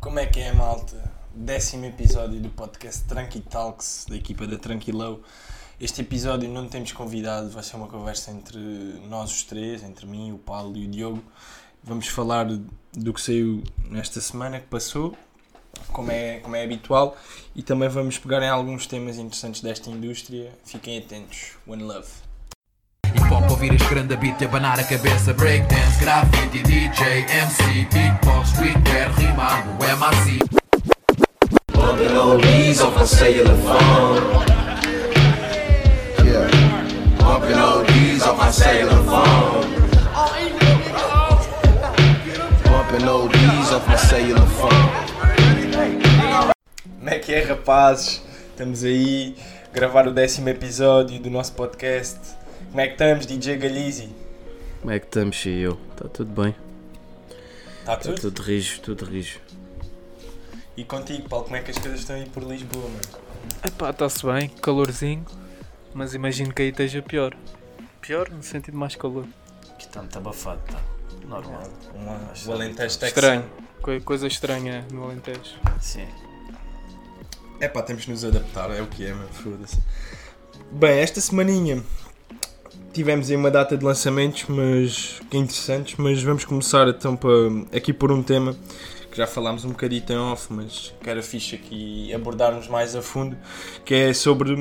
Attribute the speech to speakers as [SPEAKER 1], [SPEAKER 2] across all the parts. [SPEAKER 1] Como é que é, malta? Décimo episódio do podcast Tranqui Talks, da equipa da Tranquilão. Este episódio não temos convidado, vai ser uma conversa entre nós os três, entre mim, o Paulo e o Diogo. Vamos falar do que saiu nesta semana que passou, como é, como é habitual, e também vamos pegar em alguns temas interessantes desta indústria. Fiquem atentos. One love.
[SPEAKER 2] Hip hop ouvir este grande beat e abanar a cabeça Breakdance, graffiti, DJ, MC, beatbox, Twitter, rimando, MRC
[SPEAKER 3] On the low bees off a cellular phone. Yeah. Bumping ODs off my cellular phone. Bumping ODs off my cellular phone.
[SPEAKER 1] Como é que é, rapazes? Estamos aí a gravar o décimo episódio do nosso podcast. Como é que estamos, DJ Galizzi?
[SPEAKER 4] Como é que estamos, e eu? Está tudo bem?
[SPEAKER 1] Está
[SPEAKER 4] Está
[SPEAKER 1] Tá tudo?
[SPEAKER 4] tudo rijo, tudo rijo.
[SPEAKER 1] E contigo, Paulo, como é que as coisas estão aí por Lisboa, mano?
[SPEAKER 5] Epá, está-se bem, calorzinho, mas imagino que aí esteja pior. Pior no sentido mais calor.
[SPEAKER 6] Que está muito abafado, está. Normal.
[SPEAKER 1] Uma, o Alentejo está
[SPEAKER 5] Estranho. Co- Coisa estranha no Alentejo.
[SPEAKER 6] Sim.
[SPEAKER 1] É pá, temos de nos adaptar, é o que é, meu, foda-se. Bem, esta semaninha tivemos aí uma data de lançamentos, mas que interessantes, mas vamos começar então pa- aqui por um tema que já falámos um bocadito em off, mas que era fixe aqui abordarmos mais a fundo, que é sobre,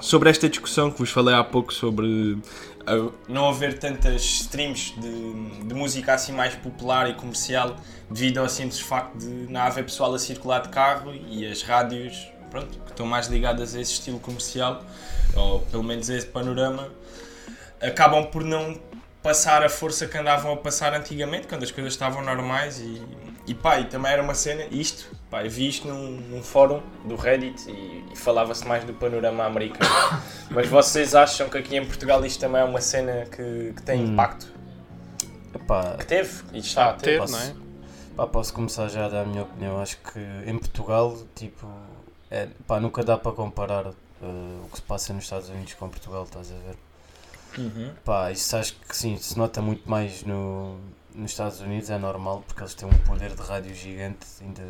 [SPEAKER 1] sobre esta discussão que vos falei há pouco sobre ah, não haver tantas streams de, de música assim mais popular e comercial devido ao simples facto de não haver pessoal a circular de carro e as rádios pronto, que estão mais ligadas a esse estilo comercial, ou pelo menos a esse panorama, acabam por não passar a força que andavam a passar antigamente, quando as coisas estavam normais e, e pá, e também era uma cena, isto, pá, eu vi isto num, num fórum do Reddit e, e falava-se mais do panorama americano. Mas vocês acham que aqui em Portugal isto também é uma cena que, que tem impacto?
[SPEAKER 6] Epá,
[SPEAKER 1] Que teve? E está a ter,
[SPEAKER 5] Ter,
[SPEAKER 6] posso-
[SPEAKER 5] não é?
[SPEAKER 6] pá, posso começar já a dar a minha opinião. Acho que em Portugal, tipo, é, pá, nunca dá para comparar eh, o que se passa nos Estados Unidos com Portugal, estás a ver? Pá, isso acho que sim, se nota muito mais no, nos Estados Unidos, é normal, porque eles têm um poder de rádio gigante, ainda,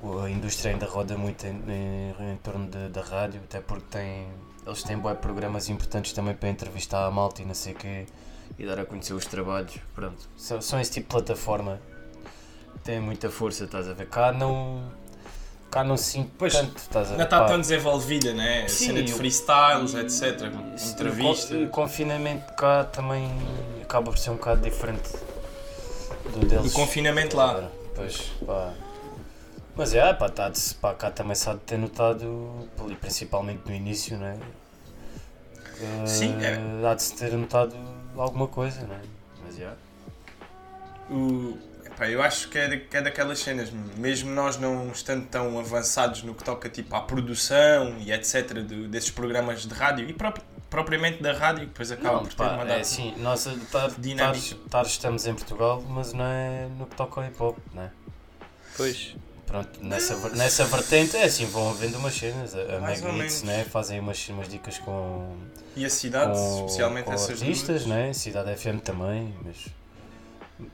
[SPEAKER 6] o- a indústria ainda roda muito em, em- em torno de- da rádio, até porque tem, eles têm bué programas importantes também para entrevistar a malta e não sei o quê, e dar a conhecer os trabalhos, pronto. São, são esse tipo de plataforma, têm muita força, estás a ver? Cá não, cá não sinto
[SPEAKER 1] Pois,
[SPEAKER 6] tanto, estás a ver?
[SPEAKER 1] Ainda está
[SPEAKER 6] Pá,
[SPEAKER 1] tão desenvolvida, né? A
[SPEAKER 6] Sim,
[SPEAKER 1] cena de
[SPEAKER 6] eu-
[SPEAKER 1] freestyles, etc.
[SPEAKER 6] Sim,
[SPEAKER 1] Entrevista.
[SPEAKER 6] O con- o confinamento cá também acaba por ser um bocado diferente do deles.
[SPEAKER 1] Do confinamento lá.
[SPEAKER 6] Pois, pá. Mas é, pá, tá de, se- pá, cá também se há de ter notado, ali principalmente no início, né? Que,
[SPEAKER 1] Sim, é.
[SPEAKER 6] Há de se ter notado alguma coisa, né? Mas é.
[SPEAKER 1] O- epá, eu acho que é, da- que é daquelas cenas, mesmo nós não estando tão avançados no que toca tipo, à produção e etc. do- desses programas de rádio e prop- propriamente da rádio, que depois acaba
[SPEAKER 6] Não,
[SPEAKER 1] por ter
[SPEAKER 6] pá,
[SPEAKER 1] uma
[SPEAKER 6] é
[SPEAKER 1] data.
[SPEAKER 6] assim, nós a- tar, tar,
[SPEAKER 1] Dinâmica.
[SPEAKER 6] tar- estamos em Portugal, mas não é no que toca ao hip hop, né?
[SPEAKER 5] Pois.
[SPEAKER 6] Pronto, nessa, ver- nessa vertente é assim, vão havendo umas cenas. A, a
[SPEAKER 1] Mais ou menos.
[SPEAKER 6] Magnits, né? Fazem umas, umas dicas com,
[SPEAKER 1] E a cidade,
[SPEAKER 6] com,
[SPEAKER 1] especialmente
[SPEAKER 6] com
[SPEAKER 1] essas
[SPEAKER 6] artistas,
[SPEAKER 1] duas.
[SPEAKER 6] né? Cidade FM também, mas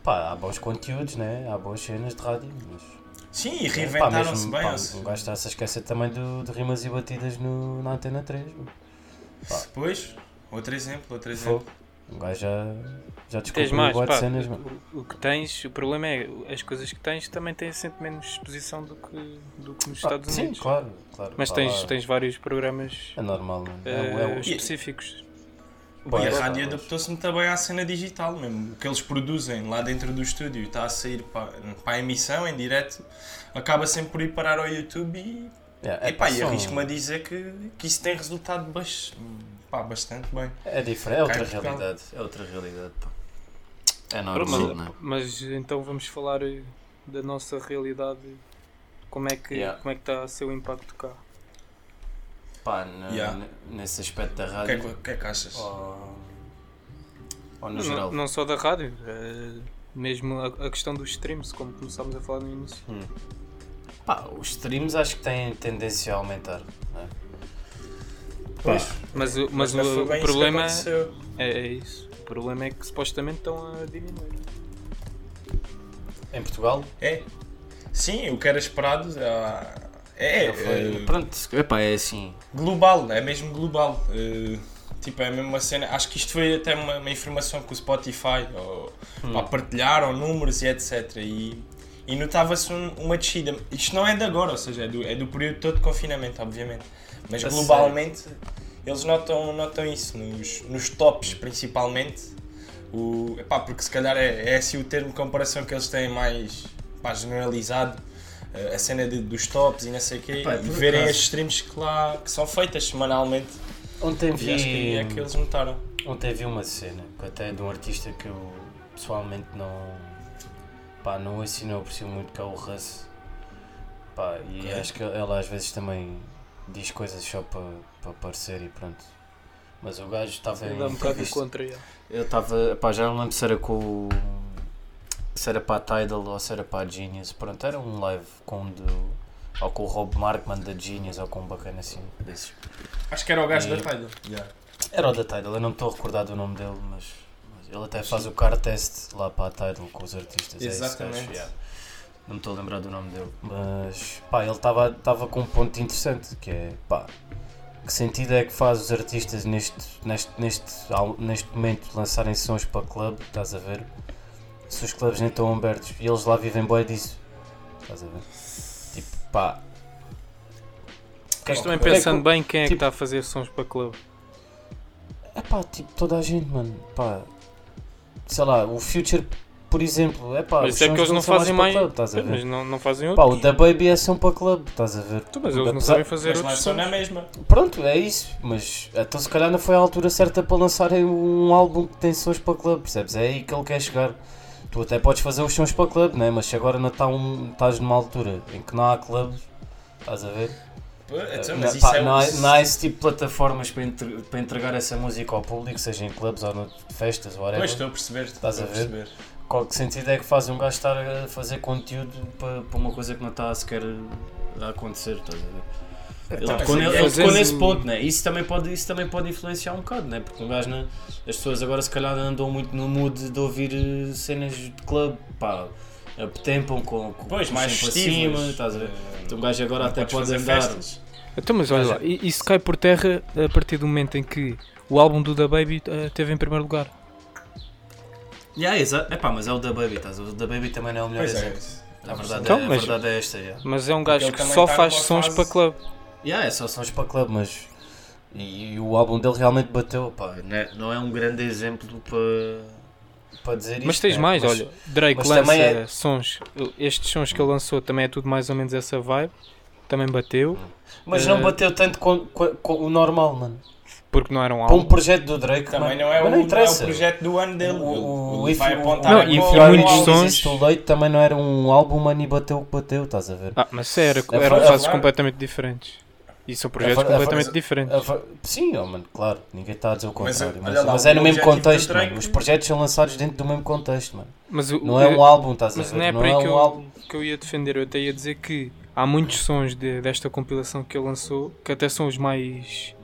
[SPEAKER 6] pá, há bons conteúdos, né? Há boas cenas de rádio, mas né,
[SPEAKER 1] Sim, e
[SPEAKER 6] É, pá,
[SPEAKER 1] reinventaram-se
[SPEAKER 6] mesmo,
[SPEAKER 1] bem.
[SPEAKER 6] pá,
[SPEAKER 1] ou seja,
[SPEAKER 6] Um gajo está a se esquecer também do, de rimas e batidas no, na antena 3. mano.
[SPEAKER 1] Depois, outro exemplo, outro exemplo.
[SPEAKER 6] Fogo. Um gajo já, já
[SPEAKER 5] Tens
[SPEAKER 6] descobriu
[SPEAKER 5] mais,
[SPEAKER 6] bué de
[SPEAKER 5] pá.
[SPEAKER 6] cenas, mano.
[SPEAKER 5] O, o que tens, o problema é as coisas que tens também têm sempre menos exposição do que, do que nos
[SPEAKER 6] Pá,
[SPEAKER 5] Estados
[SPEAKER 6] Ah, Sim,
[SPEAKER 5] Unidos.
[SPEAKER 6] claro, claro.
[SPEAKER 5] Mas
[SPEAKER 6] pá,
[SPEAKER 5] tens,
[SPEAKER 6] lá
[SPEAKER 5] tens vários programas
[SPEAKER 6] É normal, mano. É,
[SPEAKER 5] eh,
[SPEAKER 6] é,
[SPEAKER 1] E-
[SPEAKER 5] específicos.
[SPEAKER 6] pá,
[SPEAKER 1] e
[SPEAKER 6] é,
[SPEAKER 1] a
[SPEAKER 6] pá,
[SPEAKER 1] rádio
[SPEAKER 6] mas-
[SPEAKER 1] adaptou-se muito bem à cena digital mesmo. O que eles produzem lá dentro do estúdio está a sair para, para a emissão em direto, acaba sempre por ir parar ao YouTube e
[SPEAKER 6] é, é,
[SPEAKER 1] E pá, e
[SPEAKER 6] são-
[SPEAKER 1] arrisco-me a dizer que, que isso tem resultado bas- pá, bastante bem.
[SPEAKER 6] É diferente, é
[SPEAKER 1] Cá
[SPEAKER 6] outra
[SPEAKER 1] em Portugal.
[SPEAKER 6] realidade. É outra realidade, pá. É
[SPEAKER 5] Pronto,
[SPEAKER 6] normal, não é?
[SPEAKER 5] mas, mas então vamos falar eh, da nossa realidade. Como é que
[SPEAKER 6] Yeah.
[SPEAKER 5] como é que está a ser o impacto cá?
[SPEAKER 6] Pá, no-
[SPEAKER 1] Yeah.
[SPEAKER 6] ne- nesse aspecto da
[SPEAKER 1] O que, é,
[SPEAKER 6] rádio.
[SPEAKER 1] que- o que é que achas?
[SPEAKER 6] Ou, ou no
[SPEAKER 5] Não-
[SPEAKER 6] geral.
[SPEAKER 5] Não, só da rádio, eh, mesmo a, a questão dos streams, como começámos a falar no início.
[SPEAKER 6] Pá, os streams acho que têm tendência a aumentar, não é?
[SPEAKER 1] Pois,
[SPEAKER 5] Mas, o- mas
[SPEAKER 1] não
[SPEAKER 5] o,
[SPEAKER 1] É, foi
[SPEAKER 5] o
[SPEAKER 1] bem isso que
[SPEAKER 5] problema
[SPEAKER 1] aconteceu.
[SPEAKER 5] é, é isso. O problema é que supostamente estão a diminuir.
[SPEAKER 6] Em Portugal,
[SPEAKER 1] É. Sim, o que era esperado ah, é,
[SPEAKER 6] Ele foi-
[SPEAKER 1] eh,
[SPEAKER 6] Pronto, epá, é assim.
[SPEAKER 1] global, é mesmo global. eh, tipo, é mesmo uma cena. Acho que isto foi até uma, uma informação que o Spotify ou,
[SPEAKER 6] Hum.
[SPEAKER 1] pá, partilharam, números e etc. E, e notava-se um- uma descida. Isto não é de agora, ou seja, é do, é do período todo de confinamento, obviamente. Mas
[SPEAKER 6] A
[SPEAKER 1] globalmente, eles notam, notam isso, nos, nos tops principalmente. O, epá, porque se calhar é, é assim o termo de comparação que eles têm mais pá, generalizado. eh, A cena de- dos tops e não sei o quê,
[SPEAKER 6] Epá,
[SPEAKER 1] e
[SPEAKER 6] por
[SPEAKER 1] verem
[SPEAKER 6] acaso.
[SPEAKER 1] as streams que, lá, que são feitas semanalmente.
[SPEAKER 6] Ontem
[SPEAKER 1] E acho que é que
[SPEAKER 6] vi,
[SPEAKER 1] eles notaram.
[SPEAKER 6] ontem vi uma cena, que até é de um artista que eu pessoalmente não. pá, não ouço e não aprecio muito, que é o Russ. Pá, e
[SPEAKER 1] Ok.
[SPEAKER 6] acho que ela às vezes também diz coisas só para para parecer e pronto. Mas o gajo estava em.
[SPEAKER 5] Dá um bocado
[SPEAKER 6] entrevista-
[SPEAKER 5] contra ele.
[SPEAKER 6] Eu estava. Pá, já não lembro se era com o. Se era para a Tidal ou se era para a Genius. Pronto, era um live com o do- Ou com o Rob Markman da Genius ou com um bacana assim desses.
[SPEAKER 1] Acho que era o gajo da
[SPEAKER 6] E-
[SPEAKER 1] Tidal.
[SPEAKER 6] Era o da Tidal, eu não me estou a recordar do nome dele, mas. mas Ele até faz o car test lá para a Tidal com os artistas. É esse
[SPEAKER 1] Exatamente.
[SPEAKER 6] gajo, yeah. Não me estou a lembrar do nome dele. Mas, pá, ele estava estava com um ponto interessante que é, pá, que sentido é que faz os artistas neste, neste, neste, al- neste momento lançarem sons para club, estás a ver? Se os clubes nem estão abertos e eles lá vivem boé disso, estás a ver? Tipo, pá.
[SPEAKER 5] Mas também
[SPEAKER 6] Como é que-
[SPEAKER 5] pensando bem quem é que
[SPEAKER 6] tipo-
[SPEAKER 5] está a fazer sons para clube.
[SPEAKER 6] É pá, tipo, toda a gente, mano. Pá, sei lá, o Future, por exemplo, é pá,
[SPEAKER 5] Mas
[SPEAKER 6] os
[SPEAKER 5] isso é que eles
[SPEAKER 6] sons
[SPEAKER 5] não
[SPEAKER 6] dele são
[SPEAKER 5] fazem
[SPEAKER 6] para
[SPEAKER 5] mais.
[SPEAKER 6] club, estás a
[SPEAKER 5] Mas
[SPEAKER 6] ver?
[SPEAKER 5] não, não fazem
[SPEAKER 6] Pá,
[SPEAKER 5] outro.
[SPEAKER 6] o da Baby é são para club, estás a ver?
[SPEAKER 5] Mas eles não
[SPEAKER 6] Apesar-
[SPEAKER 5] sabem fazer
[SPEAKER 1] Mas lá
[SPEAKER 5] outros
[SPEAKER 1] estão
[SPEAKER 5] sons.
[SPEAKER 1] na mesma.
[SPEAKER 6] Pronto, é isso, mas então se calhar não foi a altura certa para lançarem um álbum que tem sons para club, percebes? É aí que ele quer chegar. Tu até podes fazer os sons para club, né? mas se agora não tá um, estás numa altura em que não há clubes, estás a ver?
[SPEAKER 1] Pô, então,
[SPEAKER 6] Não,
[SPEAKER 1] mas isso
[SPEAKER 6] pá,
[SPEAKER 1] é
[SPEAKER 6] não, há,
[SPEAKER 1] o-
[SPEAKER 6] não há esse tipo de plataformas para, entre- para entregar essa música ao público, seja em clubes ou nout- festas, whatever.
[SPEAKER 1] Pois estou a perceber. Estou a
[SPEAKER 6] Estás a ver?
[SPEAKER 1] perceber.
[SPEAKER 6] Qual que sentido é que faz um gajo estar a fazer conteúdo para, para uma coisa que não está sequer a acontecer, estás a ver? Ele
[SPEAKER 1] tá,
[SPEAKER 6] tocou,
[SPEAKER 1] mas
[SPEAKER 6] ne-
[SPEAKER 1] é-
[SPEAKER 6] ele tocou
[SPEAKER 5] às vezes-
[SPEAKER 6] nesse ponto, né? isso, também pode, isso também pode influenciar um bocado, né? porque um gajo, né? as pessoas agora se calhar andam muito no mood de ouvir eh, cenas de clube, pá, apetempam com, com
[SPEAKER 1] Pois,
[SPEAKER 6] com
[SPEAKER 1] mais
[SPEAKER 6] sempre
[SPEAKER 1] festivos.
[SPEAKER 6] acima, estás a ver?
[SPEAKER 1] Eh,
[SPEAKER 6] Então um gajo agora
[SPEAKER 1] não
[SPEAKER 6] até
[SPEAKER 1] podes
[SPEAKER 6] pode
[SPEAKER 1] fazer
[SPEAKER 6] andar.
[SPEAKER 1] festas.
[SPEAKER 5] Então, mas olha lá, i- isso cai por terra a partir do momento em que o álbum do Da Baby eh, teve em primeiro lugar.
[SPEAKER 6] Yeah, exato. Epá, mas é o da Baby, estás a ver? O da Baby também não é o melhor
[SPEAKER 1] Pois é.
[SPEAKER 6] exemplo. A verdade,
[SPEAKER 5] Então,
[SPEAKER 6] é, a
[SPEAKER 5] mas-
[SPEAKER 6] verdade é esta, yeah.
[SPEAKER 5] Mas é um
[SPEAKER 1] ele
[SPEAKER 5] gajo que
[SPEAKER 1] também
[SPEAKER 5] só
[SPEAKER 1] tá
[SPEAKER 5] faz
[SPEAKER 1] numa
[SPEAKER 5] sons
[SPEAKER 1] fase-
[SPEAKER 5] para club.
[SPEAKER 6] Yeah, é só sons para clube, mas. E, e o álbum dele realmente bateu, pá. Não é, não é um grande exemplo para. para dizer
[SPEAKER 5] Mas
[SPEAKER 6] isto,
[SPEAKER 5] tens
[SPEAKER 6] né?
[SPEAKER 5] mais,
[SPEAKER 6] Mas-
[SPEAKER 5] olha, Drake
[SPEAKER 6] mas
[SPEAKER 5] lança
[SPEAKER 6] também é-
[SPEAKER 5] sons, estes sons que ele lançou também é tudo mais ou menos essa vibe, também bateu,
[SPEAKER 6] Mas não
[SPEAKER 5] Eh,
[SPEAKER 6] bateu tanto com, com- com o normal, mano.
[SPEAKER 5] porque não era um
[SPEAKER 6] Para um
[SPEAKER 5] álbum.
[SPEAKER 6] projeto do Drake,
[SPEAKER 1] Também
[SPEAKER 6] mano,
[SPEAKER 1] não é,
[SPEAKER 6] mas
[SPEAKER 1] o, não é o
[SPEAKER 6] interessa.
[SPEAKER 1] projeto do ano dele.
[SPEAKER 6] O- o- um-
[SPEAKER 1] Ele vai
[SPEAKER 6] if-
[SPEAKER 1] apontar
[SPEAKER 5] Não,
[SPEAKER 1] agora
[SPEAKER 5] e- e
[SPEAKER 1] ao
[SPEAKER 5] muitos
[SPEAKER 1] álbum.
[SPEAKER 5] sons-
[SPEAKER 6] Existe o Leite também não era um álbum, mano, e bateu o que bateu, estás a ver?
[SPEAKER 5] Ah, mas sério,
[SPEAKER 6] É
[SPEAKER 5] eram
[SPEAKER 6] verdade,
[SPEAKER 5] fases
[SPEAKER 1] claro.
[SPEAKER 5] completamente diferentes. E são
[SPEAKER 6] É
[SPEAKER 5] projetos
[SPEAKER 6] verdade,
[SPEAKER 5] completamente
[SPEAKER 6] é
[SPEAKER 5] diferentes.
[SPEAKER 6] A ver- Sim, oh, mano, claro, ninguém está a dizer o
[SPEAKER 1] Mas,
[SPEAKER 6] contrário. Mas,
[SPEAKER 1] olha lá,
[SPEAKER 6] mas é
[SPEAKER 1] o
[SPEAKER 6] no mesmo
[SPEAKER 1] objetivo do
[SPEAKER 6] contexto,
[SPEAKER 1] Drake-
[SPEAKER 6] mano. Os projetos são lançados dentro do mesmo contexto, mano.
[SPEAKER 5] Mas o-
[SPEAKER 6] Não é um álbum, estás a
[SPEAKER 5] Mas
[SPEAKER 6] ver?
[SPEAKER 5] não é por aí que,
[SPEAKER 6] um álbum.
[SPEAKER 5] eu, que eu ia defender, eu até ia dizer que há muitos sons de- desta compilação que ele lançou que até são os mais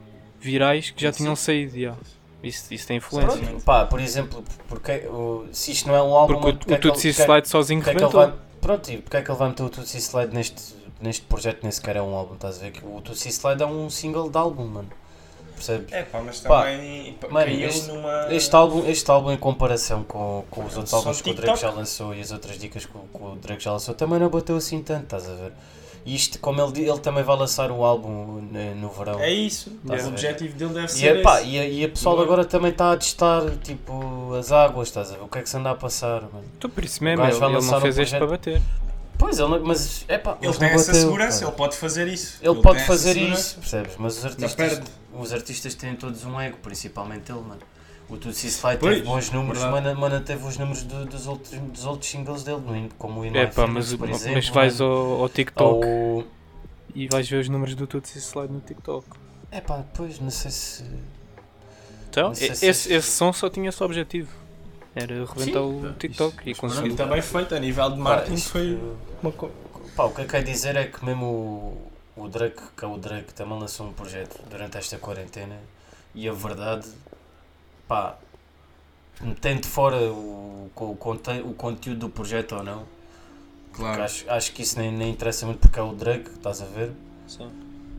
[SPEAKER 5] virais que já tinham saído. já. Isso, isso tem influência.
[SPEAKER 6] Pronto, pá, por exemplo, porque, o- se isto não é um álbum,
[SPEAKER 5] Porque
[SPEAKER 6] mano,
[SPEAKER 5] o,
[SPEAKER 6] porque
[SPEAKER 5] o
[SPEAKER 6] é que
[SPEAKER 5] Tutsi
[SPEAKER 6] ele- porque é-
[SPEAKER 5] Slide sozinho
[SPEAKER 6] porque é que ele
[SPEAKER 5] rebentou.
[SPEAKER 6] vai- Pronto, e porque é que ele vai meter o Tutsi Slide neste, neste projeto? Nem sequer é um álbum, estás a ver? Que o Tutsi Slide é um single de álbum, mano. Percebes?
[SPEAKER 1] É pá, mas
[SPEAKER 6] Pá,
[SPEAKER 1] também pá,
[SPEAKER 6] mano,
[SPEAKER 1] caiu
[SPEAKER 6] este-
[SPEAKER 1] numa.
[SPEAKER 6] Este álbum, este álbum em comparação com, com os outros
[SPEAKER 1] Só
[SPEAKER 6] álbuns que o
[SPEAKER 1] TikTok.
[SPEAKER 6] Drake já lançou e as outras dicas que o, que o Drake já lançou, também não bateu assim tanto, estás a ver? E isto, como ele, di- ele também vai lançar o álbum eh, no verão.
[SPEAKER 1] É isso.
[SPEAKER 6] Yeah.
[SPEAKER 1] O objetivo dele deve
[SPEAKER 6] E,
[SPEAKER 1] ser.
[SPEAKER 6] é, pá,
[SPEAKER 1] esse.
[SPEAKER 6] e, a, e a pessoal
[SPEAKER 1] é?
[SPEAKER 6] agora também está a testar tipo, as águas, estás a ver? O que é que se anda a passar, mano?
[SPEAKER 5] Tu Então, por isso mesmo,
[SPEAKER 6] O gajo
[SPEAKER 5] ele,
[SPEAKER 6] vai
[SPEAKER 5] ele
[SPEAKER 6] lançar
[SPEAKER 5] não
[SPEAKER 6] um
[SPEAKER 5] fez este para
[SPEAKER 6] projeto.
[SPEAKER 5] bater.
[SPEAKER 6] Pois, ele, não- mas é pá,
[SPEAKER 1] Ele
[SPEAKER 6] mas
[SPEAKER 1] tem
[SPEAKER 6] não
[SPEAKER 1] essa
[SPEAKER 6] bateu,
[SPEAKER 1] segurança,
[SPEAKER 6] pá.
[SPEAKER 1] ele pode fazer isso.
[SPEAKER 6] Ele
[SPEAKER 1] tem
[SPEAKER 6] pode
[SPEAKER 1] essa
[SPEAKER 6] fazer
[SPEAKER 1] segurança.
[SPEAKER 6] isso, percebes? Mas os artistas,
[SPEAKER 1] perde.
[SPEAKER 6] os artistas têm todos um ego, principalmente ele, mano. O Tutsi Slide
[SPEAKER 1] Pois,
[SPEAKER 6] teve bons números,
[SPEAKER 1] verdade.
[SPEAKER 6] mano, mano teve os números do- dos, outros, dos outros singles dele, no In- como o In
[SPEAKER 5] É
[SPEAKER 6] My
[SPEAKER 5] pá,
[SPEAKER 6] Feelings,
[SPEAKER 5] mas,
[SPEAKER 6] por exemplo.
[SPEAKER 5] mas vais
[SPEAKER 6] mano,
[SPEAKER 5] ao, ao TikTok
[SPEAKER 6] ou...
[SPEAKER 5] e vais ver os números do Tutsi Slide no TikTok.
[SPEAKER 6] É pá, pois, não sei se...
[SPEAKER 5] Então,
[SPEAKER 6] Não sei
[SPEAKER 5] e-
[SPEAKER 6] se-
[SPEAKER 5] esse, esse som só tinha esse objetivo. Era reventar o TikTok e
[SPEAKER 1] Mas
[SPEAKER 5] conseguir.
[SPEAKER 6] então-
[SPEAKER 1] Muito bem feito, a nível de
[SPEAKER 6] Pá,
[SPEAKER 1] marketing
[SPEAKER 6] isto-
[SPEAKER 1] foi uma coisa.
[SPEAKER 6] Pá, o que eu quero dizer é que mesmo o, o Drake, que é o Drake, também lançou um projeto durante esta quarentena e a verdade, pá, metendo fora o, co- o, conte- o conteúdo do projeto ou não,
[SPEAKER 1] Claro.
[SPEAKER 6] Acho, acho que isso nem, nem interessa muito porque é o Drake, estás a ver?
[SPEAKER 5] Sim.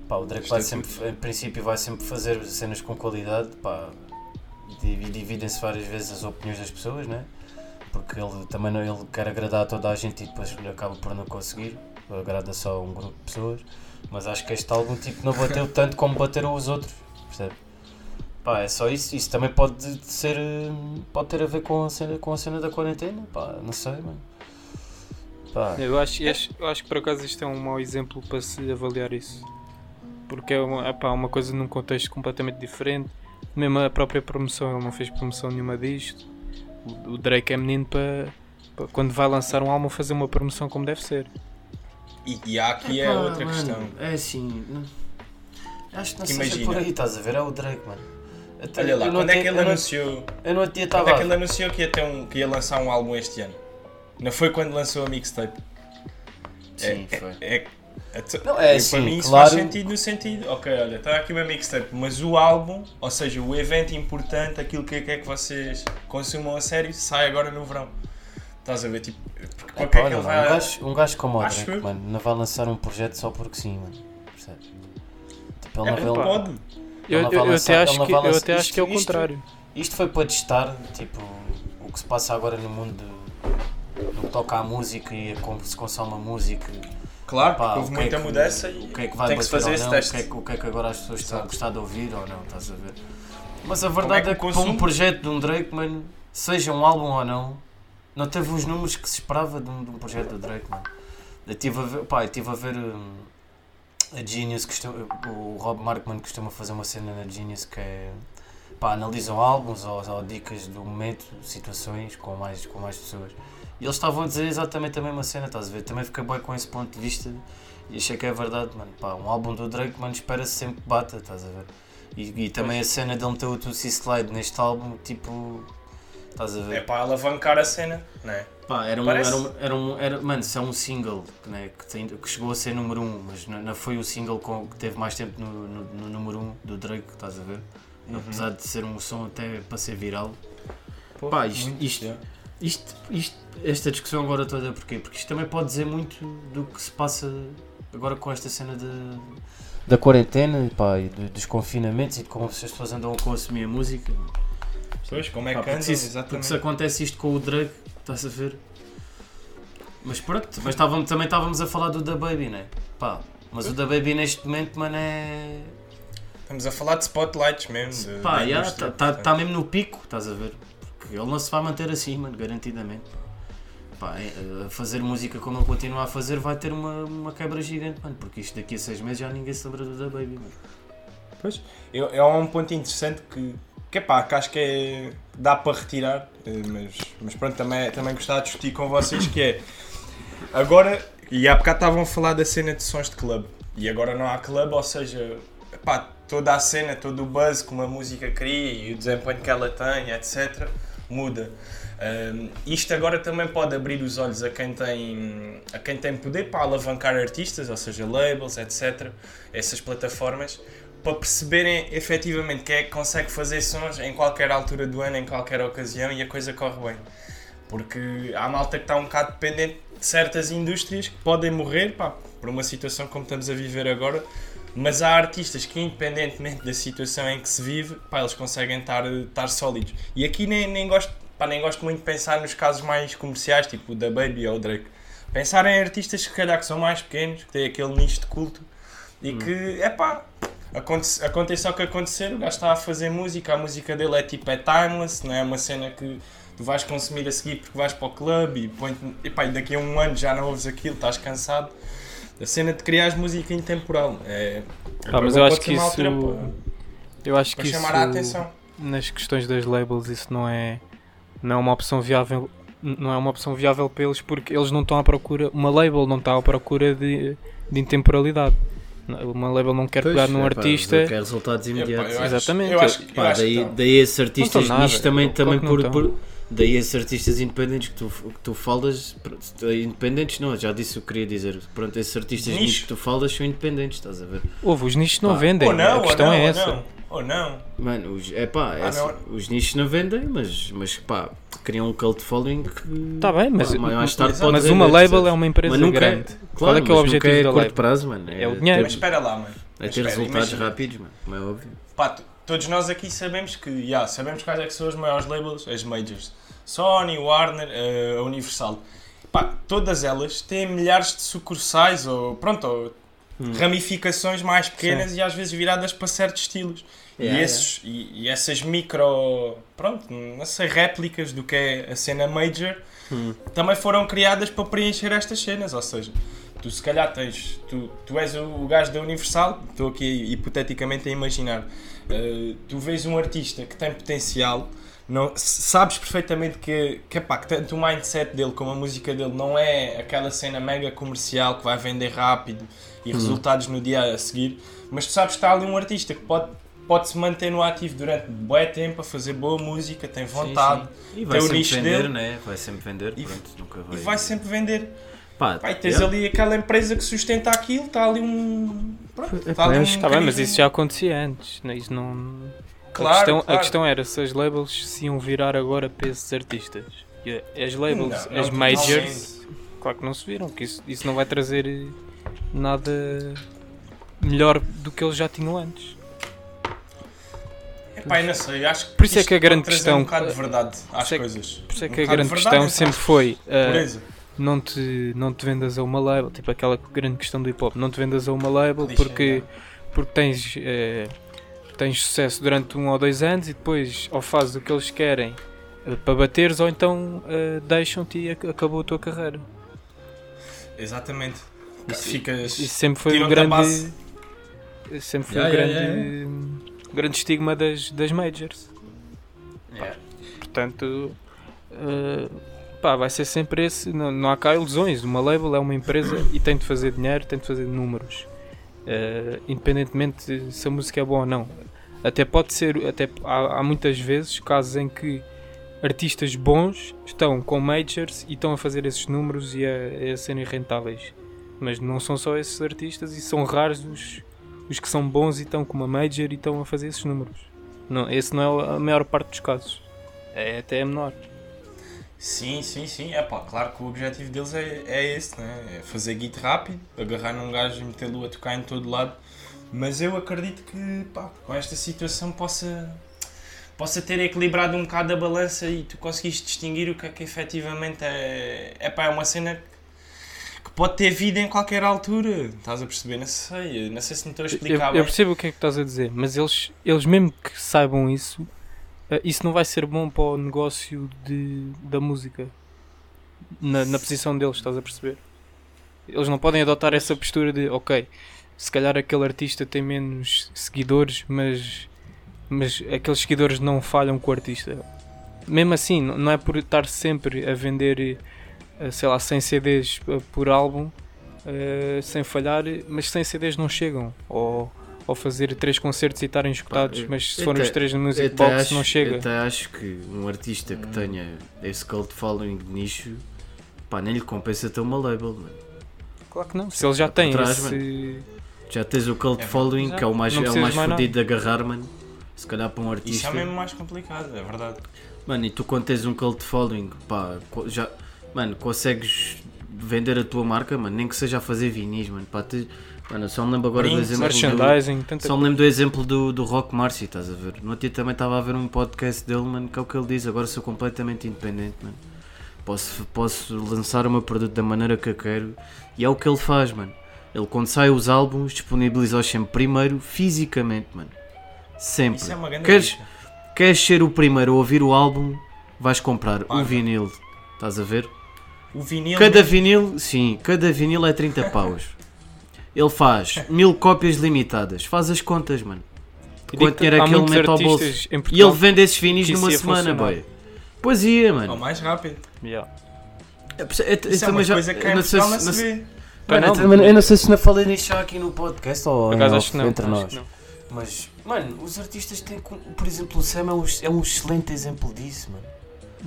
[SPEAKER 6] Pá, o Drake
[SPEAKER 1] Isto
[SPEAKER 6] vai
[SPEAKER 1] é
[SPEAKER 6] sempre, em princípio vai sempre fazer cenas com qualidade, pá, di- e dividem-se várias vezes as opiniões das pessoas, né? Porque ele também não, ele quer agradar a toda a gente e depois acaba por não conseguir, agrada só a um grupo de pessoas, mas acho que este álbum tipo não bateu tanto como bateram os outros, percebe? Pá, é só isso, isso também pode ser, hum, pode ter a ver com a cena, com a cena da quarentena, pá, não sei, mano. Pá,
[SPEAKER 1] É,
[SPEAKER 5] Eu acho, eu acho- eu acho que por acaso isto é um mau exemplo para se avaliar isso. Porque é uma, epá, uma coisa num contexto completamente diferente. Mesmo a própria promoção, ele não fez promoção nenhuma disto. O, o Drake é menino para, para quando vai lançar um álbum fazer uma promoção como deve ser.
[SPEAKER 1] E, e há aqui é
[SPEAKER 6] Epá,
[SPEAKER 1] outra
[SPEAKER 6] mano,
[SPEAKER 1] questão.
[SPEAKER 7] É assim.
[SPEAKER 6] Acho que não
[SPEAKER 1] Que
[SPEAKER 6] seja
[SPEAKER 1] imagina.
[SPEAKER 6] por aí, estás a ver? É o Drake, mano. Até-
[SPEAKER 1] Olha lá,
[SPEAKER 6] eu no
[SPEAKER 1] quando é
[SPEAKER 6] outro
[SPEAKER 1] que
[SPEAKER 6] dia-
[SPEAKER 1] ele
[SPEAKER 6] eu no-
[SPEAKER 1] anunciou?
[SPEAKER 6] Eu no outro dia
[SPEAKER 1] Quando
[SPEAKER 6] estava.
[SPEAKER 1] é que ele anunciou que ia, ter um, que ia lançar um álbum este ano? Não foi quando lançou a mixtape?
[SPEAKER 6] Sim,
[SPEAKER 1] é,
[SPEAKER 6] foi.
[SPEAKER 1] É, é, é-
[SPEAKER 6] Não, é
[SPEAKER 1] eu,
[SPEAKER 6] assim,
[SPEAKER 1] para mim isso
[SPEAKER 6] claro.
[SPEAKER 1] faz sentido no sentido. Ok, olha, está aqui uma mixtape, mas o álbum, ou seja, o evento importante, aquilo que quer que vocês consumam a sério, sai agora no verão. Estás a ver? Tipo, porque
[SPEAKER 6] Epá,
[SPEAKER 1] porque é que
[SPEAKER 6] olha
[SPEAKER 1] ele
[SPEAKER 6] lá,
[SPEAKER 1] vai.
[SPEAKER 6] um, gajo, um gajo como o
[SPEAKER 1] Acho
[SPEAKER 6] Drake,
[SPEAKER 1] eu.
[SPEAKER 6] mano, não vai lançar um projeto só porque sim, mano. Percebes? Tipo,
[SPEAKER 1] é
[SPEAKER 6] ele
[SPEAKER 1] porque
[SPEAKER 6] não vai.
[SPEAKER 1] pode.
[SPEAKER 5] Eu,
[SPEAKER 6] Ele não vai
[SPEAKER 5] eu- eu até
[SPEAKER 6] lançar- ele
[SPEAKER 5] acho
[SPEAKER 6] não
[SPEAKER 5] que,
[SPEAKER 6] vai
[SPEAKER 5] eu
[SPEAKER 6] lançar-
[SPEAKER 5] até acho que é o
[SPEAKER 6] isto- isto-
[SPEAKER 5] contrário.
[SPEAKER 6] Isto foi para testar, tipo, o que se passa agora no mundo do- do que toca à música e a como se consome a música.
[SPEAKER 1] Claro,
[SPEAKER 6] Pá,
[SPEAKER 1] porque houve
[SPEAKER 6] o que é
[SPEAKER 1] muita
[SPEAKER 6] que-
[SPEAKER 1] mudança e
[SPEAKER 6] o que é que vai
[SPEAKER 1] tem que se
[SPEAKER 6] bater
[SPEAKER 1] fazer
[SPEAKER 6] ou
[SPEAKER 1] esse
[SPEAKER 6] não,
[SPEAKER 1] teste.
[SPEAKER 6] O que, é que, o que é que agora as pessoas estão a
[SPEAKER 1] Exato.
[SPEAKER 6] gostar de ouvir ou não, estás a ver? Mas a
[SPEAKER 1] é
[SPEAKER 6] verdade
[SPEAKER 1] que
[SPEAKER 6] é que, para
[SPEAKER 1] consumo?
[SPEAKER 6] um projeto de um Drake, mano, seja um álbum ou não, não teve os números que se esperava de um, de um projeto do Drake, mano. Eu estive a ver, pá, eu estive a ver hum, a Genius, que o Rob Markman costuma fazer uma cena na Genius que é. Pá, analisam álbuns ou, ou dicas do momento, situações com mais, com mais pessoas. E eles estavam a dizer exatamente a mesma cena, estás a ver? Também fiquei bem com esse ponto de vista e achei que é verdade, mano. Pá, um álbum do Drake, mano, espera-se sempre que bata, estás a ver? E, e também a cena dele meter o Tootsie Slide neste álbum, tipo. Estás a ver?
[SPEAKER 1] é para alavancar a cena, não é?
[SPEAKER 6] Pá, era um,
[SPEAKER 1] Parece-
[SPEAKER 6] era um, era um- era- mano, isso é um single né, que, tem- que chegou a ser número 1, um, mas não, não foi o single com, que teve mais tempo no, no, no número 1 um do Drake, estás a ver?
[SPEAKER 1] Uhum.
[SPEAKER 6] Apesar de ser um som até para ser viral. Pá, isto-
[SPEAKER 1] muito,
[SPEAKER 6] isto-
[SPEAKER 1] é.
[SPEAKER 6] Isto, isto- esta discussão agora toda, porquê? Porque isto também pode dizer muito do que se passa agora com esta cena de, da quarentena pá, e do- dos confinamentos e de como as pessoas andam a consumir a música.
[SPEAKER 1] Pois, como é
[SPEAKER 6] Pá,
[SPEAKER 1] que
[SPEAKER 6] porque,
[SPEAKER 1] anda?
[SPEAKER 6] se, isso- porque se
[SPEAKER 1] Exatamente.
[SPEAKER 6] acontece isto com o Drake, estás a ver? Mas pronto, mas estávamos- também estávamos a falar do Da Baby, né? Pá, mas o Da Baby neste momento, mano, é.
[SPEAKER 1] Estamos a falar de spotlights mesmo. de-
[SPEAKER 6] Pá,
[SPEAKER 1] da
[SPEAKER 6] já,
[SPEAKER 1] indústria,
[SPEAKER 6] está tá,
[SPEAKER 1] portanto.
[SPEAKER 6] tá mesmo no pico, estás a ver? Porque ele não se vai manter assim, mano, garantidamente. Pá, é, a fazer música como ele continua a fazer vai ter uma, uma quebra gigante, mano, porque isto daqui a seis meses já ninguém se lembra do Da Baby, mano.
[SPEAKER 1] Pois, eu- é um ponto interessante que, que, epá, que acho que é, dá para retirar, eh, mas, mas pronto, também, também gostava de discutir com vocês que é, agora, e há bocado estavam a falar da cena de sons de club, e agora não há club, ou seja, epá, toda a cena, todo o buzz que uma música cria e o desempenho que ela tem, etc., muda. Ahm, isto agora também pode abrir os olhos a quem tem a quem tem poder para alavancar artistas, ou seja, labels, etc., essas plataformas, para perceberem efetivamente quem é que consegue fazer sons em qualquer altura do ano, em qualquer ocasião e a coisa corre bem. Porque há malta que está um bocado dependente de certas indústrias que podem morrer pá, por uma situação como estamos a viver agora, mas há artistas que, independentemente da situação em que se vive, pá, eles conseguem estar, estar sólidos. E aqui nem, nem, gosto, pá, nem gosto muito de pensar nos casos mais comerciais, tipo o da Baby ou o Drake. Pensar em artistas que, se calhar, que são mais pequenos, que têm aquele nicho de culto e
[SPEAKER 5] Hum.
[SPEAKER 1] que, é pá, Aconte- aconteça o que acontecer, o gajo está a fazer música, a música dele é tipo é timeless, não é uma cena que tu vais consumir a seguir porque vais para o clube e, põe epá, e daqui a um ano já não ouves aquilo, estás cansado. A cena de criar música intemporal. É,
[SPEAKER 5] Ah,
[SPEAKER 1] agora
[SPEAKER 5] mas eu
[SPEAKER 1] pode
[SPEAKER 5] acho
[SPEAKER 1] ser
[SPEAKER 5] que
[SPEAKER 1] uma altura
[SPEAKER 5] isso-
[SPEAKER 1] para-
[SPEAKER 5] Eu acho
[SPEAKER 1] para,
[SPEAKER 5] que
[SPEAKER 1] chamar
[SPEAKER 5] isso-
[SPEAKER 1] a atenção.
[SPEAKER 5] nas questões das labels isso não é não é uma opção viável não é uma opção viável para eles porque eles não estão à procura uma label não está à procura de, de intemporalidade uma label não quer pegar
[SPEAKER 6] é,
[SPEAKER 5] num artista
[SPEAKER 6] Quer resultados
[SPEAKER 1] Epá,
[SPEAKER 6] imediatos.
[SPEAKER 1] eu acho-
[SPEAKER 5] Exatamente.
[SPEAKER 1] Eu acho, que- eu
[SPEAKER 6] Pá,
[SPEAKER 1] acho que
[SPEAKER 6] daí,
[SPEAKER 1] não.
[SPEAKER 6] daí esses artistas
[SPEAKER 5] Não tão
[SPEAKER 6] nicho
[SPEAKER 5] nada,
[SPEAKER 6] também,
[SPEAKER 5] claro
[SPEAKER 6] também
[SPEAKER 5] que não um-
[SPEAKER 6] por,
[SPEAKER 5] tão.
[SPEAKER 6] por- Daí esses artistas independentes que tu, que tu falas, pr- eh, independentes não, já disse o que queria dizer. Pronto, esses artistas
[SPEAKER 1] Nicho.
[SPEAKER 6] nicho que tu falas são independentes, estás a ver?
[SPEAKER 5] Ouve, os nichos não vendem,
[SPEAKER 1] Ou não,
[SPEAKER 5] a questão
[SPEAKER 1] ou não,
[SPEAKER 5] é
[SPEAKER 1] ou
[SPEAKER 5] essa.
[SPEAKER 1] não, ou não.
[SPEAKER 6] Mano, os, é pá,
[SPEAKER 1] Ah,
[SPEAKER 6] essa-
[SPEAKER 1] não.
[SPEAKER 6] os nichos não vendem, mas, mas pá, criam um cult following que.
[SPEAKER 5] Tá bem, mas-
[SPEAKER 6] pá, mais tarde
[SPEAKER 1] mas
[SPEAKER 6] pode
[SPEAKER 5] Mas uma
[SPEAKER 6] render,
[SPEAKER 5] label
[SPEAKER 6] percebes?
[SPEAKER 5] é uma empresa
[SPEAKER 6] Mas nunca é-
[SPEAKER 5] grande.
[SPEAKER 6] Claro,
[SPEAKER 5] Qual é que é o
[SPEAKER 6] mas
[SPEAKER 5] objetivo
[SPEAKER 6] nunca é
[SPEAKER 5] da
[SPEAKER 6] a curto
[SPEAKER 5] label?
[SPEAKER 6] prazo, mano.
[SPEAKER 5] É o dinheiro.
[SPEAKER 6] ter-
[SPEAKER 1] Mas espera lá, mano.
[SPEAKER 6] É
[SPEAKER 1] Mas
[SPEAKER 6] ter
[SPEAKER 1] espera,
[SPEAKER 6] resultados
[SPEAKER 1] imagina.
[SPEAKER 6] rápidos, mano, como é óbvio.
[SPEAKER 1] Pá, t- todos nós aqui sabemos que, já, sabemos quais é que são as maiores labels, as majors. Sony, Warner, eh, a Universal. Pá, todas elas têm milhares de sucursais ou, pronto, ou ramificações mais pequenas e às vezes viradas para certos estilos. e,
[SPEAKER 6] Yeah,
[SPEAKER 1] esses, e, e essas micro, pronto, não sei, réplicas do que é a cena major, também foram criadas para preencher estas cenas, ou seja... Tu se calhar tens, tu, tu és o, o gajo da Universal, estou aqui hipoteticamente a imaginar, Uh, tu vês um artista que tem potencial, não, s- sabes perfeitamente que, que, epá, que tanto o mindset dele como a música dele não é aquela cena mega comercial que vai vender rápido e
[SPEAKER 5] Uhum.
[SPEAKER 1] resultados no dia a seguir, mas tu sabes que está ali um artista que pode, pode se manter no ativo durante bué tempo a fazer boa música, tem vontade
[SPEAKER 6] E vai
[SPEAKER 1] o
[SPEAKER 6] sempre
[SPEAKER 1] nicho
[SPEAKER 6] vender,
[SPEAKER 1] dele.
[SPEAKER 6] né? Vai sempre vender,
[SPEAKER 1] E-
[SPEAKER 6] pronto, nunca vai.
[SPEAKER 1] e vai sempre vender.
[SPEAKER 6] Pá,
[SPEAKER 1] Pai, tens
[SPEAKER 6] yeah.
[SPEAKER 1] ali aquela empresa que sustenta aquilo, está ali um. Pronto, está ali um.
[SPEAKER 5] Tá bem, mas
[SPEAKER 1] carisma.
[SPEAKER 5] isso já acontecia antes. né? Isso não.
[SPEAKER 1] Claro,
[SPEAKER 5] a, questão,
[SPEAKER 1] claro.
[SPEAKER 5] a questão era se as labels se iam virar agora para esses artistas. E eh, As
[SPEAKER 1] Não,
[SPEAKER 5] labels,
[SPEAKER 1] não,
[SPEAKER 5] as
[SPEAKER 1] não,
[SPEAKER 5] é majors, claro que não se viram, que isso, isso não vai trazer eh, nada melhor do que eles já tinham antes.
[SPEAKER 1] Epá, eu não sei, acho que
[SPEAKER 5] Por isso é
[SPEAKER 1] isto
[SPEAKER 5] que a
[SPEAKER 1] pode
[SPEAKER 5] grande
[SPEAKER 1] trazer
[SPEAKER 5] questão-
[SPEAKER 1] um bocado de verdade às
[SPEAKER 5] isso é que-
[SPEAKER 1] coisas.
[SPEAKER 5] Por isso é
[SPEAKER 1] Um
[SPEAKER 5] que a
[SPEAKER 1] bocado
[SPEAKER 5] grande
[SPEAKER 1] de verdade,
[SPEAKER 5] questão
[SPEAKER 1] essa
[SPEAKER 5] sempre foi eh,
[SPEAKER 1] Pureza.
[SPEAKER 5] não, te, não te vendas a uma label, tipo aquela grande questão do hip hop, não te vendas a uma label
[SPEAKER 1] Clichê, é?
[SPEAKER 5] porque, porque tens, eh, tens sucesso durante um ou dois anos e depois ou fazes o que eles querem eh, para bateres ou então eh, deixam-te e ac- acabou a tua carreira.
[SPEAKER 1] Exatamente.
[SPEAKER 5] Isso-
[SPEAKER 1] Ficas.
[SPEAKER 5] Isso sempre foi um
[SPEAKER 1] Tiram-te a
[SPEAKER 5] grande.
[SPEAKER 1] base.
[SPEAKER 5] Sempre foi um
[SPEAKER 6] Yeah,
[SPEAKER 5] grande, um
[SPEAKER 6] yeah,
[SPEAKER 5] grande estigma das, das majors. Portanto, eh, pá, vai ser sempre esse. Não, não há cá ilusões. Uma label é uma empresa e tem de fazer dinheiro, tem de fazer números. Eh, independentemente se a música é boa ou não. Até pode ser. Até, há, há muitas vezes casos em que artistas bons estão com majors e estão a fazer esses números e a, a serem rentáveis. Mas não são só esses artistas e são raros os, os que são bons e estão com uma major e estão a fazer esses números. Não, esse não é a maior parte dos casos. É até menor.
[SPEAKER 1] Sim, sim, sim. É pá, claro que o objetivo deles é, é esse, né? É fazer guito rápido, agarrar num gajo e metê-lo a tocar em todo lado. Mas eu acredito que, pá, com esta situação possa. Possa ter equilibrado um bocado a balança e tu conseguiste distinguir o que é que efetivamente é. É pá, é uma cena que pode ter vida em qualquer altura. Estás a perceber? Não sei, não sei se me estou a
[SPEAKER 5] Eu,
[SPEAKER 1] explicar.
[SPEAKER 5] eu
[SPEAKER 1] bem.
[SPEAKER 5] percebo o que é que estás a dizer, mas eles, eles mesmo que saibam isso, eh, isso não vai ser bom para o negócio de, da música. Na, na posição deles, estás a perceber? Eles não podem adotar essa postura de, ok, se calhar aquele artista tem menos seguidores, mas, mas aqueles seguidores não falham com o artista. Mesmo assim, não não é por estar sempre a vender, eh, sei lá, 100 CDs eh, por álbum, eh, sem falhar, mas 100 CDs não chegam. Ou, ou fazer três concertos e estarem escutados,
[SPEAKER 6] eu-
[SPEAKER 5] mas se
[SPEAKER 6] eu
[SPEAKER 5] forem os
[SPEAKER 6] até-
[SPEAKER 5] três no Music
[SPEAKER 6] até
[SPEAKER 5] Box
[SPEAKER 6] acho-
[SPEAKER 5] não chega. Hum.
[SPEAKER 6] Até acho que um artista que tenha esse cult following de nicho, pá, nem lhe compensa ter uma label, mano.
[SPEAKER 5] Claro que não. Se eles já têm
[SPEAKER 6] Atrás,
[SPEAKER 5] esse...
[SPEAKER 6] Já tens o cult
[SPEAKER 1] É,
[SPEAKER 6] following,
[SPEAKER 5] já.
[SPEAKER 6] que é o mais,
[SPEAKER 5] Não
[SPEAKER 6] é o
[SPEAKER 5] precisas
[SPEAKER 6] mais
[SPEAKER 5] mais nada.
[SPEAKER 6] fodido de agarrar, mano. Se calhar para um artista.
[SPEAKER 1] Isso é mesmo mais complicado, é verdade.
[SPEAKER 6] Mano, e tu quando tens um cult following, pá, co- já, mano, consegues vender a tua marca, mano, nem que seja a fazer vinis, mano, pá, te, mano, eu só me lembro agora do
[SPEAKER 1] Brincos,
[SPEAKER 6] exemplo do,
[SPEAKER 5] merchandising, tanta
[SPEAKER 6] só me lembro do exemplo do, do Rock Marcy, estás a ver? No outro dia também estava a ver um podcast dele, mano, que é o que ele diz, agora sou completamente independente, mano. Posso, posso lançar o meu produto da maneira que eu quero e é o que ele faz, mano. Ele quando sai os álbuns disponibiliza-os sempre primeiro fisicamente, mano. Sempre.
[SPEAKER 1] Isso é uma grande
[SPEAKER 6] Queres-
[SPEAKER 1] dica.
[SPEAKER 6] Queres ser o primeiro a ouvir o álbum? Vais comprar
[SPEAKER 1] Paga.
[SPEAKER 6] um vinil. Estás a ver?
[SPEAKER 1] O vinil.
[SPEAKER 6] Cada vinil, sim, cada vinil é 30 paus. Ele faz mil cópias limitadas. Faz as contas, mano.
[SPEAKER 5] Eu digo
[SPEAKER 6] Quanto
[SPEAKER 5] que
[SPEAKER 6] dinheiro
[SPEAKER 5] há
[SPEAKER 6] é que ele
[SPEAKER 5] muitos
[SPEAKER 6] mete ao bolso?
[SPEAKER 5] artistas em
[SPEAKER 6] E
[SPEAKER 5] Portugal
[SPEAKER 6] ele vende esses vinis
[SPEAKER 5] que isso
[SPEAKER 6] numa
[SPEAKER 5] ia
[SPEAKER 6] semana,
[SPEAKER 5] funcionar.
[SPEAKER 6] boy. Pois ia,
[SPEAKER 1] Ou
[SPEAKER 6] mano.
[SPEAKER 1] é mais rápido.
[SPEAKER 5] Yeah.
[SPEAKER 6] É, é, é,
[SPEAKER 1] Isso é
[SPEAKER 6] também
[SPEAKER 1] uma
[SPEAKER 6] já-
[SPEAKER 1] coisa que cá
[SPEAKER 6] eu
[SPEAKER 1] em
[SPEAKER 6] não sei
[SPEAKER 1] Portugal não
[SPEAKER 6] se- não
[SPEAKER 1] se
[SPEAKER 6] sei-
[SPEAKER 1] vê.
[SPEAKER 5] Pá,
[SPEAKER 6] Mano,
[SPEAKER 5] não.
[SPEAKER 6] eu também- eu não sei se não falei nisto já aqui no podcast ou
[SPEAKER 5] Por
[SPEAKER 6] em
[SPEAKER 5] acaso
[SPEAKER 6] off,
[SPEAKER 5] acho que não.
[SPEAKER 6] entre
[SPEAKER 5] acho
[SPEAKER 6] nós.
[SPEAKER 5] que não.
[SPEAKER 8] Mas, mano, os artistas têm. com- Por exemplo, o Sam é um, é um excelente exemplo disso, mano.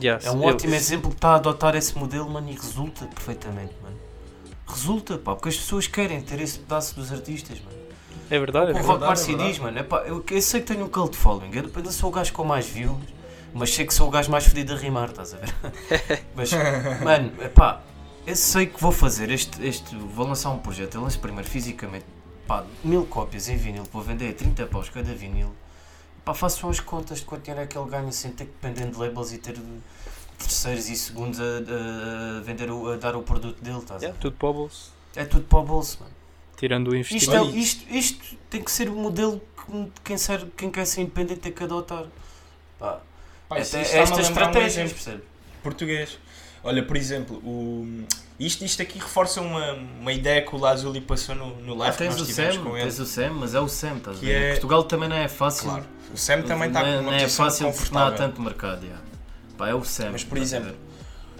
[SPEAKER 5] Yes,
[SPEAKER 6] É um
[SPEAKER 5] eu-
[SPEAKER 6] ótimo exemplo que está a adotar esse modelo, mano, e resulta perfeitamente, mano. Resulta, pá, porque as pessoas querem ter esse pedaço dos artistas, mano.
[SPEAKER 5] É verdade, é
[SPEAKER 6] O
[SPEAKER 5] verdade.
[SPEAKER 6] Rock Marci diz, mano, é pá, eu, eu sei que tenho um cult following, eu, eu sou o gajo com mais views, mas sei que sou o gajo mais fedido a rimar, estás a ver? mas, mano, é pá, eu sei que vou fazer este, este vou lançar um projeto, eu lanço primeiro fisicamente, pá, mil cópias em vinil, vou vender a 30 paus cada vinil, pá, faço umas contas de quanto dinheiro é que ele ganha sem ter que depender de labels e ter terceiros e segundos a, a- a vender, o- a dar o produto dele, estás a
[SPEAKER 5] Yeah,
[SPEAKER 6] ver?
[SPEAKER 5] tudo para o bolso.
[SPEAKER 6] É tudo para o bolso, mano.
[SPEAKER 5] Tirando o
[SPEAKER 6] Isto,
[SPEAKER 5] investimento.
[SPEAKER 6] é- isto- isto tem que ser o modelo que quem, ser, quem quer ser independente tem que adotar. Pá,
[SPEAKER 1] Pá, isso-
[SPEAKER 6] esta-
[SPEAKER 1] isso está-me a lembrar
[SPEAKER 6] estas
[SPEAKER 1] um
[SPEAKER 6] estratégias,
[SPEAKER 1] exemplo
[SPEAKER 6] percebe?
[SPEAKER 1] português. Olha, por exemplo, o... isto, isto aqui reforça uma, uma ideia que o Lazuli passou no, no live que
[SPEAKER 9] Ah, tens
[SPEAKER 1] nós
[SPEAKER 9] o
[SPEAKER 1] tivemos
[SPEAKER 9] Sam,
[SPEAKER 1] com ele.
[SPEAKER 9] tens o Sam, mas é o Sam, estás a
[SPEAKER 1] Que
[SPEAKER 9] ver?
[SPEAKER 1] é-
[SPEAKER 9] Portugal também não é fácil.
[SPEAKER 1] Claro. O Sam também está
[SPEAKER 9] não, é-
[SPEAKER 1] com
[SPEAKER 9] não
[SPEAKER 1] uma
[SPEAKER 9] é
[SPEAKER 1] posição
[SPEAKER 9] fácil porque não há
[SPEAKER 1] confortável.
[SPEAKER 9] tanto mercado. já. Pá, é o Sam.
[SPEAKER 1] Mas, por
[SPEAKER 9] estás a
[SPEAKER 1] exemplo,
[SPEAKER 9] ver?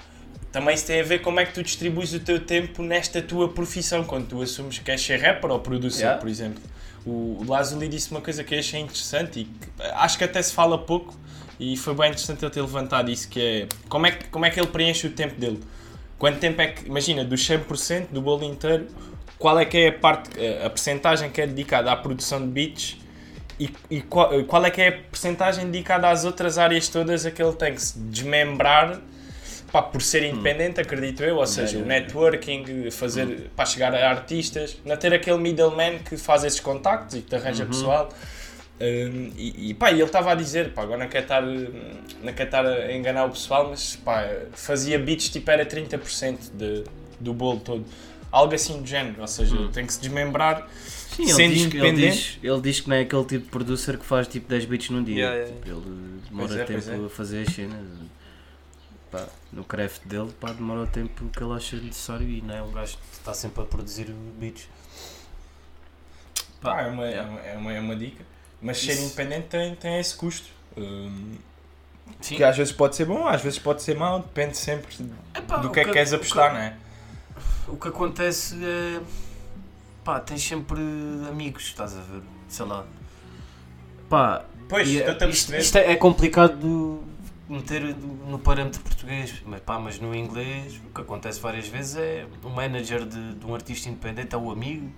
[SPEAKER 1] Também isso tem a ver como é que tu distribuis o teu tempo nesta tua profissão, quando tu assumes que queres ser rapper ou producer,
[SPEAKER 9] Yeah.
[SPEAKER 1] por exemplo. O Lazuli disse uma coisa que eu achei interessante e que acho que até se fala pouco e foi bem interessante ele ter levantado isso, que é como é que, como é que ele preenche o tempo dele. Quanto tempo é que, imagina, dos 100% do bolo inteiro, qual é que é a parte, a- a percentagem que é dedicada à produção de beats e, e qual, qual é que é a percentagem dedicada às outras áreas todas a que ele tem que se desmembrar pá, por ser
[SPEAKER 9] Hum.
[SPEAKER 1] independente, acredito eu, ou seja, o networking, fazer
[SPEAKER 9] Hum.
[SPEAKER 1] para chegar a artistas, não ter aquele middleman que faz esses contactos e que te arranja
[SPEAKER 9] Uhum.
[SPEAKER 1] pessoal. Hum, e, e pá, e ele estava a dizer, pá, agora não quer estar, hum, não quer estar a enganar o pessoal, mas pá, fazia beats tipo era 30% de, do bolo todo. Algo assim do género, ou seja,
[SPEAKER 9] Hum.
[SPEAKER 1] tem que se desmembrar.
[SPEAKER 9] Sim, ele
[SPEAKER 1] sendo
[SPEAKER 9] diz, que- ele,
[SPEAKER 1] independente-
[SPEAKER 9] diz, ele diz que não é aquele tipo de producer que faz tipo 10 beats num dia.
[SPEAKER 5] Yeah, yeah.
[SPEAKER 9] Tipo, ele demora
[SPEAKER 1] Pois é, pois
[SPEAKER 9] tempo a fazer as cenas. Pá, no craft dele, pá, demora o tempo que ele acha necessário e não é um
[SPEAKER 6] O gajo está sempre a produzir beats.
[SPEAKER 9] Pá,
[SPEAKER 1] Pá, é, uma, é, uma, é, uma, é uma dica. Mas ser
[SPEAKER 9] Isso.
[SPEAKER 1] independente tem, tem esse custo. Hum,
[SPEAKER 6] Sim.
[SPEAKER 1] que às vezes pode ser bom, às vezes pode ser mau, depende sempre de-
[SPEAKER 6] Epá,
[SPEAKER 1] do
[SPEAKER 6] o
[SPEAKER 1] que é que
[SPEAKER 6] que-
[SPEAKER 1] queres
[SPEAKER 6] o que-
[SPEAKER 1] apostar, não é?
[SPEAKER 6] O que acontece é. pá, tens sempre amigos, estás a ver? Sei lá.
[SPEAKER 9] Pá,
[SPEAKER 1] Pois,
[SPEAKER 6] E é-
[SPEAKER 1] estou a
[SPEAKER 6] isto,
[SPEAKER 1] perceber.
[SPEAKER 6] isto é, é complicado de meter do- no parâmetro português, mas, pá, mas no inglês o que acontece várias vezes é o manager de, de um artista independente é o amigo.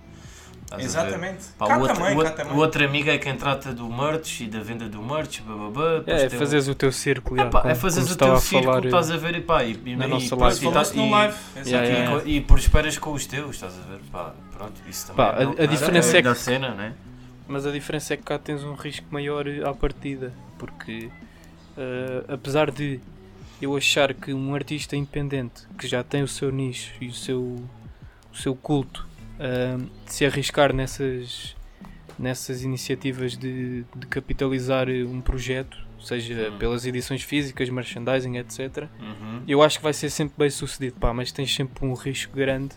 [SPEAKER 6] Estás a ver?
[SPEAKER 1] Exatamente.
[SPEAKER 6] Pá,
[SPEAKER 1] cá
[SPEAKER 6] o, outro,
[SPEAKER 1] também, cá
[SPEAKER 6] o, outro-
[SPEAKER 1] também.
[SPEAKER 6] o outro amigo é quem trata do merch e da venda do merch, bababá, depois
[SPEAKER 5] É,
[SPEAKER 6] tem o-
[SPEAKER 5] fazeres o teu círculo.
[SPEAKER 6] É,
[SPEAKER 5] já,
[SPEAKER 6] pá, é
[SPEAKER 5] como-
[SPEAKER 6] fazeres
[SPEAKER 5] como
[SPEAKER 6] o teu
[SPEAKER 5] estava a
[SPEAKER 6] círculo,
[SPEAKER 5] falar,
[SPEAKER 6] estás a ver, e pá, e, e,
[SPEAKER 5] na
[SPEAKER 6] e-
[SPEAKER 5] nossa
[SPEAKER 6] e-
[SPEAKER 5] live.
[SPEAKER 6] e- tá-
[SPEAKER 1] Falou-se no
[SPEAKER 6] e- é,
[SPEAKER 1] live.
[SPEAKER 5] Yeah,
[SPEAKER 1] exatamente.
[SPEAKER 5] yeah, yeah.
[SPEAKER 6] E, e prosperas com os teus, estás a ver? Pá, pronto, isso também.
[SPEAKER 5] Pá, a-
[SPEAKER 6] é bom.
[SPEAKER 5] a diferença é
[SPEAKER 6] da
[SPEAKER 5] que-
[SPEAKER 6] cena, né?
[SPEAKER 5] Mas a diferença é que cá tens um risco maior eh, à partida, porque eh, apesar de eu achar que um artista independente que já tem o seu nicho e o seu, o seu culto eh, de se arriscar nessas, nessas iniciativas de, de capitalizar eh, um projeto, seja pelas edições físicas, merchandising, etc.,
[SPEAKER 1] Uhum.
[SPEAKER 5] eu acho que vai ser sempre bem sucedido, pá, mas tens sempre um risco grande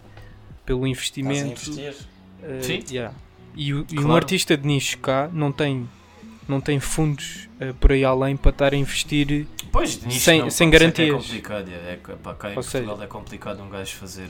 [SPEAKER 1] Estás
[SPEAKER 5] pelo
[SPEAKER 1] a
[SPEAKER 5] investimento.
[SPEAKER 1] investir. Eh,
[SPEAKER 5] Uh,
[SPEAKER 6] Sim.
[SPEAKER 5] yeah. E, o- e um
[SPEAKER 6] Claro.
[SPEAKER 5] artista de nicho cá não tem, não tem fundos uh, por aí além para estar a investir.
[SPEAKER 6] Pois, nisto
[SPEAKER 5] Sem-
[SPEAKER 6] não,
[SPEAKER 5] sem
[SPEAKER 6] por isso É, que é
[SPEAKER 5] garantias.
[SPEAKER 6] complicado, é, é, que, pá, cá em
[SPEAKER 5] Ou seja-
[SPEAKER 6] Portugal é complicado um gajo fazer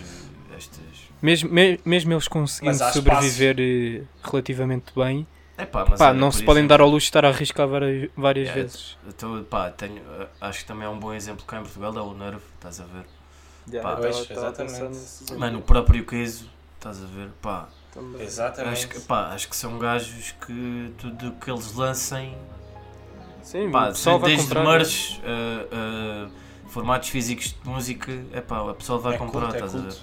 [SPEAKER 6] estas.
[SPEAKER 5] Mesmo, me- mesmo eles conseguindo
[SPEAKER 1] Mas há
[SPEAKER 5] sobreviver uh, relativamente bem,
[SPEAKER 6] É pá, mas
[SPEAKER 5] pá,
[SPEAKER 6] olha,
[SPEAKER 5] não
[SPEAKER 6] por
[SPEAKER 5] se podem
[SPEAKER 6] exemplo,
[SPEAKER 5] dar ao luxo de estar a arriscar várias, várias
[SPEAKER 6] É,
[SPEAKER 5] vezes.
[SPEAKER 6] eu tô- pá, tenho, eh, acho que também é um bom exemplo cá em Portugal, é o Nervo, estás a ver? Pá,
[SPEAKER 1] Pois, exatamente.
[SPEAKER 6] Mano, o próprio Queso, estás a ver? Pá, acho que,
[SPEAKER 1] Exatamente.
[SPEAKER 6] pá, acho que são gajos que tudo o que eles lancem
[SPEAKER 5] Sim,
[SPEAKER 6] Pá,
[SPEAKER 5] Hum, o pessoal vai
[SPEAKER 6] desde
[SPEAKER 5] comprar. né?
[SPEAKER 6] merch, uh, uh, formatos físicos de música, é pá, o pessoal vai
[SPEAKER 1] É
[SPEAKER 6] comprar,
[SPEAKER 1] culto, é
[SPEAKER 6] estás a ver?
[SPEAKER 1] culto.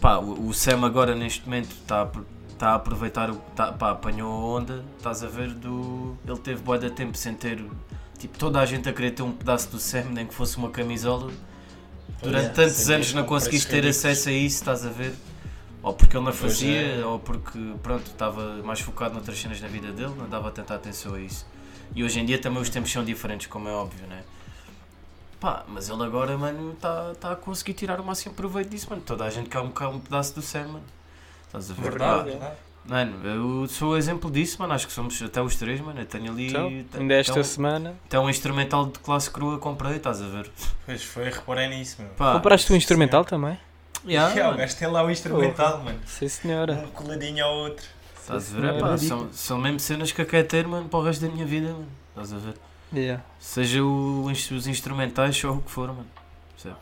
[SPEAKER 6] Pá, o, o Sam agora neste momento está a, apro- tá a aproveitar, o, tá, pá, apanhou a onda, estás a ver do. Ele teve boa de tempo sem ter. Tipo, toda a gente a querer ter um pedaço do Sam, nem que fosse uma camisola. Durante
[SPEAKER 1] é,
[SPEAKER 6] tantos
[SPEAKER 1] sim,
[SPEAKER 6] anos não
[SPEAKER 1] com
[SPEAKER 6] conseguiste ter
[SPEAKER 1] preços
[SPEAKER 6] acesso a isso, estás a ver? Ou porque ele não
[SPEAKER 1] Pois
[SPEAKER 6] fazia,
[SPEAKER 1] é.
[SPEAKER 6] ou porque pronto, estava mais focado noutras cenas na vida dele, não dava tanta atenção a isso. E hoje em dia também os tempos são diferentes, como é óbvio, né? Pá, mas ele agora, mano, está tá a conseguir tirar o máximo proveito disso, mano. Toda a gente quer um, quer um pedaço do Sam, mano. Estás a ver?
[SPEAKER 1] Verdade, é.
[SPEAKER 6] Pá,
[SPEAKER 1] verdade.
[SPEAKER 6] Mano, eu sou o exemplo disso, mano. Acho que somos até os três, mano. Eu tenho ali.
[SPEAKER 5] Então,
[SPEAKER 6] te-
[SPEAKER 5] ainda esta
[SPEAKER 6] até um-
[SPEAKER 5] semana.
[SPEAKER 6] até um instrumental de classe crua comprei, estás a ver?
[SPEAKER 1] Pois foi, reparei nisso, meu.
[SPEAKER 6] Pá,
[SPEAKER 5] Compraste um instrumental também?
[SPEAKER 6] yeah,
[SPEAKER 1] Yeah, o
[SPEAKER 6] mano.
[SPEAKER 1] gajo tem lá o instrumental, mano.
[SPEAKER 5] Sim, senhora.
[SPEAKER 1] Um coladinho ao outro.
[SPEAKER 6] Estás a ver? Epá, são, são mesmo cenas que eu quero ter, mano, para o resto da minha vida, mano. Estás a ver?
[SPEAKER 5] Yeah.
[SPEAKER 4] Seja o- os instrumentais, ou o que for, mano. Percebe?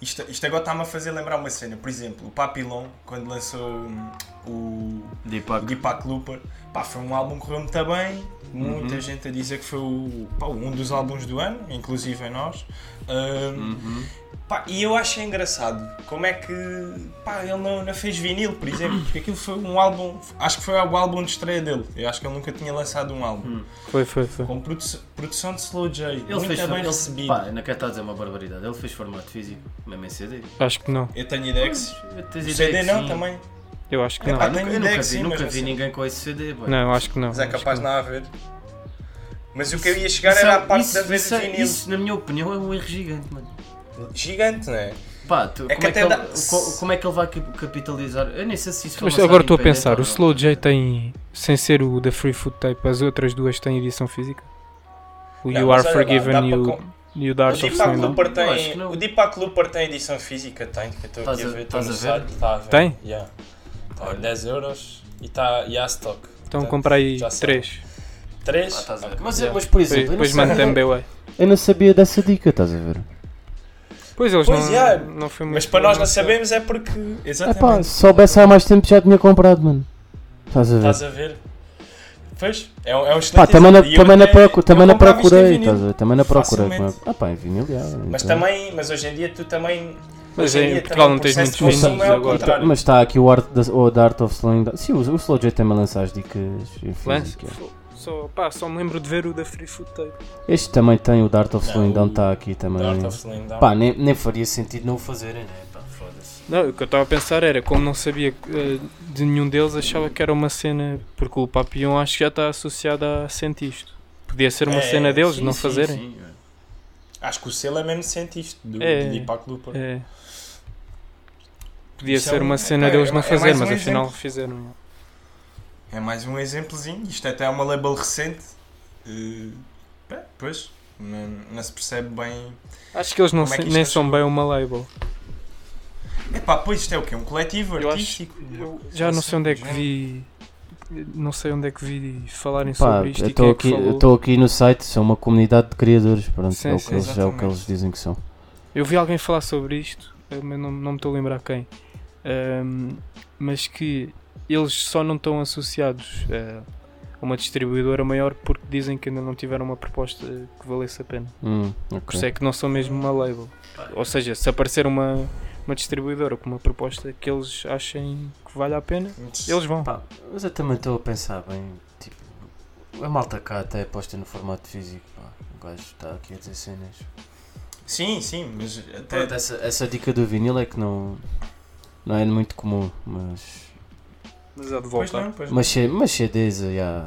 [SPEAKER 1] Isto, isto agora está-me a fazer lembrar uma cena. Por exemplo, o Papillon, quando lançou hum, o
[SPEAKER 4] Deepak.
[SPEAKER 1] Deepak Looper, pá, foi um álbum que correu muito bem. Muita
[SPEAKER 4] Uhum.
[SPEAKER 1] gente a dizer que foi o- pá, um dos álbuns do ano, inclusive em nós. Hum,
[SPEAKER 4] Uhum.
[SPEAKER 1] pá, e eu achei engraçado como é que pá, ele não, não fez vinil, por exemplo, porque aquilo foi um álbum, acho que foi o álbum de estreia dele. Eu acho que ele nunca tinha lançado um álbum.
[SPEAKER 5] Foi, foi, foi.
[SPEAKER 1] Com produção, produção de Slow J,
[SPEAKER 4] Hum. Ele
[SPEAKER 1] muito
[SPEAKER 4] fez
[SPEAKER 1] bem
[SPEAKER 4] ele-
[SPEAKER 1] recebido.
[SPEAKER 4] Pá, não quero estar a dizer uma barbaridade. Ele fez formato físico, mesmo em CD.
[SPEAKER 5] Acho que não.
[SPEAKER 1] Eu tenho ideia que sim.
[SPEAKER 4] Tens
[SPEAKER 1] O
[SPEAKER 4] Hum. ideia
[SPEAKER 1] CD
[SPEAKER 4] que
[SPEAKER 1] não
[SPEAKER 4] sim.
[SPEAKER 1] também.
[SPEAKER 5] Eu acho que
[SPEAKER 1] É
[SPEAKER 5] não.
[SPEAKER 1] pá,
[SPEAKER 4] Eu nunca,
[SPEAKER 1] Tenho
[SPEAKER 4] eu
[SPEAKER 1] ideia
[SPEAKER 4] nunca
[SPEAKER 1] que
[SPEAKER 4] vi,
[SPEAKER 1] sim, mas assim.
[SPEAKER 4] nunca
[SPEAKER 1] não
[SPEAKER 4] vi
[SPEAKER 1] sei.
[SPEAKER 4] ninguém com esse CD. boy.
[SPEAKER 5] Não, acho que não.
[SPEAKER 1] Mas é
[SPEAKER 5] acho que
[SPEAKER 1] capaz de
[SPEAKER 5] não.
[SPEAKER 1] não haver. Mas o que eu ia chegar
[SPEAKER 4] Isso,
[SPEAKER 1] era a
[SPEAKER 4] é-
[SPEAKER 1] parte
[SPEAKER 4] isso-
[SPEAKER 1] da vez
[SPEAKER 4] isso,
[SPEAKER 1] do
[SPEAKER 4] é-
[SPEAKER 1] vinil.
[SPEAKER 4] isso, na minha opinião, é um erro gigante, mano.
[SPEAKER 1] Gigante, não é?
[SPEAKER 4] Pá, tu-
[SPEAKER 1] É
[SPEAKER 4] como,
[SPEAKER 1] que
[SPEAKER 4] é que
[SPEAKER 1] até
[SPEAKER 4] ele,
[SPEAKER 1] dá-
[SPEAKER 4] co- como é que ele vai cap- capitalizar? Eu nem sei se isso foi
[SPEAKER 5] Mas
[SPEAKER 4] lançado
[SPEAKER 5] agora
[SPEAKER 4] em
[SPEAKER 5] estou a
[SPEAKER 4] PDF
[SPEAKER 5] pensar,
[SPEAKER 4] ou
[SPEAKER 5] o
[SPEAKER 4] não.
[SPEAKER 5] Slow J tem, sem ser o da Free Food Tape, as outras duas têm edição física? O
[SPEAKER 1] Não, mas
[SPEAKER 5] You Are
[SPEAKER 1] olha lá, dá
[SPEAKER 5] Forgiven e
[SPEAKER 1] para
[SPEAKER 5] o,
[SPEAKER 1] com- tipo,
[SPEAKER 5] e o The
[SPEAKER 1] O
[SPEAKER 5] Art of
[SPEAKER 1] Deepak,
[SPEAKER 5] Slam.
[SPEAKER 1] Looper
[SPEAKER 4] Eu acho que
[SPEAKER 1] tem,
[SPEAKER 4] não.
[SPEAKER 1] o Deepak Looper tem edição física, tem, que eu estou aqui
[SPEAKER 4] Estás
[SPEAKER 1] a
[SPEAKER 4] a-
[SPEAKER 1] ver. estou no
[SPEAKER 4] estás a ver?
[SPEAKER 1] site, está a ver.
[SPEAKER 5] Tem?
[SPEAKER 1] Yeah.
[SPEAKER 4] Olha.
[SPEAKER 1] 10 euros e está e há stock.
[SPEAKER 5] Então compra aí
[SPEAKER 1] já sei.
[SPEAKER 5] três.
[SPEAKER 1] 3?
[SPEAKER 4] Ah, estás a ver.
[SPEAKER 1] Ok.
[SPEAKER 4] Mas,
[SPEAKER 1] Yeah.
[SPEAKER 4] mas, por
[SPEAKER 5] Depois,
[SPEAKER 4] exemplo, eu,
[SPEAKER 5] depois
[SPEAKER 1] é.
[SPEAKER 4] não
[SPEAKER 5] mantém
[SPEAKER 4] sabia,
[SPEAKER 5] BWay.
[SPEAKER 6] Eu não sabia dessa dica, estás a ver?
[SPEAKER 5] Pois eles
[SPEAKER 1] Pois
[SPEAKER 5] não,
[SPEAKER 1] é,
[SPEAKER 5] não foi muito
[SPEAKER 1] Mas para nós não
[SPEAKER 5] lançado.
[SPEAKER 1] sabemos é porque.
[SPEAKER 6] É pá,
[SPEAKER 1] Exatamente.
[SPEAKER 6] se soubesse há mais tempo já tinha comprado, mano. Estás a ver?
[SPEAKER 1] Estás a ver? Pois, é um, é um
[SPEAKER 6] Pá,
[SPEAKER 1] excelente
[SPEAKER 6] também na,
[SPEAKER 1] exemplo. E eu
[SPEAKER 6] também na,
[SPEAKER 1] até-
[SPEAKER 6] procu-
[SPEAKER 1] eu
[SPEAKER 6] também na
[SPEAKER 1] comprava isto em
[SPEAKER 6] procurei,
[SPEAKER 1] vinil.
[SPEAKER 6] estás a ver? Também na procurei. como é-
[SPEAKER 1] Facilmente.
[SPEAKER 6] Ah pá, em vinil, já,
[SPEAKER 1] Mas
[SPEAKER 6] então.
[SPEAKER 1] também, mas hoje em dia tu também.
[SPEAKER 5] Mas
[SPEAKER 1] hoje
[SPEAKER 5] em
[SPEAKER 1] dia
[SPEAKER 5] Portugal
[SPEAKER 1] também
[SPEAKER 5] não
[SPEAKER 1] o
[SPEAKER 5] tens
[SPEAKER 1] processo de
[SPEAKER 5] muitos
[SPEAKER 1] consumo
[SPEAKER 5] vinhos
[SPEAKER 1] é ao
[SPEAKER 5] agora.
[SPEAKER 6] Então,
[SPEAKER 1] contrário.
[SPEAKER 6] mas está aqui o Art, da, o da Art of Slowing Down. Sim, o, o Slow J também lança as dicas em
[SPEAKER 5] Lance,
[SPEAKER 6] física.
[SPEAKER 5] só, pá, só me lembro de ver o da Free Food Tape.
[SPEAKER 6] Este também tem o da Art of
[SPEAKER 1] Não,
[SPEAKER 6] Slowing Down,
[SPEAKER 1] o
[SPEAKER 6] está aqui também.
[SPEAKER 1] Art of Slim Down.
[SPEAKER 6] Pá, nem, nem faria sentido não o fazerem, né? Pá, foda-se.
[SPEAKER 5] Não, o que eu estava a pensar era, como não sabia eh, de nenhum deles, achava que era uma cena, porque o Papillon acho que já está associado a Sentisto. Podia ser uma
[SPEAKER 1] É,
[SPEAKER 5] cena deles,
[SPEAKER 4] sim,
[SPEAKER 5] não
[SPEAKER 4] sim,
[SPEAKER 5] fazerem.
[SPEAKER 4] sim, é.
[SPEAKER 1] Acho que o selo é mesmo cientista do
[SPEAKER 5] É.
[SPEAKER 1] é. Deepak Looper.
[SPEAKER 5] É. Podia
[SPEAKER 1] Isso é
[SPEAKER 5] ser
[SPEAKER 1] um-
[SPEAKER 5] uma cena
[SPEAKER 1] é, é
[SPEAKER 5] deles não
[SPEAKER 1] mais
[SPEAKER 5] fazer,
[SPEAKER 1] um
[SPEAKER 5] mas
[SPEAKER 1] exemplo.
[SPEAKER 5] afinal fizeram.
[SPEAKER 1] É mais um exemplozinho. Isto até é uma label recente. Eh, pá, pois, não, não se percebe bem.
[SPEAKER 5] Acho que eles não
[SPEAKER 1] Como é
[SPEAKER 5] se-
[SPEAKER 1] que isto
[SPEAKER 5] nem
[SPEAKER 1] é
[SPEAKER 5] são bem uma label.
[SPEAKER 1] Epá, pois isto é o quê? Um coletivo
[SPEAKER 5] Eu acho-
[SPEAKER 1] artístico? assim,
[SPEAKER 5] Já não sei onde é que vi. Não sei onde é que vi falarem
[SPEAKER 6] Pá,
[SPEAKER 5] sobre isto
[SPEAKER 6] eu
[SPEAKER 5] e quem
[SPEAKER 6] estou
[SPEAKER 5] é que
[SPEAKER 6] aqui, eu
[SPEAKER 5] falou.
[SPEAKER 6] tô aqui no site, são uma comunidade de criadores. Pronto,
[SPEAKER 5] Sim,
[SPEAKER 6] é, o que
[SPEAKER 5] sim,
[SPEAKER 6] eles, é o que
[SPEAKER 1] exatamente.
[SPEAKER 6] eles dizem que são.
[SPEAKER 5] Eu vi alguém falar sobre isto, eh, mas não, não me estou a lembrar quem. Ahm, mas que eles só não estão associados eh, a uma distribuidora maior porque dizem que ainda não tiveram uma proposta que valesse a pena.
[SPEAKER 6] Hum,
[SPEAKER 5] Por
[SPEAKER 6] ok.
[SPEAKER 5] isso é que não são mesmo uma label. Ou seja, se aparecer uma, uma distribuidora com uma proposta que eles achem que vale a pena, eles vão.
[SPEAKER 6] Pá, mas eu também estou a pensar bem, tipo, a malta cá até é posta no formato físico, pá. O gajo está aqui a dizer cenas.
[SPEAKER 1] Sim, sim, mas até.
[SPEAKER 6] Pronto, essa, essa dica do vinil é que não, não é muito comum, mas.
[SPEAKER 5] Mas há de
[SPEAKER 1] Pois não, pois não.
[SPEAKER 6] Mas, C- mas CDs aí há.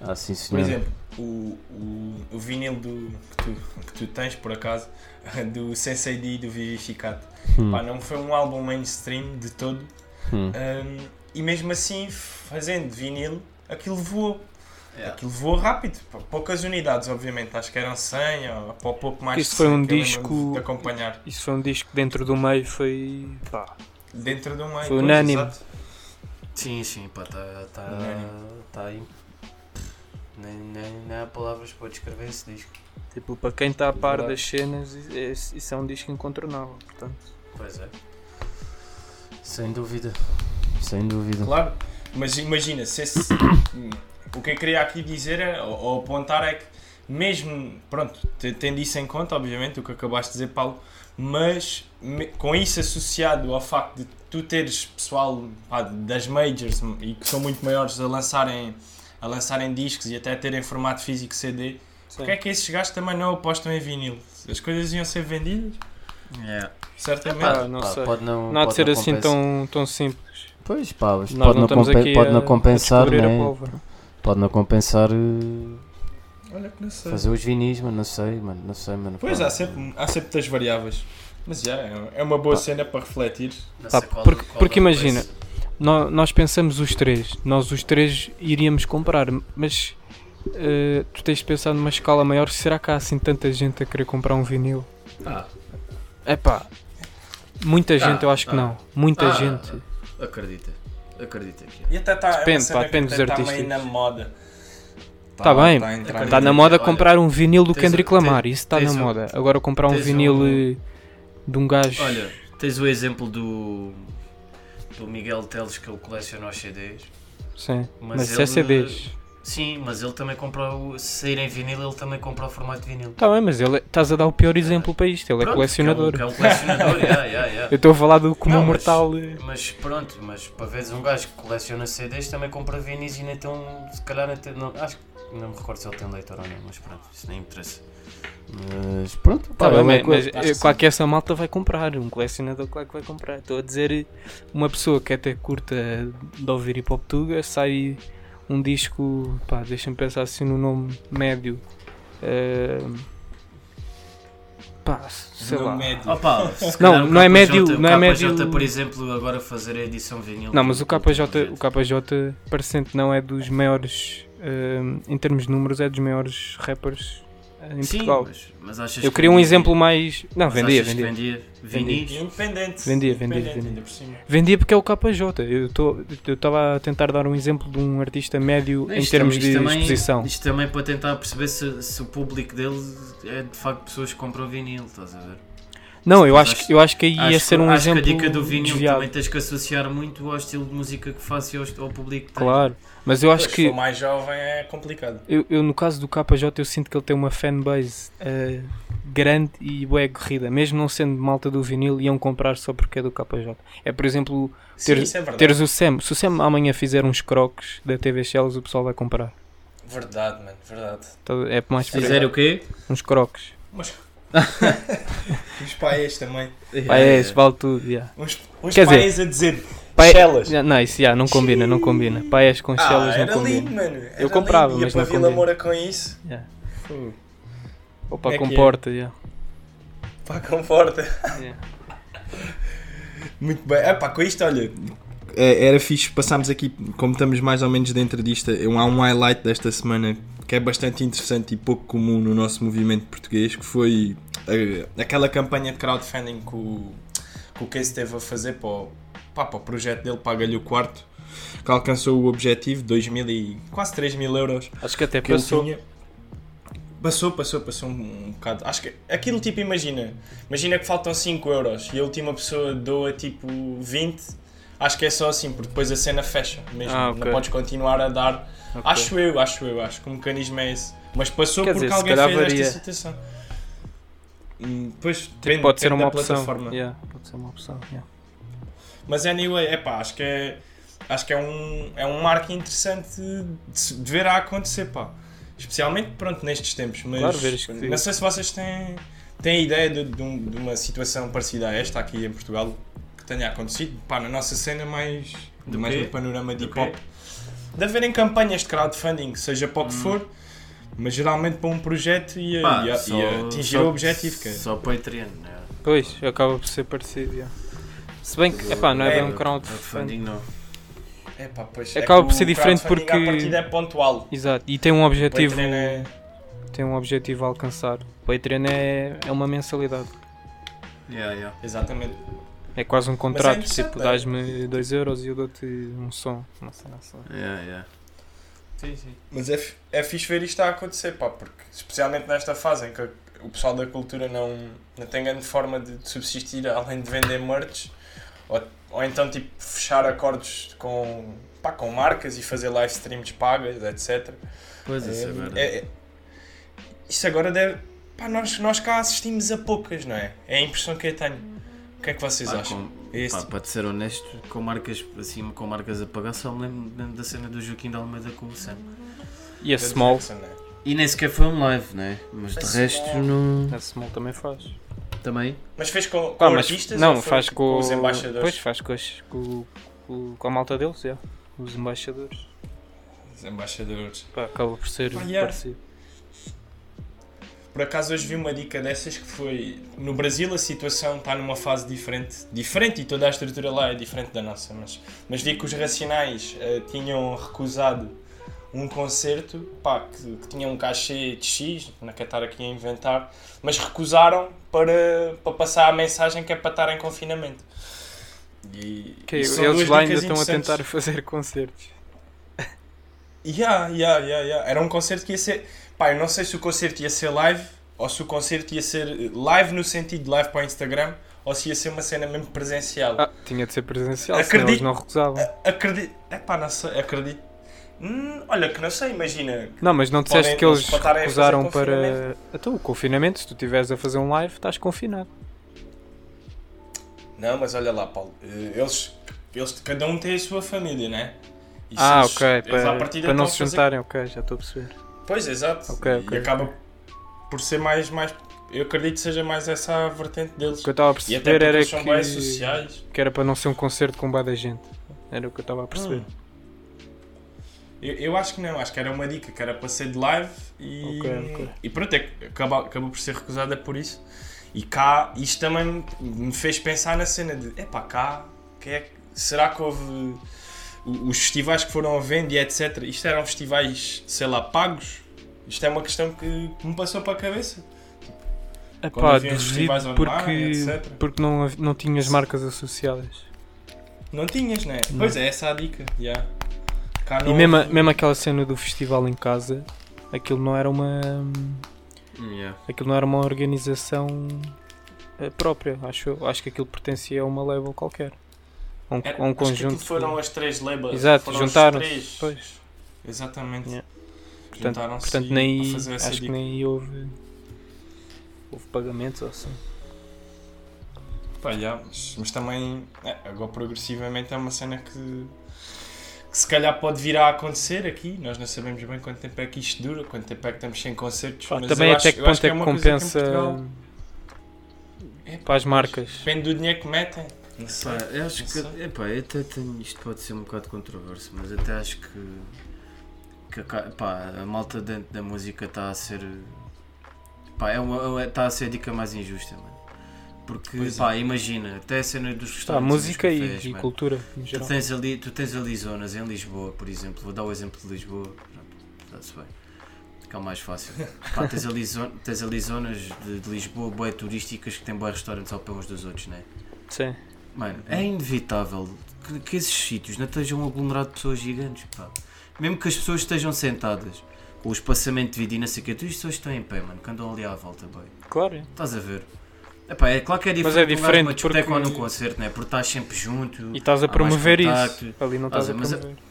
[SPEAKER 6] Há sim
[SPEAKER 1] Por
[SPEAKER 6] senhor.
[SPEAKER 1] exemplo, o, o, o vinil do, que, tu, que tu tens, por acaso, do Sensei D e do Vivificato.
[SPEAKER 6] Hum,
[SPEAKER 1] Pá, não foi um álbum mainstream de todo.
[SPEAKER 6] hum.
[SPEAKER 1] Hum, e mesmo assim, fazendo vinil, aquilo voou.
[SPEAKER 4] Yeah.
[SPEAKER 1] Aquilo voou rápido. Pou- Poucas unidades, obviamente. Acho que eram 100 ou ou pouco mais.
[SPEAKER 5] Isso
[SPEAKER 1] de
[SPEAKER 5] foi
[SPEAKER 1] 100
[SPEAKER 5] um
[SPEAKER 1] que eu
[SPEAKER 5] disco-
[SPEAKER 1] lembro-me De acompanhar
[SPEAKER 5] Isso foi um disco que dentro do meio, foi. pá.
[SPEAKER 1] dentro do meio.
[SPEAKER 5] Foi
[SPEAKER 1] pois,
[SPEAKER 5] unânime.
[SPEAKER 1] exato.
[SPEAKER 4] Sim, sim, pá, está tá,
[SPEAKER 1] Unânime.
[SPEAKER 4] tá aí. Nem, nem, nem há palavras para descrever esse disco.
[SPEAKER 5] Tipo, para quem está a par das cenas, isso isso é um disco incontornável. Portanto.
[SPEAKER 4] Pois é.
[SPEAKER 6] Sem dúvida. Sem dúvida.
[SPEAKER 1] Claro. Mas imagina, se esse, o que eu queria aqui dizer é, ou, ou apontar é que, mesmo, pronto, te- tendo isso em conta, obviamente, o que acabaste de dizer, Paulo, mas me- com isso associado ao facto de tu teres pessoal pá, das majors e que são muito maiores a lançarem, a lançarem discos e até terem formato físico CD, porque é que esses gajos também não apostam em vinil? As coisas iam ser vendidas? Certamente.
[SPEAKER 5] Pá, Ah, não
[SPEAKER 6] Pá,
[SPEAKER 5] sei.
[SPEAKER 6] pode não,
[SPEAKER 5] não há de
[SPEAKER 6] pode
[SPEAKER 5] ser
[SPEAKER 6] não
[SPEAKER 5] assim
[SPEAKER 6] compensa-
[SPEAKER 5] tão, tão simples.
[SPEAKER 6] Pois pá,
[SPEAKER 5] Nós
[SPEAKER 6] mas pode,
[SPEAKER 5] não
[SPEAKER 6] não
[SPEAKER 5] estamos
[SPEAKER 6] compen-
[SPEAKER 5] aqui
[SPEAKER 6] pode
[SPEAKER 5] a-
[SPEAKER 6] não
[SPEAKER 5] a
[SPEAKER 6] compensar,
[SPEAKER 5] descobrir
[SPEAKER 6] né?
[SPEAKER 5] a pólvora.
[SPEAKER 6] pode não compensar eh,
[SPEAKER 1] Olha que não sei.
[SPEAKER 6] fazer os vinis, mano, não sei, mano, não sei, mano.
[SPEAKER 1] Pois
[SPEAKER 6] pá.
[SPEAKER 1] há sempre, há sempre muitas variáveis. Mas já, é- é uma boa cena para refletir.
[SPEAKER 4] Não
[SPEAKER 5] Pá,
[SPEAKER 4] sei qual-
[SPEAKER 5] porque-
[SPEAKER 4] qual
[SPEAKER 5] porque
[SPEAKER 4] é o
[SPEAKER 5] imagina,
[SPEAKER 4] preço.
[SPEAKER 5] Nó- nós pensamos os três, nós os três iríamos comprar, mas eh, tu tens de pensar numa escala maior, será que há assim tanta gente a querer comprar um vinil?
[SPEAKER 4] Ah.
[SPEAKER 5] É pá, muita gente eu acho que
[SPEAKER 4] ah.
[SPEAKER 5] não, muita
[SPEAKER 4] Ah,
[SPEAKER 5] gente.
[SPEAKER 4] Acredita, acredita que é.
[SPEAKER 1] E até tá, está
[SPEAKER 5] Depende, pá, depende dos
[SPEAKER 1] Está tá meio
[SPEAKER 5] artistas.
[SPEAKER 1] na moda.
[SPEAKER 5] Tá bem,
[SPEAKER 1] a entrar
[SPEAKER 5] Está na moda comprar um vinil do
[SPEAKER 6] ah, tens-
[SPEAKER 5] Kendrick Lamar, isso está na
[SPEAKER 6] tens um-
[SPEAKER 5] moda. Agora comprar um
[SPEAKER 6] tens
[SPEAKER 5] vinil
[SPEAKER 6] um-
[SPEAKER 5] eh, de um gajo.
[SPEAKER 6] Olha, tens o exemplo do, do Miguel Teles que ele coleciona os CDs.
[SPEAKER 5] sim.
[SPEAKER 6] mas
[SPEAKER 5] Mas, isso é
[SPEAKER 6] ele-
[SPEAKER 5] CDs.
[SPEAKER 6] Sim, mas ele também compra o. Se sair em vinil, ele também compra o formato de vinil.
[SPEAKER 5] Tá bem, mas ele estás a dar o pior exemplo para isto, ele é
[SPEAKER 6] Pronto,
[SPEAKER 5] colecionador.
[SPEAKER 6] Que é um, que é um colecionador, yeah, yeah,
[SPEAKER 5] Eu
[SPEAKER 6] yeah.
[SPEAKER 5] estou a falar do comum
[SPEAKER 6] Não, mas-
[SPEAKER 5] mortal. eh,
[SPEAKER 6] Mas pronto, mas para veres um gajo que coleciona CDs também compra vinis e nem tem um. Se calhar nem tem. Não, acho que não me recordo se ele tem leitor ou não, mas pronto, isso nem interessa. Mas pronto,
[SPEAKER 5] Tá
[SPEAKER 6] pá,
[SPEAKER 5] bem,
[SPEAKER 6] é uma
[SPEAKER 5] mas,
[SPEAKER 6] coisa-
[SPEAKER 5] mas,
[SPEAKER 6] acho
[SPEAKER 5] eh,
[SPEAKER 6] que
[SPEAKER 5] claro que essa malta vai comprar, um colecionador claro que vai comprar. Estou a dizer, eh, uma pessoa que até curta de ouvir hip hop tuga, sai um disco, pá, deixa-me pensar assim no nome médio. eh, pá, sei
[SPEAKER 1] no
[SPEAKER 5] lá.
[SPEAKER 1] médio.
[SPEAKER 6] Opa, se
[SPEAKER 5] Não,
[SPEAKER 6] calhar o
[SPEAKER 5] não é
[SPEAKER 6] KJ
[SPEAKER 5] médio- não é
[SPEAKER 6] O KJ,
[SPEAKER 5] médio-
[SPEAKER 6] por exemplo, agora fazer a edição vinil.
[SPEAKER 5] Não, mas o
[SPEAKER 6] tem um
[SPEAKER 5] KJ,
[SPEAKER 6] projeto.
[SPEAKER 5] o KJ parecendo não é dos maiores, eh, em termos de números, é dos maiores rappers eh, em
[SPEAKER 6] Sim,
[SPEAKER 5] Portugal.
[SPEAKER 6] mas, mas achas
[SPEAKER 5] Eu
[SPEAKER 6] que
[SPEAKER 5] queria um
[SPEAKER 6] vendia?
[SPEAKER 5] exemplo mais. Não,
[SPEAKER 6] Mas
[SPEAKER 5] vendia,
[SPEAKER 6] achas que
[SPEAKER 5] vendia.
[SPEAKER 6] Vinis?
[SPEAKER 1] Independente.
[SPEAKER 5] Vendia, vendia,
[SPEAKER 1] Independente,
[SPEAKER 5] vendia.
[SPEAKER 1] ainda por cima.
[SPEAKER 5] Vendia porque é o KJ. Eu estava a tentar dar um exemplo de um artista médio em
[SPEAKER 6] Isto
[SPEAKER 5] termos
[SPEAKER 6] também-
[SPEAKER 5] de
[SPEAKER 6] isto também-
[SPEAKER 5] exposição.
[SPEAKER 6] Isto também para tentar perceber se, se o público dele é de facto pessoas que compram vinil, estás a ver?
[SPEAKER 5] Não, eu
[SPEAKER 6] mas
[SPEAKER 5] acho,
[SPEAKER 6] acho-
[SPEAKER 5] que- eu acho que aí ia
[SPEAKER 6] acho,
[SPEAKER 5] ser um
[SPEAKER 6] acho
[SPEAKER 5] exemplo
[SPEAKER 6] que a dica do vinil
[SPEAKER 5] desviado.
[SPEAKER 6] também tens que associar muito ao estilo de música que faço e ao, ao público que tens.
[SPEAKER 5] Claro, mas eu acho
[SPEAKER 1] Pois, Se
[SPEAKER 5] que
[SPEAKER 1] for mais jovem é complicado.
[SPEAKER 5] eu, eu, no caso do KJ eu sinto que ele tem uma fanbase eh, grande e bué corrida, mesmo não sendo malta do vinil, iam comprar só porque é do KJ. É por exemplo,
[SPEAKER 1] Sim,
[SPEAKER 5] ter-
[SPEAKER 1] isso é verdade.
[SPEAKER 5] teres o Sam, se o Sam amanhã fizer uns croques da TV Shells, o pessoal vai comprar.
[SPEAKER 1] Verdade, mano, verdade.
[SPEAKER 5] Então, É mais
[SPEAKER 6] Se
[SPEAKER 5] por aí.
[SPEAKER 6] Fizer o quê?
[SPEAKER 5] uns croques.
[SPEAKER 1] Os pais também.
[SPEAKER 5] Pá, é, isso vale tudo, yeah.
[SPEAKER 1] Uns, uns
[SPEAKER 5] Quer dizer-
[SPEAKER 1] pais a dizer.
[SPEAKER 5] Pai-
[SPEAKER 1] Chelas.
[SPEAKER 5] Já- Não, isso já, não combina, não combina. Paias com chelas
[SPEAKER 1] Ah,
[SPEAKER 5] não
[SPEAKER 1] era
[SPEAKER 5] combina.
[SPEAKER 1] lindo, mano. Era
[SPEAKER 5] Eu comprava,
[SPEAKER 1] lindo. Ia
[SPEAKER 5] mas
[SPEAKER 1] para
[SPEAKER 5] não
[SPEAKER 1] Vila
[SPEAKER 5] combina.
[SPEAKER 1] Moura com isso.
[SPEAKER 5] Yeah.
[SPEAKER 1] Fogo.
[SPEAKER 5] Opa,
[SPEAKER 1] É que é.
[SPEAKER 5] comporta, já.
[SPEAKER 1] Pá, conforta.
[SPEAKER 5] Yeah.
[SPEAKER 1] Muito bem. É pá, com isto, olha.
[SPEAKER 10] É, era fixe, passámos aqui, como estamos mais ou menos dentro disto, eu- há um highlight desta semana que é bastante interessante e pouco comum no nosso movimento português, que foi eh, aquela campanha de crowdfunding que o, que o Case teve a fazer para o, pá, para o projeto dele, Paga-lhe o Quarto, que alcançou o objetivo de 2 mil e quase 3 mil euros
[SPEAKER 5] Acho que até
[SPEAKER 1] que ele
[SPEAKER 5] passou.
[SPEAKER 1] tinha. Passou, passou, passou um, um bocado. Acho que aquilo tipo, imagina. Imagina que faltam 5 euros e a última pessoa doa tipo 20. Acho que é só assim, porque depois a cena fecha mesmo.
[SPEAKER 5] Ah, ok.
[SPEAKER 1] Não podes continuar a dar.
[SPEAKER 5] Ok.
[SPEAKER 1] Acho eu, acho eu, acho que o mecanismo é esse. Mas passou
[SPEAKER 5] Quer
[SPEAKER 1] porque
[SPEAKER 5] dizer, se
[SPEAKER 1] alguém
[SPEAKER 5] calhar
[SPEAKER 1] fez
[SPEAKER 5] varia.
[SPEAKER 1] esta situação. Hum, Pois, depende-
[SPEAKER 5] Tipo, pode ser
[SPEAKER 1] depende
[SPEAKER 5] uma
[SPEAKER 1] da
[SPEAKER 5] opção.
[SPEAKER 1] plataforma.
[SPEAKER 5] Yeah, pode ser uma opção. yeah.
[SPEAKER 1] Mas anyway, é pá, acho que é, acho que é um, é um marco interessante de, se- de ver a acontecer, pá. Especialmente, pronto, nestes tempos. Mas
[SPEAKER 5] Claro, veres que-
[SPEAKER 1] não sei se vocês têm, têm ideia de, de um- de uma situação parecida a esta aqui em Portugal que tenha acontecido, pá, na nossa cena mais,
[SPEAKER 6] Do
[SPEAKER 1] mais
[SPEAKER 6] quê?
[SPEAKER 1] no panorama de
[SPEAKER 6] Do
[SPEAKER 1] hip-hop.
[SPEAKER 6] quê? Hum.
[SPEAKER 1] De haverem campanhas de crowdfunding, seja para o que for, mas geralmente para um projeto e, a-
[SPEAKER 6] Pá,
[SPEAKER 1] e a- e
[SPEAKER 6] só-
[SPEAKER 1] a atingir
[SPEAKER 6] só-
[SPEAKER 1] o objetivo, é, cara.
[SPEAKER 6] Só Patreon, né?
[SPEAKER 5] Pois, acaba por ser parecido. yeah. Se bem que, epá, não é,
[SPEAKER 1] É,
[SPEAKER 5] bem um crowdfunding.
[SPEAKER 6] Crowdfunding não.
[SPEAKER 1] É pá, pois,
[SPEAKER 5] Acaba
[SPEAKER 1] que
[SPEAKER 5] por ser
[SPEAKER 1] o
[SPEAKER 5] diferente
[SPEAKER 1] crowdfunding
[SPEAKER 5] porque-
[SPEAKER 1] À partida é pontual.
[SPEAKER 5] Exato, e tem um objetivo,
[SPEAKER 1] Patreon é-
[SPEAKER 5] tem um objetivo a alcançar. Patreon é, é uma mensalidade.
[SPEAKER 6] Yeah, yeah.
[SPEAKER 1] Exatamente.
[SPEAKER 5] É quase um contrato,
[SPEAKER 1] interessante,
[SPEAKER 5] tipo,
[SPEAKER 1] é.
[SPEAKER 5] dás-me 2 euros e eu dou-te um som. Uma cena assim.
[SPEAKER 6] Yeah, yeah.
[SPEAKER 1] Sim, sim. Mas é, fi- é fixe ver isto a acontecer, pá, porque especialmente nesta fase em que o pessoal da cultura não, não tem grande forma de, de subsistir além de vender merch ou, ou então tipo fechar acordos com, pá, com marcas e fazer live streams pagas, etc.
[SPEAKER 6] Pois isso
[SPEAKER 1] É,
[SPEAKER 6] agora.
[SPEAKER 1] é- é- isso agora deve. Pá, nós, nós cá assistimos a poucas, não é? É a impressão que eu tenho. O que é que vocês
[SPEAKER 6] Pá,
[SPEAKER 1] acham?
[SPEAKER 6] com-
[SPEAKER 1] É esse
[SPEAKER 6] Pá,
[SPEAKER 1] tipo-
[SPEAKER 6] para te ser honesto, com marcas assim, com marcas a pagar, só me lembro, lembro da cena do Joaquim de Almeida com o Sam.
[SPEAKER 5] E a Small,
[SPEAKER 1] não é?
[SPEAKER 6] E nem sequer foi um live, né? Mas de
[SPEAKER 1] Mas
[SPEAKER 6] resto,
[SPEAKER 1] é-
[SPEAKER 6] não.
[SPEAKER 5] a Small também faz.
[SPEAKER 6] Também.
[SPEAKER 1] Mas fez com, com
[SPEAKER 5] Pá, mas
[SPEAKER 1] artistas? ou
[SPEAKER 5] não,
[SPEAKER 1] foi
[SPEAKER 5] faz
[SPEAKER 1] tipo,
[SPEAKER 5] com,
[SPEAKER 1] os embaixadores.
[SPEAKER 5] Pois faz com, os- com, com, com a malta deles, já. Os embaixadores.
[SPEAKER 1] Os embaixadores.
[SPEAKER 5] Pá, acaba por ser
[SPEAKER 1] Pá, yeah.
[SPEAKER 5] parecido.
[SPEAKER 1] Por acaso hoje vi uma dica dessas que foi no Brasil a situação está numa fase diferente, diferente e toda a estrutura lá é diferente da nossa, mas, mas vi que os Racionais eh, tinham recusado um concerto pá, que, que tinha um cachê de X, na que estar aqui a inventar, mas recusaram para, para passar a mensagem que é para estar em confinamento. E,
[SPEAKER 5] Que
[SPEAKER 1] e são
[SPEAKER 5] eles
[SPEAKER 1] duas
[SPEAKER 5] lá
[SPEAKER 1] dicas
[SPEAKER 5] ainda estão a
[SPEAKER 1] interessantes.
[SPEAKER 5] tentar fazer concertos.
[SPEAKER 1] Yeah, yeah, yeah, yeah. Era um concerto que ia ser. Pá, eu não sei se o concerto ia ser live ou se o concerto ia ser eh, live no sentido de live para o Instagram ou se ia ser uma cena mesmo presencial.
[SPEAKER 5] Ah, tinha de ser presencial, senão
[SPEAKER 1] Tá. Acredito-
[SPEAKER 5] eles não recusavam.
[SPEAKER 1] Acredito. É pá, não sei. Acredito. Hum, olha, que não sei, imagina.
[SPEAKER 5] Não, mas não disseste
[SPEAKER 1] podem-
[SPEAKER 5] que eles
[SPEAKER 1] eles podem fazer
[SPEAKER 5] recusaram para.
[SPEAKER 1] confinamento.
[SPEAKER 5] Então, o confinamento, se tu estiveres a fazer um live, estás confinado.
[SPEAKER 1] Não, mas olha lá, Paulo. eh, Eles. eles cada um tem a sua família, né? E se
[SPEAKER 5] ah,
[SPEAKER 1] eles-
[SPEAKER 5] ok,
[SPEAKER 1] eles à
[SPEAKER 5] para,
[SPEAKER 1] partida
[SPEAKER 5] para não
[SPEAKER 1] estão
[SPEAKER 5] se
[SPEAKER 1] a fazer-
[SPEAKER 5] juntarem, ok, já estou a perceber.
[SPEAKER 1] Pois, exato.
[SPEAKER 5] Ok, ok,
[SPEAKER 1] e acaba por ser mais, mais. Eu acredito que seja mais essa a vertente deles.
[SPEAKER 5] O que eu estava a
[SPEAKER 1] E até
[SPEAKER 5] perceber
[SPEAKER 1] porque
[SPEAKER 5] era
[SPEAKER 1] eles são bem
[SPEAKER 5] que...
[SPEAKER 1] sociais.
[SPEAKER 5] que era para não ser um concerto com bué da gente. Era o que eu estava a
[SPEAKER 1] Hum.
[SPEAKER 5] perceber.
[SPEAKER 1] Eu, eu acho que não, acho que era uma dica que era para ser de live e,
[SPEAKER 5] Ok, ok.
[SPEAKER 1] e pronto, é que acaba- acabou, por ser recusada por isso. E cá, isto também me- me fez pensar na cena de epá, cá, quem é que- será que houve o- os festivais que foram à venda e etc. Isto eram festivais, sei lá, pagos? Isto é uma questão que, que me passou para a cabeça. Quando
[SPEAKER 5] Epá,
[SPEAKER 1] havia os
[SPEAKER 5] duvido
[SPEAKER 1] festivais online,
[SPEAKER 5] porque,
[SPEAKER 1] etc.
[SPEAKER 5] porque não, hav- não tinhas marcas associadas.
[SPEAKER 1] Não tinhas, né?
[SPEAKER 5] Hum.
[SPEAKER 1] Pois é, essa é a dica. Yeah. Cá
[SPEAKER 5] E
[SPEAKER 1] não
[SPEAKER 5] mesmo, a-
[SPEAKER 1] houve- um-
[SPEAKER 5] mesmo aquela cena do festival em casa, aquilo não era uma.
[SPEAKER 6] Yeah.
[SPEAKER 5] Aquilo não era uma organização eh, própria, acho eu. Acho que aquilo pertencia a uma label qualquer. A
[SPEAKER 1] Era-
[SPEAKER 5] um, a um
[SPEAKER 1] acho que aquilo
[SPEAKER 5] conjunto.
[SPEAKER 1] foram as três labels.
[SPEAKER 5] Exato,
[SPEAKER 1] foram os
[SPEAKER 5] juntaram-se.
[SPEAKER 1] três.
[SPEAKER 5] Pois.
[SPEAKER 1] Exatamente.
[SPEAKER 5] Yeah. Portanto,
[SPEAKER 1] Juntaram-se
[SPEAKER 5] portanto
[SPEAKER 1] e-
[SPEAKER 5] nem,
[SPEAKER 1] para fazer tipo essa
[SPEAKER 5] acho que
[SPEAKER 1] dica.
[SPEAKER 5] nem houve. Houve pagamentos ou assim.
[SPEAKER 1] Pá, yeah, mas, mas também, é, agora progressivamente é uma cena que, que se calhar pode vir a acontecer aqui. Nós não sabemos bem quanto tempo é que isto dura, quanto tempo é que estamos sem concertos.
[SPEAKER 5] Pá,
[SPEAKER 1] mas
[SPEAKER 5] também
[SPEAKER 1] eu
[SPEAKER 5] até
[SPEAKER 1] acho-
[SPEAKER 5] que
[SPEAKER 1] eu acho
[SPEAKER 5] ponto é
[SPEAKER 1] uma
[SPEAKER 5] que
[SPEAKER 1] coisa em
[SPEAKER 5] compensa
[SPEAKER 1] Portugal
[SPEAKER 5] eh, para as marcas?
[SPEAKER 1] Depende do dinheiro que metem. Não sei.
[SPEAKER 6] Pá, eu acho
[SPEAKER 1] Não
[SPEAKER 6] que.
[SPEAKER 1] sei.
[SPEAKER 6] Epá, eu até tenho, isto pode ser um bocado controverso, mas até acho que. que a ca- pá, a malta dentro da música está a ser. Pá, é uma, está a ser a dica mais injusta, mano. Porque,
[SPEAKER 1] é.
[SPEAKER 6] pá, imagina, até a cena dos
[SPEAKER 5] Tá,
[SPEAKER 6] restaurantes. dos
[SPEAKER 5] música e,
[SPEAKER 6] cafés,
[SPEAKER 5] e
[SPEAKER 6] mano.
[SPEAKER 5] cultura em
[SPEAKER 6] Tu
[SPEAKER 5] geral.
[SPEAKER 6] tens, ali, tu tens ali zonas em Lisboa, por exemplo, vou dar o exemplo de Lisboa, pronto, está-se bem, que é o mais fácil. Pá, tens, ali zo- tens ali zonas de, de Lisboa bem turísticas que têm bons restaurantes ao pé uns dos outros, né?
[SPEAKER 5] Sim.
[SPEAKER 6] Mano, é inevitável que, que esses sítios não estejam aglomerados de pessoas gigantes, pá. Mesmo que as pessoas estejam sentadas, com o espaçamento de vida e não sei o que, tu as pessoas estão em pé, mano, que andam ali à volta, bem.
[SPEAKER 5] Claro. é.
[SPEAKER 6] Estás a ver? Epá, é claro que é
[SPEAKER 5] Mas é
[SPEAKER 6] diferente, de um gajo numa
[SPEAKER 5] diferente
[SPEAKER 6] discoteca
[SPEAKER 5] porque-
[SPEAKER 6] ou num concerto, né? Porque estás sempre junto.
[SPEAKER 5] E estás a
[SPEAKER 6] há mais
[SPEAKER 5] promover
[SPEAKER 6] contacto.
[SPEAKER 5] isso. Ali não estás
[SPEAKER 6] Estás
[SPEAKER 5] a
[SPEAKER 6] a- mas a-
[SPEAKER 5] promover.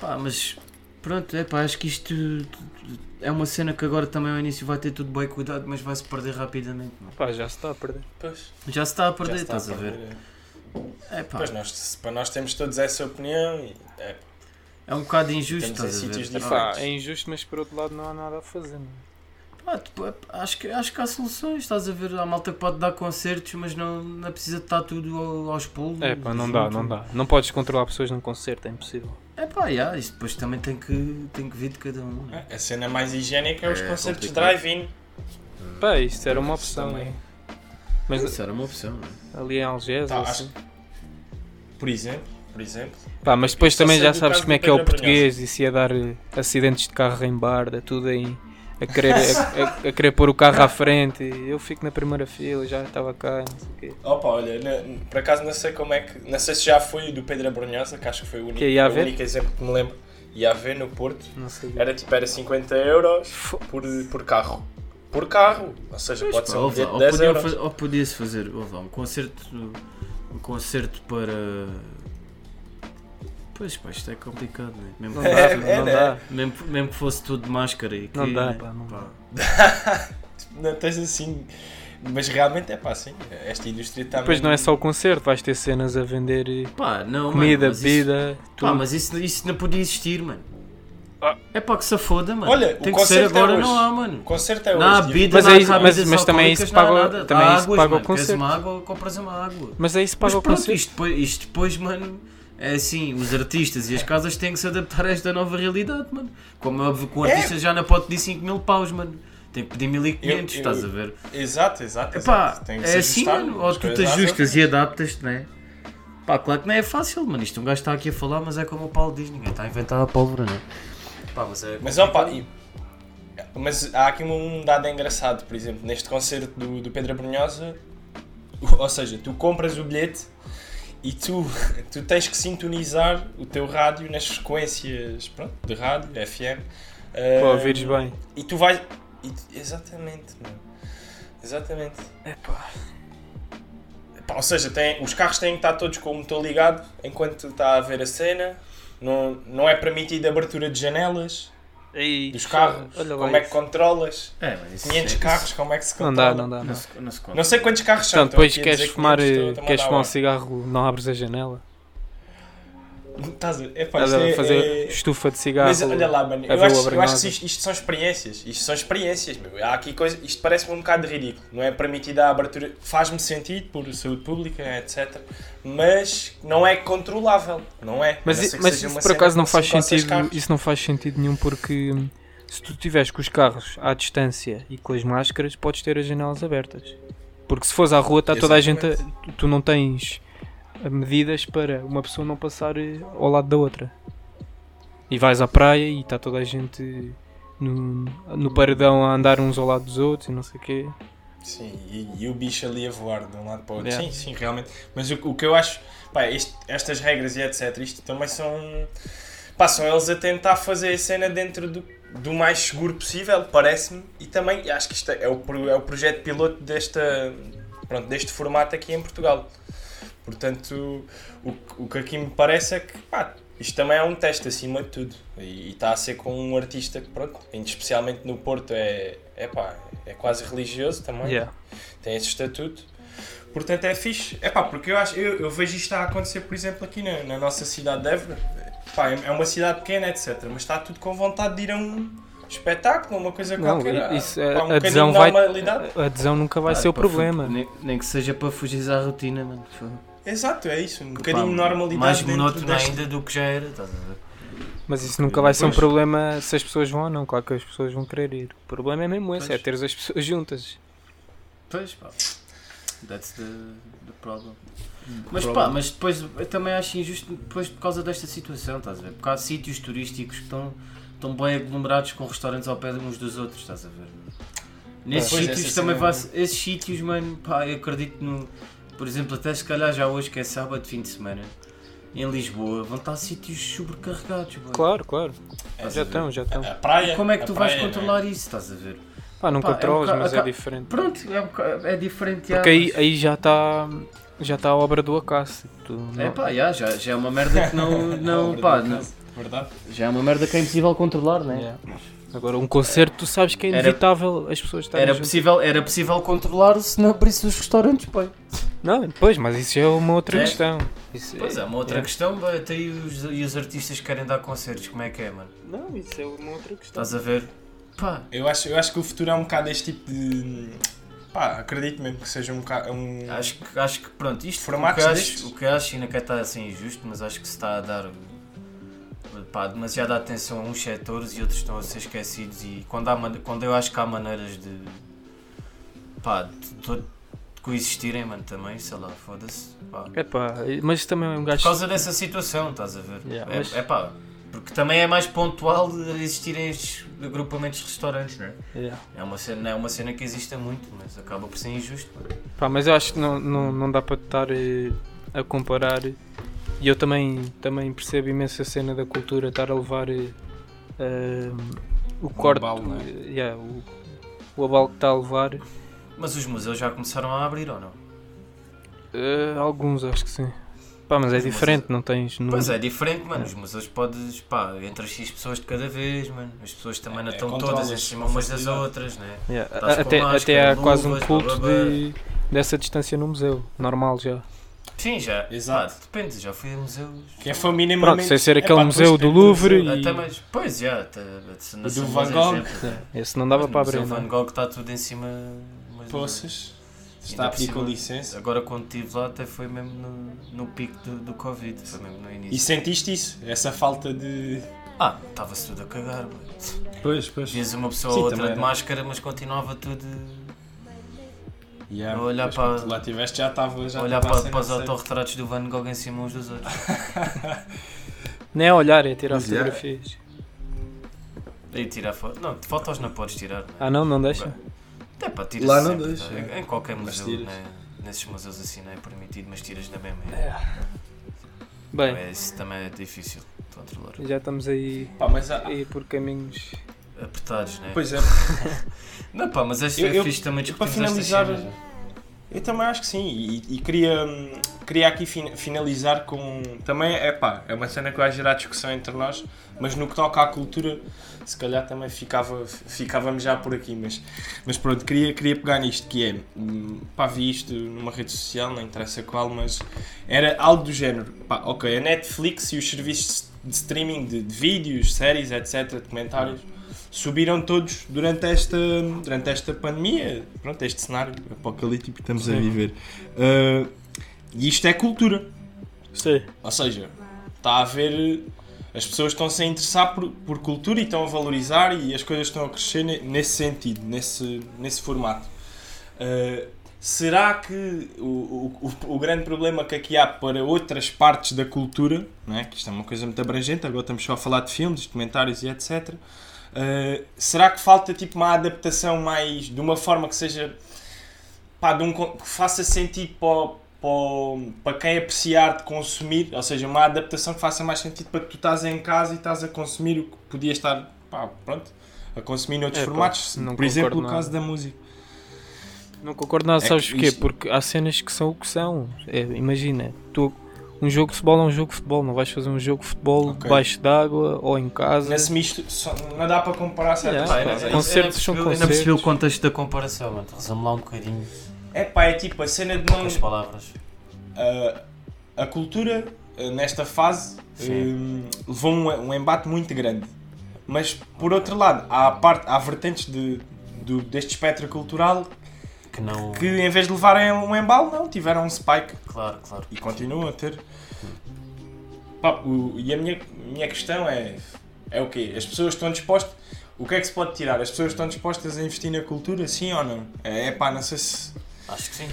[SPEAKER 6] Pá, mas pronto, é pá, acho que isto é uma cena que agora também ao início vai ter tudo bem cuidado, mas vai se perder rapidamente. mano.
[SPEAKER 5] Pá, já se está a perder.
[SPEAKER 1] Pois,
[SPEAKER 6] Já se está a
[SPEAKER 1] já
[SPEAKER 6] perder,
[SPEAKER 1] se está
[SPEAKER 6] estás a ver?
[SPEAKER 1] perder.
[SPEAKER 6] É pá,
[SPEAKER 1] Pois, nós, se- para nós temos todos essa opinião. E, é,
[SPEAKER 6] é um bocado injusto,
[SPEAKER 1] Temos em
[SPEAKER 6] estás a
[SPEAKER 1] sítios
[SPEAKER 6] ver?
[SPEAKER 1] diferentes.
[SPEAKER 6] Ah,
[SPEAKER 5] Pá, é injusto, mas por outro lado não há nada a fazer. não é?
[SPEAKER 6] pá, tipo, é- acho, que, acho que há soluções, estás a ver? Há malta que pode dar concertos, mas não, não precisa de estar tudo ao- aos pulos.
[SPEAKER 5] É pá, não dá,
[SPEAKER 6] junto.
[SPEAKER 5] não dá. Não podes controlar pessoas num concerto, é impossível.
[SPEAKER 6] É pá, já, isto depois também tem que, tem que vir de cada um. né?
[SPEAKER 1] a cena mais higiênica é os
[SPEAKER 6] É
[SPEAKER 1] concertos
[SPEAKER 6] complicado.
[SPEAKER 1] drive-in.
[SPEAKER 5] Pá, isto era uma opção,
[SPEAKER 1] também.
[SPEAKER 5] é. Mas
[SPEAKER 1] É.
[SPEAKER 6] Isso era uma opção. né?
[SPEAKER 5] ali em Algés,
[SPEAKER 1] Tá,
[SPEAKER 5] ou
[SPEAKER 1] acho
[SPEAKER 5] assim.
[SPEAKER 1] Por exemplo, por exemplo.
[SPEAKER 5] Pá, mas depois
[SPEAKER 1] Isso é
[SPEAKER 5] também já
[SPEAKER 1] sempre o
[SPEAKER 5] sabes
[SPEAKER 1] caso
[SPEAKER 5] como é
[SPEAKER 1] do
[SPEAKER 5] que é o
[SPEAKER 1] Pedro Abrunhosa.
[SPEAKER 5] português e se ia dar eh, acidentes de carro em barda, tudo em. A querer, a, a- a querer pôr o carro à frente, e eu fico na primeira fila, já estava cá, não sei o quê.
[SPEAKER 1] Opa, olha, n- n- por acaso não sei como é que. Não sei se já foi o do Pedro Abrunhosa, que acho que foi o único,
[SPEAKER 5] Que ia
[SPEAKER 1] o
[SPEAKER 5] haver?
[SPEAKER 1] único exemplo que me lembro. Ia haver no Porto.
[SPEAKER 5] Não sei.
[SPEAKER 1] Era tipo, era 50 euros
[SPEAKER 5] Fo-
[SPEAKER 1] por, por carro. Por carro! Ou seja, pode ser
[SPEAKER 6] Pá,
[SPEAKER 1] um
[SPEAKER 6] ouve lá,
[SPEAKER 1] bilhete de
[SPEAKER 6] ou,
[SPEAKER 1] 10
[SPEAKER 6] podiam
[SPEAKER 1] euros.
[SPEAKER 6] fa- ou podia-se fazer ouve lá, um concerto um concerto para pois pá, isto é complicado né? mesmo,
[SPEAKER 5] Não
[SPEAKER 6] que,
[SPEAKER 5] dá,
[SPEAKER 1] É,
[SPEAKER 5] não,
[SPEAKER 1] é, né?
[SPEAKER 5] dá.
[SPEAKER 6] mesmo, mesmo que fosse tudo de máscara e que,
[SPEAKER 5] Não dá,
[SPEAKER 6] né?
[SPEAKER 5] pá, não dá.
[SPEAKER 1] Não tens assim. Mas realmente é pá, assim. Esta indústria está.
[SPEAKER 5] Depois
[SPEAKER 1] mesmo-
[SPEAKER 5] não é só o concerto, vais ter cenas a vender eh,
[SPEAKER 6] Pá, não,
[SPEAKER 5] comida,
[SPEAKER 6] mano, mas isso-
[SPEAKER 5] bebida, tudo.
[SPEAKER 6] pá, mas isso, isso não podia existir mano
[SPEAKER 5] Ah.
[SPEAKER 6] é pá que se foda mano
[SPEAKER 1] Olha,
[SPEAKER 6] tem
[SPEAKER 1] o
[SPEAKER 6] que ser
[SPEAKER 1] concerto é
[SPEAKER 6] agora
[SPEAKER 1] hoje.
[SPEAKER 6] não há
[SPEAKER 1] O
[SPEAKER 6] mano
[SPEAKER 1] concerto é
[SPEAKER 6] não há
[SPEAKER 1] hoje.
[SPEAKER 6] bebida,
[SPEAKER 5] Mas
[SPEAKER 6] não
[SPEAKER 5] é
[SPEAKER 6] há
[SPEAKER 5] isso- mas-
[SPEAKER 6] bebidas
[SPEAKER 5] mas também é isso que
[SPEAKER 6] alcoólicas,
[SPEAKER 5] paga
[SPEAKER 6] não há
[SPEAKER 5] o-
[SPEAKER 6] nada.
[SPEAKER 5] também
[SPEAKER 6] Há
[SPEAKER 5] é isso que
[SPEAKER 6] águas,
[SPEAKER 5] paga o
[SPEAKER 6] mano, queres
[SPEAKER 5] concerto.
[SPEAKER 6] uma água compras uma água
[SPEAKER 5] Mas é isso que
[SPEAKER 6] Mas
[SPEAKER 5] paga o
[SPEAKER 6] pronto,
[SPEAKER 5] concerto.
[SPEAKER 6] isto depois, isto depois, mano, é assim, os artistas e as casas têm que se adaptar a esta nova realidade, mano. Como é óbvio que um artista já não pode pedir 5 mil paus, mano. Tem que pedir 1500,
[SPEAKER 1] Eu-
[SPEAKER 6] estás
[SPEAKER 1] eu-
[SPEAKER 6] a ver?
[SPEAKER 1] Exato, exato.
[SPEAKER 6] Epá,
[SPEAKER 1] exato. Tem que se
[SPEAKER 6] é assim,
[SPEAKER 1] ajustar,
[SPEAKER 6] mano. Ou
[SPEAKER 1] as
[SPEAKER 6] tu
[SPEAKER 1] coisas
[SPEAKER 6] te
[SPEAKER 1] às
[SPEAKER 6] ajustas e adaptas-te, não é? Pá, claro que não é fácil, mano. Isto um gajo está aqui a falar, mas é como o Paulo diz, ninguém está a inventar a pólvora, não é? Pá, mas é.
[SPEAKER 1] Mas, opa, e- mas há aqui um dado engraçado, por exemplo, neste concerto do, do Pedro Brunhosa, ou seja, tu compras o bilhete e tu, tu tens que sintonizar o teu rádio nas frequências pronto, de rádio, FM. eh,
[SPEAKER 5] Para ouvires bem.
[SPEAKER 1] E tu vais. e tu- exatamente, mano. Exatamente. Epá, ou seja, tem, os carros têm que estar todos com o motor ligado enquanto está a ver a cena. Não, não é permitida abertura de janelas
[SPEAKER 5] Ei,
[SPEAKER 1] dos carros.
[SPEAKER 5] Olha lá
[SPEAKER 1] como é que
[SPEAKER 5] isso.
[SPEAKER 1] controlas?
[SPEAKER 6] É, mas isso
[SPEAKER 1] 500
[SPEAKER 6] é-
[SPEAKER 1] carros, como é que se
[SPEAKER 5] Não
[SPEAKER 1] controla?
[SPEAKER 5] dá, não dá. Não.
[SPEAKER 6] Não se, não se conta.
[SPEAKER 1] Não sei quantos carros são.
[SPEAKER 5] Então,
[SPEAKER 1] estou
[SPEAKER 5] depois
[SPEAKER 1] aqui a
[SPEAKER 5] queres
[SPEAKER 1] dizer que
[SPEAKER 5] fumar,
[SPEAKER 1] estou-
[SPEAKER 5] eh,
[SPEAKER 1] estou a
[SPEAKER 5] queres
[SPEAKER 1] mandar
[SPEAKER 5] fumar um
[SPEAKER 1] hora.
[SPEAKER 5] cigarro, não abres a janela.
[SPEAKER 1] Estás a é, pá,
[SPEAKER 5] Estás
[SPEAKER 1] isto é-
[SPEAKER 5] a
[SPEAKER 1] é-
[SPEAKER 5] assim? fazer estufa de cigarro.
[SPEAKER 1] Mas olha lá, mano, eu
[SPEAKER 5] a ver o
[SPEAKER 1] acho, eu acho
[SPEAKER 5] Abravanel.
[SPEAKER 1] que isto, isto são experiências. Isto são experiências, meu. Há aqui coisa, isto parece-me um bocado ridículo. Não é permitida a abertura. Faz-me sentido por saúde pública, etc. Mas não é controlável, não é? A
[SPEAKER 5] Mas,
[SPEAKER 1] não
[SPEAKER 5] i-
[SPEAKER 1] ser que
[SPEAKER 5] mas
[SPEAKER 1] seja
[SPEAKER 5] isso
[SPEAKER 1] uma
[SPEAKER 5] por
[SPEAKER 1] cena
[SPEAKER 5] acaso não
[SPEAKER 1] que
[SPEAKER 5] faz
[SPEAKER 1] se encosta aos
[SPEAKER 5] sentido,
[SPEAKER 1] carros.
[SPEAKER 5] isso não faz sentido nenhum porque hum, se tu tiveres com os carros à distância e com as máscaras, podes ter as janelas abertas. Porque se fores à rua, está toda a gente, a- tu- tu não tens eh, medidas para uma pessoa não passar eh, ao lado da outra. E vais à praia e está toda a gente eh, no, no paredão a andar uns ao lado dos outros e não sei o quê.
[SPEAKER 1] Sim, e, e o bicho ali a voar de um lado para o outro.
[SPEAKER 5] Yeah.
[SPEAKER 1] Sim, sim, realmente. Mas o, o que eu acho, pá, isto- estas regras e etc, isto também são. Pá, são eles a tentar fazer a cena dentro do, do mais seguro possível, parece-me. E também acho que isto é o, pro- é o projeto piloto desta, pronto, deste formato aqui em Portugal. Portanto, o, que- o que aqui me parece é que pá, isto também é um teste acima de tudo. E e está a ser com um artista que, pronto, ainda especialmente no Porto, é, é, pá, é quase religioso também
[SPEAKER 5] Yeah.
[SPEAKER 1] tem esse estatuto. Portanto, é fixe. É pá, porque eu, acho, eu, eu vejo isto a acontecer, por exemplo, aqui na, na nossa cidade de Évora. Pá, é é uma cidade pequena, etc. Mas está tudo com vontade de ir a um espetáculo, uma coisa
[SPEAKER 5] Não,
[SPEAKER 1] qualquer.
[SPEAKER 5] isso, é-
[SPEAKER 1] Pá, um
[SPEAKER 5] a-
[SPEAKER 1] bocadinho
[SPEAKER 5] adesão
[SPEAKER 1] de
[SPEAKER 5] vai-
[SPEAKER 1] normalidade.
[SPEAKER 5] A adesão nunca vai
[SPEAKER 6] Ah,
[SPEAKER 5] ser o
[SPEAKER 6] para fu-
[SPEAKER 5] problema.
[SPEAKER 6] Nem, nem que seja para fugir à rotina, mano. Foi-
[SPEAKER 1] Exato, é isso. Um
[SPEAKER 6] pá,
[SPEAKER 1] bocadinho de normalidade.
[SPEAKER 6] Mais
[SPEAKER 1] dentro
[SPEAKER 6] monótono
[SPEAKER 1] deste-
[SPEAKER 6] ainda do que já era, estás a ver?
[SPEAKER 5] Mas isso nunca vai ser um problema se as pessoas vão ou não. Claro que as pessoas vão querer ir. O problema é mesmo esse,
[SPEAKER 6] Pois.
[SPEAKER 5] é ter as pessoas juntas.
[SPEAKER 6] Pois, pá. That's the, the problem.
[SPEAKER 1] Hum,
[SPEAKER 6] Mas pá, mas depois eu também acho injusto depois por causa desta situação, estás a ver? Porque há sítios turísticos que estão, estão bem aglomerados com restaurantes ao pé de uns dos outros, estás a ver? Nesses
[SPEAKER 1] Pois,
[SPEAKER 6] sítios
[SPEAKER 1] essa
[SPEAKER 6] também
[SPEAKER 1] cena- é
[SPEAKER 6] vai Esses sítios, mano, pá, eu acredito no. Por exemplo, até se calhar já hoje que é sábado, fim de semana, em Lisboa, vão estar sítios sobrecarregados, boy.
[SPEAKER 5] Claro, claro.
[SPEAKER 1] É,
[SPEAKER 5] já estão, já estão.
[SPEAKER 1] A praia.
[SPEAKER 6] Como é que
[SPEAKER 1] a
[SPEAKER 6] tu vais
[SPEAKER 1] praia, não é?
[SPEAKER 6] controlar isso, estás a ver?
[SPEAKER 5] Pá, não
[SPEAKER 6] Pá, é um
[SPEAKER 5] controlas,
[SPEAKER 6] bocado-
[SPEAKER 5] mas é
[SPEAKER 6] aca-
[SPEAKER 5] diferente.
[SPEAKER 6] Pronto, é, um boca- é diferente. já,
[SPEAKER 5] Porque aí,
[SPEAKER 6] mas-
[SPEAKER 5] aí já está já tá a obra do Acácio. Tu não-
[SPEAKER 6] É pá, já, já, já é uma merda que não. não
[SPEAKER 1] Obra
[SPEAKER 6] pá,
[SPEAKER 1] do
[SPEAKER 6] não-
[SPEAKER 1] caso, Verdade?
[SPEAKER 6] já é uma merda que é impossível controlar, né?
[SPEAKER 5] Yeah. Agora, um concerto, tu sabes que é
[SPEAKER 6] Era-
[SPEAKER 5] inevitável as pessoas estarem
[SPEAKER 6] Era,
[SPEAKER 5] juntas.
[SPEAKER 6] possível, era possível controlar se não abrisse os restaurantes, pá.
[SPEAKER 5] Não, pois, mas isso já é uma outra
[SPEAKER 6] É.
[SPEAKER 5] questão. Isso
[SPEAKER 6] Pois é, uma outra questão, pá, até aí os, e os artistas que querem dar concertos, como é que é, mano?
[SPEAKER 5] Não, isso é uma outra questão.
[SPEAKER 6] Estás a ver? Pá,
[SPEAKER 1] Eu acho, eu acho que o futuro é um bocado este tipo de. Pá, acredito mesmo que seja um bocado. Um...
[SPEAKER 6] acho que, acho que pronto, isto
[SPEAKER 1] Formatos
[SPEAKER 6] o que
[SPEAKER 1] destes?
[SPEAKER 6] acho, o que acho, e não quer estar assim injusto, mas acho que se está a dar pá, demasiada atenção a uns setores e outros estão a ser esquecidos e quando, há, mane- quando eu acho que há maneiras de pá, de, de- de coexistirem, mano, também, sei lá, foda-se, pá.
[SPEAKER 5] Epá, mas também é um gajo.
[SPEAKER 6] é. Por causa dessa situação, estás a ver?
[SPEAKER 5] Yeah,
[SPEAKER 6] é,
[SPEAKER 5] mas-
[SPEAKER 6] é pá, porque também é mais pontual de existirem estes agrupamentos de restaurantes, não é?
[SPEAKER 5] Yeah.
[SPEAKER 6] É uma cena, não é uma cena que exista muito, mas acaba por ser injusto. mano.
[SPEAKER 5] Pá, mas eu acho que não, não, não dá para estar eh, a comparar. E eu também, também percebo imenso a cena da cultura estar a levar eh, eh, o corte,
[SPEAKER 1] abalo, não é?
[SPEAKER 5] eh, yeah, o, o abalo que está a levar.
[SPEAKER 6] Mas os museus já começaram a abrir ou não?
[SPEAKER 5] Eh, alguns, acho que sim. Pá, mas é
[SPEAKER 6] Mas-
[SPEAKER 5] diferente, não tens. Não...
[SPEAKER 6] Pois é, diferente, mano. Os museus podes, pá, entre as X pessoas de cada vez, mano. As pessoas também não
[SPEAKER 1] É,
[SPEAKER 6] estão
[SPEAKER 1] controlas
[SPEAKER 6] todas em cima
[SPEAKER 1] com
[SPEAKER 6] umas das
[SPEAKER 1] facilidade.
[SPEAKER 6] outras, né?
[SPEAKER 5] Yeah, a-
[SPEAKER 6] Estás com
[SPEAKER 5] até,
[SPEAKER 6] máscara,
[SPEAKER 5] até há quase um
[SPEAKER 6] luvas,
[SPEAKER 5] culto
[SPEAKER 6] blá, blá,
[SPEAKER 5] de- dessa distância no museu, normal já.
[SPEAKER 6] Sim, já.
[SPEAKER 1] Exato.
[SPEAKER 6] Pá, depende, já fui a museus.
[SPEAKER 1] Que é família
[SPEAKER 5] Pronto, sem ser aquele museu
[SPEAKER 1] é,
[SPEAKER 5] do Louvre. E-
[SPEAKER 6] Até mais. Pois, já. até- se não
[SPEAKER 1] Do
[SPEAKER 6] são
[SPEAKER 1] Van
[SPEAKER 6] bons
[SPEAKER 1] Gogh.
[SPEAKER 6] exemplos, né?
[SPEAKER 5] Esse não dava
[SPEAKER 6] Mas
[SPEAKER 5] para
[SPEAKER 6] no Museu
[SPEAKER 5] abrir,
[SPEAKER 6] Van
[SPEAKER 5] não. é?
[SPEAKER 6] Gogh está tudo em cima. mas-
[SPEAKER 1] Poças. Está
[SPEAKER 6] Ainda por
[SPEAKER 1] aqui com
[SPEAKER 6] cima-
[SPEAKER 1] licença.
[SPEAKER 6] Agora quando estive lá até foi mesmo no, no pico do, do Covid, foi mesmo no
[SPEAKER 1] E
[SPEAKER 6] início.
[SPEAKER 1] sentiste isso? Essa falta de.
[SPEAKER 6] Ah, estava-se tudo a cagar, mano.
[SPEAKER 1] Pois, pois.
[SPEAKER 6] Vias uma pessoa ou
[SPEAKER 1] Sim,
[SPEAKER 6] outra
[SPEAKER 1] também
[SPEAKER 6] de
[SPEAKER 1] era.
[SPEAKER 6] máscara, mas continuava tudo
[SPEAKER 1] Yeah,
[SPEAKER 6] Vou olhar
[SPEAKER 1] mas
[SPEAKER 6] para-
[SPEAKER 1] quando tu lá tiveste já estava já assim,
[SPEAKER 6] a olhar
[SPEAKER 1] estava a
[SPEAKER 6] para,
[SPEAKER 1] cena
[SPEAKER 6] para os
[SPEAKER 1] certa.
[SPEAKER 6] autorretratos do Van Gogh em cima uns dos outros.
[SPEAKER 5] Nem é olhar, é tirar
[SPEAKER 1] Mas, yeah.
[SPEAKER 5] fotografias.
[SPEAKER 6] E tirar foto. Não, fotos não podes tirar. Né?
[SPEAKER 5] Ah, não, não deixa?
[SPEAKER 6] Até para tirar
[SPEAKER 11] Lá não
[SPEAKER 6] sempre,
[SPEAKER 11] deixa,
[SPEAKER 6] tá? Em qualquer
[SPEAKER 1] Mas
[SPEAKER 6] museu,
[SPEAKER 1] tiras.
[SPEAKER 6] né? nesses museus assim não é permitido, mas tiras na mesma.
[SPEAKER 1] É.
[SPEAKER 5] Bem,
[SPEAKER 6] É, Isso também é difícil de controlar.
[SPEAKER 5] já estamos aí,
[SPEAKER 1] Pá, mas há-
[SPEAKER 5] aí por caminhos.
[SPEAKER 6] Apertados, né?
[SPEAKER 1] Pois é,
[SPEAKER 6] Não, pá, mas este
[SPEAKER 1] Eu-
[SPEAKER 6] é
[SPEAKER 1] eu-
[SPEAKER 6] fixe também
[SPEAKER 1] eu, para
[SPEAKER 6] discutirmos estas
[SPEAKER 1] Tipo, finalizar, eh,
[SPEAKER 6] cenas, né?
[SPEAKER 1] eu também acho que sim. E, e queria, hum, queria aqui fin- finalizar com. Também é pá, é uma cena que vai gerar discussão entre nós, mas no que toca à cultura, se calhar também ficava, ficávamos já por aqui. Mas, mas pronto, queria, queria pegar nisto: que é. hum, Pá, vi isto numa rede social, não interessa qual, mas era algo do género. Pá, ok, a Netflix e os serviços de streaming de, de vídeos, séries, etc., de comentários subiram todos durante esta, durante esta pandemia, pronto, este cenário apocalíptico que estamos a viver. Uh, e isto é cultura,
[SPEAKER 5] Sim.
[SPEAKER 1] ou seja, está a haver. As pessoas estão-se a interessar por, por cultura e estão a valorizar, e as coisas estão a crescer ne- nesse sentido, nesse, nesse formato. Uh, será que o, o, o- o grande problema que aqui há para outras partes da cultura, não é? que isto é uma coisa muito abrangente, agora estamos só a falar de filmes, documentários e etc. Uh, será que falta tipo uma adaptação mais de uma forma que seja pá, de um con- que faça sentido para, o- para, o- para quem apreciar de consumir, ou seja, uma adaptação que faça mais sentido para que tu estás em casa e estás a consumir o que podia estar pá, pronto, a consumir noutros
[SPEAKER 5] É, pá,
[SPEAKER 1] formatos,
[SPEAKER 5] não
[SPEAKER 1] por exemplo,
[SPEAKER 5] concordo
[SPEAKER 1] o caso da música.
[SPEAKER 5] Não concordo nada,
[SPEAKER 1] É
[SPEAKER 5] sabes
[SPEAKER 1] que
[SPEAKER 5] porquê?
[SPEAKER 1] isto-
[SPEAKER 5] Porque há cenas que são o que são. É, imagina, tu, um jogo de futebol é um jogo de futebol, não vais fazer um jogo de futebol
[SPEAKER 1] Ok.
[SPEAKER 5] debaixo d'água ou em casa.
[SPEAKER 1] Nesse misto, só- não dá para comparar certas
[SPEAKER 5] Yeah,
[SPEAKER 1] coisas.
[SPEAKER 5] pá,
[SPEAKER 1] é
[SPEAKER 5] com
[SPEAKER 1] isso.
[SPEAKER 5] concertos são
[SPEAKER 6] Eu não percebi o
[SPEAKER 5] concertos.
[SPEAKER 6] contexto da comparação, mano. Resume lá um bocadinho
[SPEAKER 1] É pá, é tipo a cena de
[SPEAKER 6] com
[SPEAKER 1] não,
[SPEAKER 6] as palavras.
[SPEAKER 1] a- a cultura eh, nesta fase
[SPEAKER 6] Sim.
[SPEAKER 1] eh, levou um, um embate muito grande. Mas por outro lado, há, a parte, há vertentes de, do- deste espectro cultural
[SPEAKER 6] Que não.
[SPEAKER 1] que em vez de levarem um embalo, não, tiveram um spike
[SPEAKER 6] Claro, claro.
[SPEAKER 1] e continuam a ter. Pá, o- e a minha, minha questão é, é o quê? As pessoas estão dispostas. O que é que se pode tirar? As pessoas estão dispostas a investir na cultura, sim ou não? É pá, não sei se.
[SPEAKER 6] Acho que sim.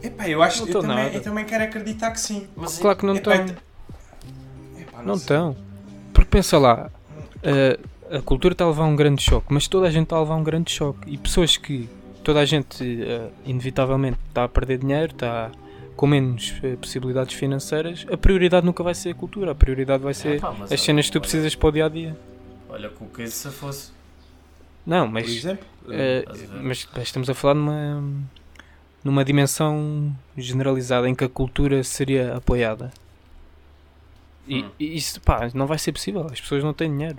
[SPEAKER 1] Epá, eu acho
[SPEAKER 5] Não
[SPEAKER 1] eu
[SPEAKER 5] tô
[SPEAKER 1] também,
[SPEAKER 5] nada.
[SPEAKER 1] eu também quero acreditar é que sim.
[SPEAKER 6] Mas
[SPEAKER 5] Claro que não
[SPEAKER 1] Epá,
[SPEAKER 5] estão.
[SPEAKER 1] eu te- Epá,
[SPEAKER 5] Não
[SPEAKER 1] sei.
[SPEAKER 5] estão. Porque pensa lá, a, a cultura está a levar um grande choque, mas toda a gente está a levar um grande choque. E pessoas que toda a gente eh, inevitavelmente está a perder dinheiro, está com menos eh, possibilidades financeiras, a prioridade nunca vai ser a cultura, a prioridade vai ser
[SPEAKER 6] É, pá, mas
[SPEAKER 5] as
[SPEAKER 6] olha-
[SPEAKER 5] cenas que tu
[SPEAKER 6] olha-
[SPEAKER 5] precisas para o dia a dia.
[SPEAKER 6] Olha que o que se fosse.
[SPEAKER 5] Não,
[SPEAKER 1] Por
[SPEAKER 5] mas,
[SPEAKER 1] exemplo,
[SPEAKER 5] eh,
[SPEAKER 6] estás a ver?
[SPEAKER 5] mas mas estamos a falar numa, numa dimensão generalizada em que a cultura seria apoiada. E,
[SPEAKER 6] Hum.
[SPEAKER 5] e isso pá, não vai ser possível, as pessoas não têm dinheiro.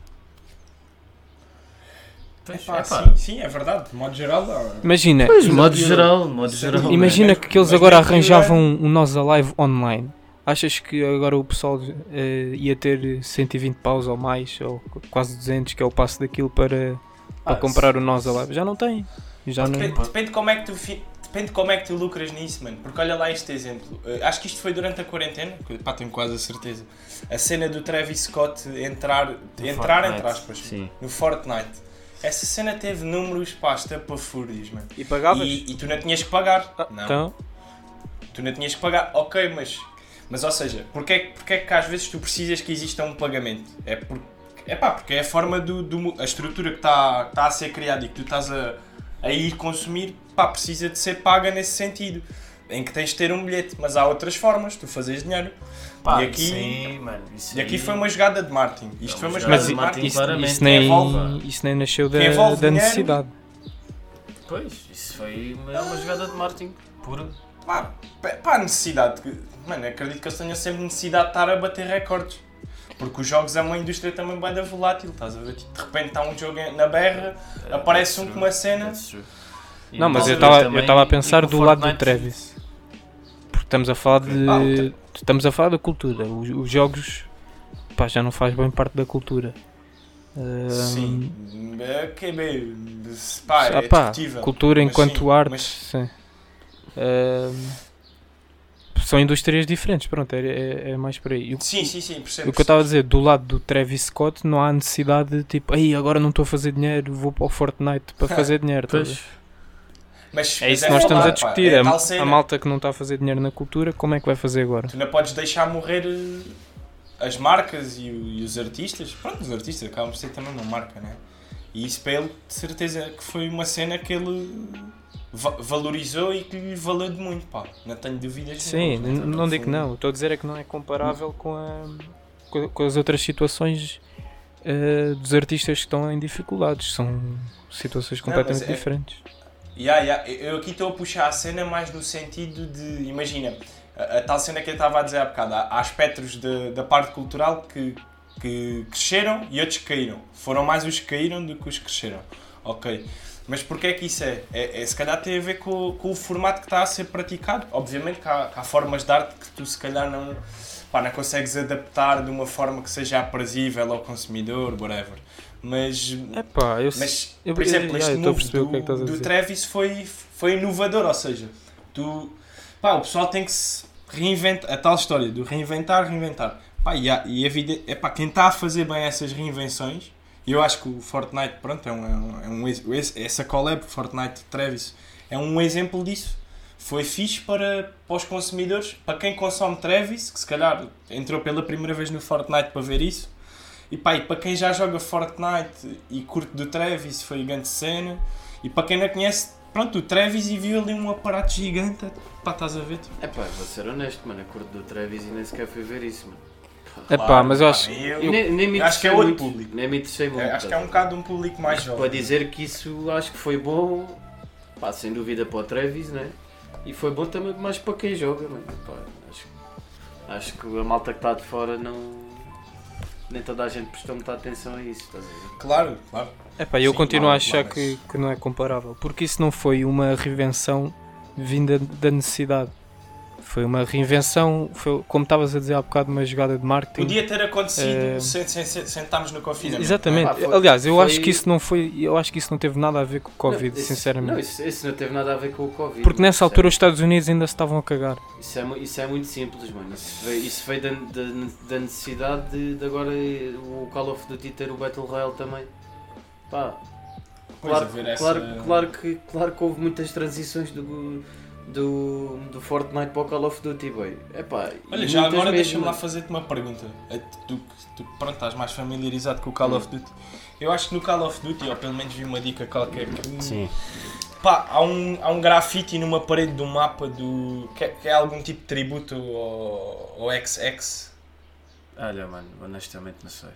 [SPEAKER 6] Pois,
[SPEAKER 1] pá,
[SPEAKER 6] é pá.
[SPEAKER 1] sim, sim, é verdade. De modo geral, ah,
[SPEAKER 5] Imagina,
[SPEAKER 4] Mas, de modo geral, de modo geral. né?
[SPEAKER 5] Imagina
[SPEAKER 1] mas-
[SPEAKER 5] que eles
[SPEAKER 1] mas
[SPEAKER 5] agora
[SPEAKER 1] naquilo
[SPEAKER 5] arranjavam um nós a live online. Achas que agora o pessoal eh, ia ter 120 paus ou mais, ou qu- quase 200, que é o passo daquilo para, para
[SPEAKER 6] Ah,
[SPEAKER 5] comprar o nós a live? Já não tem. Já não.
[SPEAKER 1] depende, depende como é que tu fi- Depende como é que tu lucras nisso, mano. Porque olha lá este exemplo. Eh, acho que isto foi durante a quarentena. que, Pá, tenho quase a certeza. A cena do Travis Scott entrar, entrar
[SPEAKER 6] Fortnite.
[SPEAKER 1] entre aspas,
[SPEAKER 4] Sim.
[SPEAKER 1] no Fortnite. Essa cena teve números, pá, estapafúrdios, mano.
[SPEAKER 5] E pagavas?
[SPEAKER 1] E, e tu não tinhas que pagar. não.
[SPEAKER 5] Então,
[SPEAKER 1] Tu não tinhas que pagar, ok, mas. Mas ou seja, porque é, que- porque é que às vezes tu precisas que exista um pagamento? É, por, é pá, porque é a forma do. do mo- a estrutura que está tá a ser criada e que tu estás a, a ir consumir, pá, precisa de ser paga nesse sentido. Em que tens de ter um bilhete, mas há outras formas, tu fazes dinheiro.
[SPEAKER 6] né? Pá,
[SPEAKER 1] e aqui-
[SPEAKER 6] isso aí, mano, isso
[SPEAKER 1] E aqui
[SPEAKER 6] aí-
[SPEAKER 1] foi uma jogada de marketing. Isto
[SPEAKER 6] É
[SPEAKER 1] foi
[SPEAKER 6] uma
[SPEAKER 1] uma
[SPEAKER 6] jogada
[SPEAKER 1] jogada
[SPEAKER 5] mas
[SPEAKER 1] de
[SPEAKER 5] i-
[SPEAKER 6] marketing,
[SPEAKER 1] marketing.
[SPEAKER 5] isso,
[SPEAKER 6] claramente,
[SPEAKER 5] isso nem,
[SPEAKER 6] envolve.
[SPEAKER 5] isso nem nasceu da,
[SPEAKER 1] Que envolve
[SPEAKER 5] da
[SPEAKER 1] dinheiro.
[SPEAKER 5] necessidade.
[SPEAKER 6] Pois, isso foi uma, é uma jogada de marketing pura.
[SPEAKER 1] Pá, pá, pá, a necessidade. que- Mano, acredito que eles tenham sempre necessidade de estar a bater recordes. Porque os jogos é uma indústria também bem da volátil, estás a ver? Tipo, De repente está um jogo em- na berra, aparece um com uma cena.
[SPEAKER 6] That's true. E
[SPEAKER 5] Não, mas
[SPEAKER 6] envolve
[SPEAKER 5] eu estava eu
[SPEAKER 6] também-
[SPEAKER 5] estava a
[SPEAKER 6] e
[SPEAKER 5] pensar
[SPEAKER 6] com
[SPEAKER 5] do lado do
[SPEAKER 6] Fortnite-
[SPEAKER 5] Travis. Porque estamos a
[SPEAKER 1] Ah, o
[SPEAKER 5] falar
[SPEAKER 1] Tra-
[SPEAKER 5] de. Estamos a falar da cultura. Os, os jogos pá, já não faz bem parte da cultura. Ahm,
[SPEAKER 1] Sim. É, que bem. Pá,
[SPEAKER 5] Hum. ah,
[SPEAKER 1] é
[SPEAKER 5] pá,
[SPEAKER 1] discutível.
[SPEAKER 5] cultura
[SPEAKER 1] Mas
[SPEAKER 5] enquanto
[SPEAKER 1] sim,
[SPEAKER 5] arte.
[SPEAKER 1] mas-
[SPEAKER 5] sim. Ahm, são indústrias diferentes, pronto, é, é- é mais por aí. E o-
[SPEAKER 1] Sim, sim, sim, percebo.
[SPEAKER 5] o que eu estava a dizer, do lado do Travis Scott não há necessidade de tipo, aí agora não estou a fazer dinheiro, vou para o Fortnite para fazer dinheiro. estás a ver?
[SPEAKER 4] Pois.
[SPEAKER 1] Mas,
[SPEAKER 5] É
[SPEAKER 1] mas
[SPEAKER 5] isso que nós estamos a
[SPEAKER 1] verdade, pá,
[SPEAKER 5] discutir.
[SPEAKER 1] é
[SPEAKER 5] a-
[SPEAKER 1] tal
[SPEAKER 5] a,
[SPEAKER 1] cena.
[SPEAKER 5] malta que não está a fazer dinheiro na cultura, como é que vai fazer agora?
[SPEAKER 1] Tu não podes deixar morrer eh, as marcas e, o- e os artistas. Pronto, os artistas acabam por ser também uma marca, né? E isso para ele, de certeza, que foi uma cena que ele va- valorizou e que lhe valeu de muito, pá. Não tenho dúvidas
[SPEAKER 5] Sim,
[SPEAKER 1] nenhumas,
[SPEAKER 5] n-
[SPEAKER 1] né?
[SPEAKER 5] não digo que
[SPEAKER 1] Foi-
[SPEAKER 5] não. Estou a dizer é que não é comparável com, a- com- com as outras situações eh, dos artistas que estão em dificuldades. São
[SPEAKER 1] mas
[SPEAKER 5] situações completamente
[SPEAKER 1] é-
[SPEAKER 5] diferentes.
[SPEAKER 1] Ya, ya, Eu aqui estou a puxar a cena mais no sentido de, imagina, a, a tal cena que eu estava a dizer há bocado, há, há espectros de- da parte cultural que, que cresceram e outros que caíram. Foram mais os que caíram do que os que cresceram. Ok. Mas porquê é que isso é? é, é- se calhar tem a ver com, o- com o formato que está a ser praticado. Obviamente que há, que há formas de arte que tu se calhar não, pá, não consegues adaptar de uma forma que seja aprazível ao consumidor, whatever. Mas
[SPEAKER 5] Epá, eu sei.
[SPEAKER 1] mas,
[SPEAKER 5] Eu-
[SPEAKER 1] por
[SPEAKER 5] eu-
[SPEAKER 1] exemplo,
[SPEAKER 5] eu-
[SPEAKER 1] este
[SPEAKER 5] eu estou a
[SPEAKER 1] move
[SPEAKER 5] perceber o
[SPEAKER 1] do,
[SPEAKER 5] que é que estás a
[SPEAKER 1] do
[SPEAKER 5] dizer.
[SPEAKER 1] Travis foi, foi inovador, ou seja, tu, pá, o pessoal tem que se reinventar, a tal história do reinventar, reinventar. Pá, e, há- e a vida, é pá, quem está a fazer bem essas reinvenções, e eu acho que o Fortnite, pronto, é um, é um, é um ex- ex- essa collab, Fortnite Travis, é um exemplo disso. Foi fixe para, para os consumidores, para quem consome Travis, que se calhar entrou pela primeira vez no Fortnite para ver isso, e pá, e para quem já joga Fortnite e curte do Travis, foi grande cena. E para quem não conhece, pronto, o Travis e viu ali um aparato gigante. Pá, estás a ver? tipo, tu?
[SPEAKER 6] É pá, vou ser honesto, mano. A curto do Travis e nem sequer fui ver isso, mano.
[SPEAKER 5] Epá, mas eu
[SPEAKER 1] Pá, é
[SPEAKER 5] acho.
[SPEAKER 1] eu-
[SPEAKER 6] E nem, nem me
[SPEAKER 1] eu acho que é
[SPEAKER 6] interessei
[SPEAKER 1] outro
[SPEAKER 6] muito.
[SPEAKER 1] público.
[SPEAKER 6] Nem me interessei muito.
[SPEAKER 1] É, acho que é um
[SPEAKER 6] estás a ver?
[SPEAKER 1] bocado um público mais
[SPEAKER 6] Para
[SPEAKER 1] jovem.
[SPEAKER 6] dizer que isso acho que foi bom, pá, sem dúvida para o Travis, né? E foi bom também mais para quem joga, mano. Pá, acho, acho que a malta que está de fora não. Nem toda a gente prestou muita atenção a isso, estás a ver?
[SPEAKER 1] Claro, claro.
[SPEAKER 5] Epá, eu
[SPEAKER 1] Sim,
[SPEAKER 5] continuo
[SPEAKER 1] claro,
[SPEAKER 5] a achar
[SPEAKER 1] claro,
[SPEAKER 5] que, que não é comparável. Porque isso não foi uma reinvenção vinda da necessidade. Foi uma reinvenção, foi, como estavas a dizer há bocado, uma jogada de marketing.
[SPEAKER 1] Podia ter acontecido
[SPEAKER 6] Eh,
[SPEAKER 5] É.
[SPEAKER 1] sem, sem, sem, sem estarmos no confinamento. é?
[SPEAKER 5] Exatamente.
[SPEAKER 6] Ah, foi-
[SPEAKER 5] Aliás, eu
[SPEAKER 6] foi-
[SPEAKER 5] acho que isso não foi, eu acho que isso não teve nada a ver com o Covid,
[SPEAKER 6] Não, isso-
[SPEAKER 5] sinceramente.
[SPEAKER 6] Não, isso, isso não teve nada a ver com o Covid.
[SPEAKER 5] Porque
[SPEAKER 6] mano.
[SPEAKER 5] nessa
[SPEAKER 6] Isso é-
[SPEAKER 5] altura os Estados Unidos ainda se estavam a cagar.
[SPEAKER 6] Isso é, mu- isso é muito simples, mano. Isso veio, isso veio da, da- da necessidade de, de agora o Call of Duty ter o Battle Royale também. Pá,
[SPEAKER 1] Pois,
[SPEAKER 6] claro,
[SPEAKER 1] a ver essa-
[SPEAKER 6] claro, claro, que, claro que houve muitas transições do, do, do Fortnite para o Call of Duty, boy. Epá, e
[SPEAKER 1] Olha, já
[SPEAKER 6] muitas
[SPEAKER 1] agora
[SPEAKER 6] mesmo, né?
[SPEAKER 1] deixa-me lá
[SPEAKER 6] mano.
[SPEAKER 1] fazer-te uma pergunta. É, Tu, tu- tu, pronto, estás mais familiarizado com o Call of Duty. Eu acho que no Call of Duty, ou pelo menos vi uma dica qualquer, que
[SPEAKER 12] Sim.
[SPEAKER 1] Pá, há um, há um grafite numa parede do mapa do. que é, que é algum tipo de tributo ao, ao XX.
[SPEAKER 6] Olha, mano, honestamente não sei.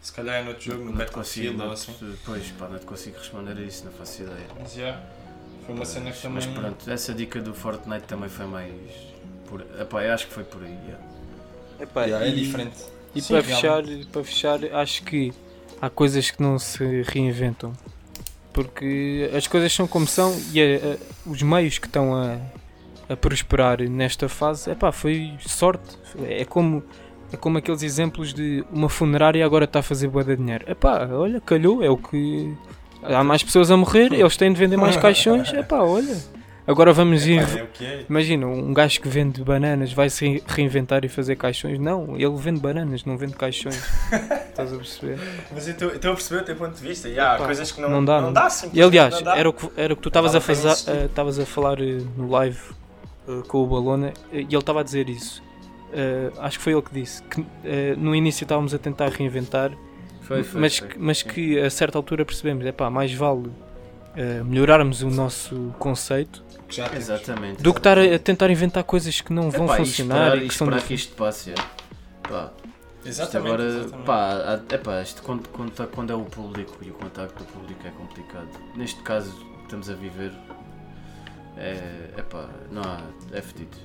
[SPEAKER 1] Se calhar é noutro jogo, no
[SPEAKER 6] Não te
[SPEAKER 1] Battlefield
[SPEAKER 6] consigo,
[SPEAKER 1] ou
[SPEAKER 6] não,
[SPEAKER 1] assim.
[SPEAKER 6] pois, pá, não te consigo responder a isso, não faço ideia.
[SPEAKER 1] Mas já. Foi uma cena que também.
[SPEAKER 6] Mas pronto, essa dica do Fortnite também foi mais. Por... Epá, eu acho que foi por aí. é. yeah.
[SPEAKER 1] Já, é
[SPEAKER 5] e-
[SPEAKER 1] diferente.
[SPEAKER 5] E
[SPEAKER 1] Sim,
[SPEAKER 5] para, fechar,
[SPEAKER 1] realmente.
[SPEAKER 5] para fechar, acho que há coisas que não se reinventam. Porque as coisas são como são e eh, eh, os meios que estão a, a prosperar nesta fase, epá, foi sorte. É como, é como aqueles exemplos de uma funerária agora está a fazer boa de dinheiro. Epá, olha, calhou, é o que. Há mais pessoas a morrer, eles têm de vender mais caixões. Epá, olha. Agora vamos ir.
[SPEAKER 1] É o que é.
[SPEAKER 5] Imagina, um gajo que vende bananas vai se rein- reinventar e fazer caixões. Não, ele vende bananas, não vende caixões. Estás a perceber?
[SPEAKER 1] Mas eu estou estou a perceber o teu ponto de vista. Já, há
[SPEAKER 5] Epá,
[SPEAKER 1] coisas que não,
[SPEAKER 5] não dá,
[SPEAKER 1] Não
[SPEAKER 5] não
[SPEAKER 1] dá sim.
[SPEAKER 5] E aliás, era o que, era o que tu estavas a,
[SPEAKER 1] Não tem
[SPEAKER 5] faza-
[SPEAKER 1] esse tipo.
[SPEAKER 5] eh, estavas a falar eh, no live eh, com o Balona eh, e ele estava a dizer isso. Eh, acho que foi ele que disse que eh, no início estávamos a tentar reinventar,
[SPEAKER 6] Foi, foi,
[SPEAKER 5] mas,
[SPEAKER 6] foi.
[SPEAKER 5] que- mas que a certa altura percebemos: é pá, mais vale eh, melhorarmos o nosso conceito
[SPEAKER 1] Já temos.
[SPEAKER 6] Exatamente.
[SPEAKER 5] do que estar a a tentar inventar coisas que não vão
[SPEAKER 6] Epá, e
[SPEAKER 5] funcionar
[SPEAKER 6] esperar,
[SPEAKER 5] e
[SPEAKER 6] e
[SPEAKER 5] que são
[SPEAKER 6] esperar que isto passe. é. Pá, isto
[SPEAKER 1] Exatamente.
[SPEAKER 6] agora,
[SPEAKER 1] exatamente.
[SPEAKER 6] pá, há- epá, isto quando, quando, tá- quando é o público e o contacto do público é complicado. Neste caso que estamos a viver, é, epá, não há, é fedido.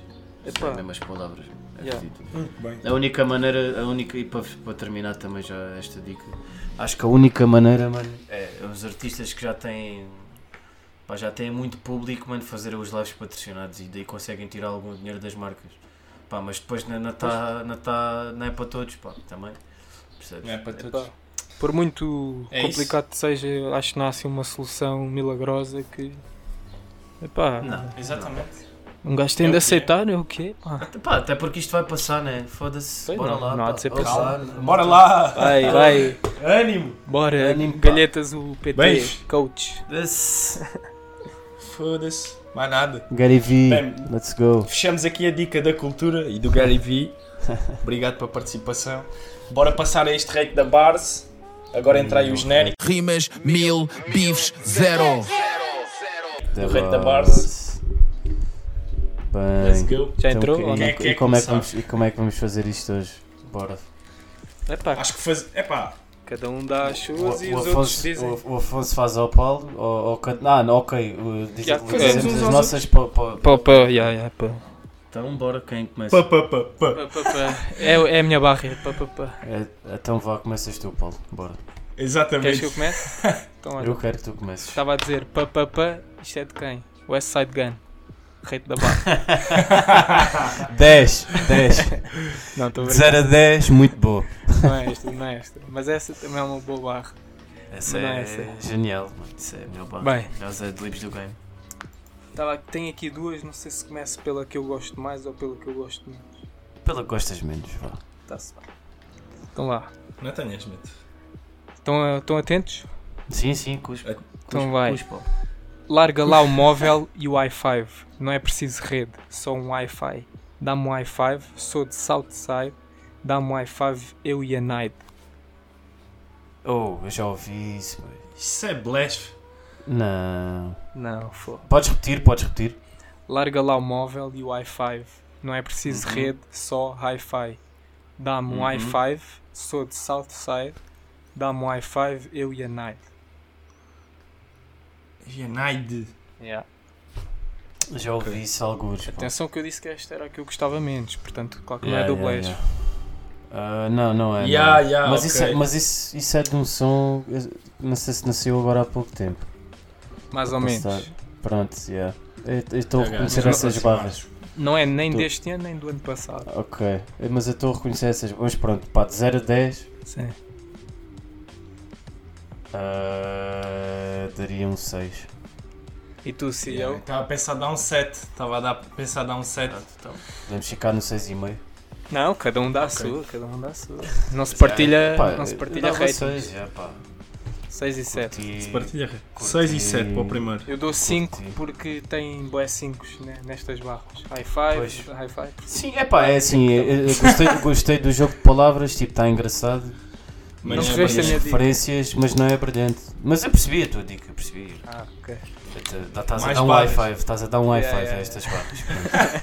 [SPEAKER 5] Epá.
[SPEAKER 6] São as mesmas palavras, é
[SPEAKER 5] Yeah.
[SPEAKER 6] fedido.
[SPEAKER 1] Muito bem.
[SPEAKER 6] A única maneira, a única, e para, para terminar também já esta dica, acho que a única maneira, mano, é os artistas que já têm, pá, já têm muito público, mano, fazer os lives patrocinados e daí conseguem tirar algum dinheiro das marcas. Pá, mas depois não, não, tá, não, tá, não é para todos, pá, também. Percebes?
[SPEAKER 1] Não é para todos.
[SPEAKER 5] Por muito
[SPEAKER 1] É isso.
[SPEAKER 5] complicado que seja, eu acho que não há assim uma solução milagrosa que. Epá,
[SPEAKER 6] Não.
[SPEAKER 1] Exatamente.
[SPEAKER 5] um gajo tem de
[SPEAKER 1] É o que é.
[SPEAKER 5] aceitar, é o quê? Pá.
[SPEAKER 6] Pá, até porque isto vai passar, né? Foda-se.
[SPEAKER 5] Sei
[SPEAKER 6] Bora
[SPEAKER 5] não,
[SPEAKER 6] lá.
[SPEAKER 5] não há
[SPEAKER 6] pá.
[SPEAKER 5] de ser
[SPEAKER 6] Bora
[SPEAKER 5] passado.
[SPEAKER 6] lá.
[SPEAKER 1] Bora lá!
[SPEAKER 5] Vai, vai,
[SPEAKER 1] Ânimo!
[SPEAKER 5] Ah, bora,
[SPEAKER 6] Ânimo, pá.
[SPEAKER 5] galhetas o PT,
[SPEAKER 1] Beijo.
[SPEAKER 5] coach.
[SPEAKER 6] Esse-
[SPEAKER 1] Foda-se. Mais nada.
[SPEAKER 12] Gary V,
[SPEAKER 1] Bem,
[SPEAKER 12] let's go.
[SPEAKER 1] Fechamos aqui a dica da cultura e do Gary Vee. Obrigado pela participação. Bora passar a este rec da Bars. Agora entra aí o genérico.
[SPEAKER 2] Rimas, mil, bifes, zero.
[SPEAKER 6] da
[SPEAKER 1] O rei da
[SPEAKER 6] Barce. Bem,
[SPEAKER 1] Let's go.
[SPEAKER 5] Já
[SPEAKER 6] então,
[SPEAKER 5] entrou
[SPEAKER 6] que-
[SPEAKER 5] ou não?
[SPEAKER 1] Quem
[SPEAKER 6] e,
[SPEAKER 1] é que é
[SPEAKER 6] e como é que
[SPEAKER 1] começar?
[SPEAKER 6] vamos, e como é que vamos fazer isto hoje? Bora.
[SPEAKER 5] Epá,
[SPEAKER 1] Acho que faz. Epá,
[SPEAKER 5] cada um dá as
[SPEAKER 6] O,
[SPEAKER 5] suas e
[SPEAKER 6] o,
[SPEAKER 5] os outros
[SPEAKER 6] Afonso,
[SPEAKER 5] dizem.
[SPEAKER 6] o, o Afonso faz ao Paulo, ou, ou, can- ah, não, ok, o, diz,
[SPEAKER 5] Já fazemos
[SPEAKER 6] dizemos
[SPEAKER 1] uns
[SPEAKER 6] as
[SPEAKER 1] aos
[SPEAKER 6] nossas para, para,
[SPEAKER 5] Pá, pá, já, já, pá.
[SPEAKER 4] Então bora, quem começa?
[SPEAKER 13] Pá, pá, pá, pá.
[SPEAKER 5] Pá, pá, pá. É, é a minha barra. Pá, pá, pá.
[SPEAKER 6] É, Então vá, começas tu, Paulo. Bora.
[SPEAKER 5] Queres que
[SPEAKER 1] Exatamente.
[SPEAKER 5] eu comece? Então, olha.
[SPEAKER 6] Eu quero que tu comeces.
[SPEAKER 5] Estava a dizer pá, pá, pá. Isto é de quem? West Side Gun. Rei da barra.
[SPEAKER 6] 10, 10,
[SPEAKER 5] Não, estou a
[SPEAKER 6] 0 a 10, muito boa.
[SPEAKER 5] Não é esta, não é esta. Mas essa também é uma boa barra.
[SPEAKER 6] Essa
[SPEAKER 5] Não,
[SPEAKER 6] é,
[SPEAKER 5] essa-
[SPEAKER 6] genial, mano.
[SPEAKER 4] Isso é meu pá.
[SPEAKER 5] Bem.
[SPEAKER 4] Já usei de livros do game.
[SPEAKER 5] Tava, tenho Tá aqui duas, não sei se começo pela que eu gosto mais ou pela que eu gosto menos.
[SPEAKER 6] Pela que gostas menos, vá.
[SPEAKER 5] Tá-se bem. Então lá.
[SPEAKER 1] Não tenhas medo.
[SPEAKER 5] Estão, estão atentos?
[SPEAKER 6] Sim, sim, cuspo.
[SPEAKER 5] Então vai.
[SPEAKER 4] Cuspa.
[SPEAKER 5] Larga lá o móvel e o i5. Não é preciso rede, só um Wi-Fi. Dá-me um i5, sou de Southside. Dá-me um i5, eu e a Night.
[SPEAKER 6] Oh, eu já ouvi isso, boy.
[SPEAKER 1] Isso é blef.
[SPEAKER 6] Não.
[SPEAKER 5] Não, foi.
[SPEAKER 6] Podes repetir, podes repetir.
[SPEAKER 5] Larga lá o móvel e o i5. Não é preciso rede, só hi-fi. Dá-me um i5, sou de Southside. Dá-me um i5, eu e a Night.
[SPEAKER 1] Genaide.
[SPEAKER 6] Já ouvi isso alguns.
[SPEAKER 5] Atenção que eu disse que esta era a que eu gostava menos, portanto, claro que não é do Blaze.
[SPEAKER 6] não, não é. não
[SPEAKER 1] Ya,
[SPEAKER 6] é.
[SPEAKER 1] ya,
[SPEAKER 6] mas isso, é-
[SPEAKER 1] ok.
[SPEAKER 6] mas isso, isso é de um som. eh, Não sei se nasceu agora há pouco tempo.
[SPEAKER 5] Mais ou
[SPEAKER 6] Posso
[SPEAKER 5] menos.
[SPEAKER 6] estar- Pronto, yeah. Eu eu estou a
[SPEAKER 1] Ok,
[SPEAKER 6] reconhecer
[SPEAKER 1] mas-
[SPEAKER 6] essas barras.
[SPEAKER 5] Não é nem
[SPEAKER 6] Tu-
[SPEAKER 5] deste ano nem do ano passado.
[SPEAKER 6] Ok, eh, mas eu estou a reconhecer essas. Mas pronto, pá, de 0 a 10,
[SPEAKER 5] Sim.
[SPEAKER 6] ah, daria um 6.
[SPEAKER 5] E tu, se eu? Ah,
[SPEAKER 1] Estava a pensar a dar um 7. Estava a dar- pensar a dar um 7.
[SPEAKER 6] Podemos ficar no 6,5.
[SPEAKER 5] Não, cada um dá a sua, cada um dá a sua. Não se partilha,
[SPEAKER 6] é. Pá,
[SPEAKER 5] É, não se
[SPEAKER 6] eu
[SPEAKER 5] partilha
[SPEAKER 6] dava
[SPEAKER 5] rating.
[SPEAKER 6] seis, já, pá.
[SPEAKER 5] 6 e 7.
[SPEAKER 6] Curti-
[SPEAKER 1] Partilha. 6 e 7 para o primeiro.
[SPEAKER 5] Eu dou 5
[SPEAKER 6] Curti.
[SPEAKER 5] porque tem boé 5 nestas barras. High
[SPEAKER 6] Pois.
[SPEAKER 5] five, high five.
[SPEAKER 6] Sim, é pá, é assim, eu, eu gostei, eu gostei do jogo de palavras, tipo, está engraçado.
[SPEAKER 1] Mas
[SPEAKER 5] Não
[SPEAKER 1] é
[SPEAKER 5] fizeste a
[SPEAKER 6] As
[SPEAKER 5] minha dica.
[SPEAKER 6] referências, mas não é brilhante. Mas eu percebi a tua dica, eu percebi.
[SPEAKER 5] Ah, ok.
[SPEAKER 6] Dá- Estás a
[SPEAKER 1] Mais
[SPEAKER 6] dar um
[SPEAKER 1] barras.
[SPEAKER 6] i5, estás a dar um i5
[SPEAKER 5] Yeah, yeah,
[SPEAKER 6] a estas barras.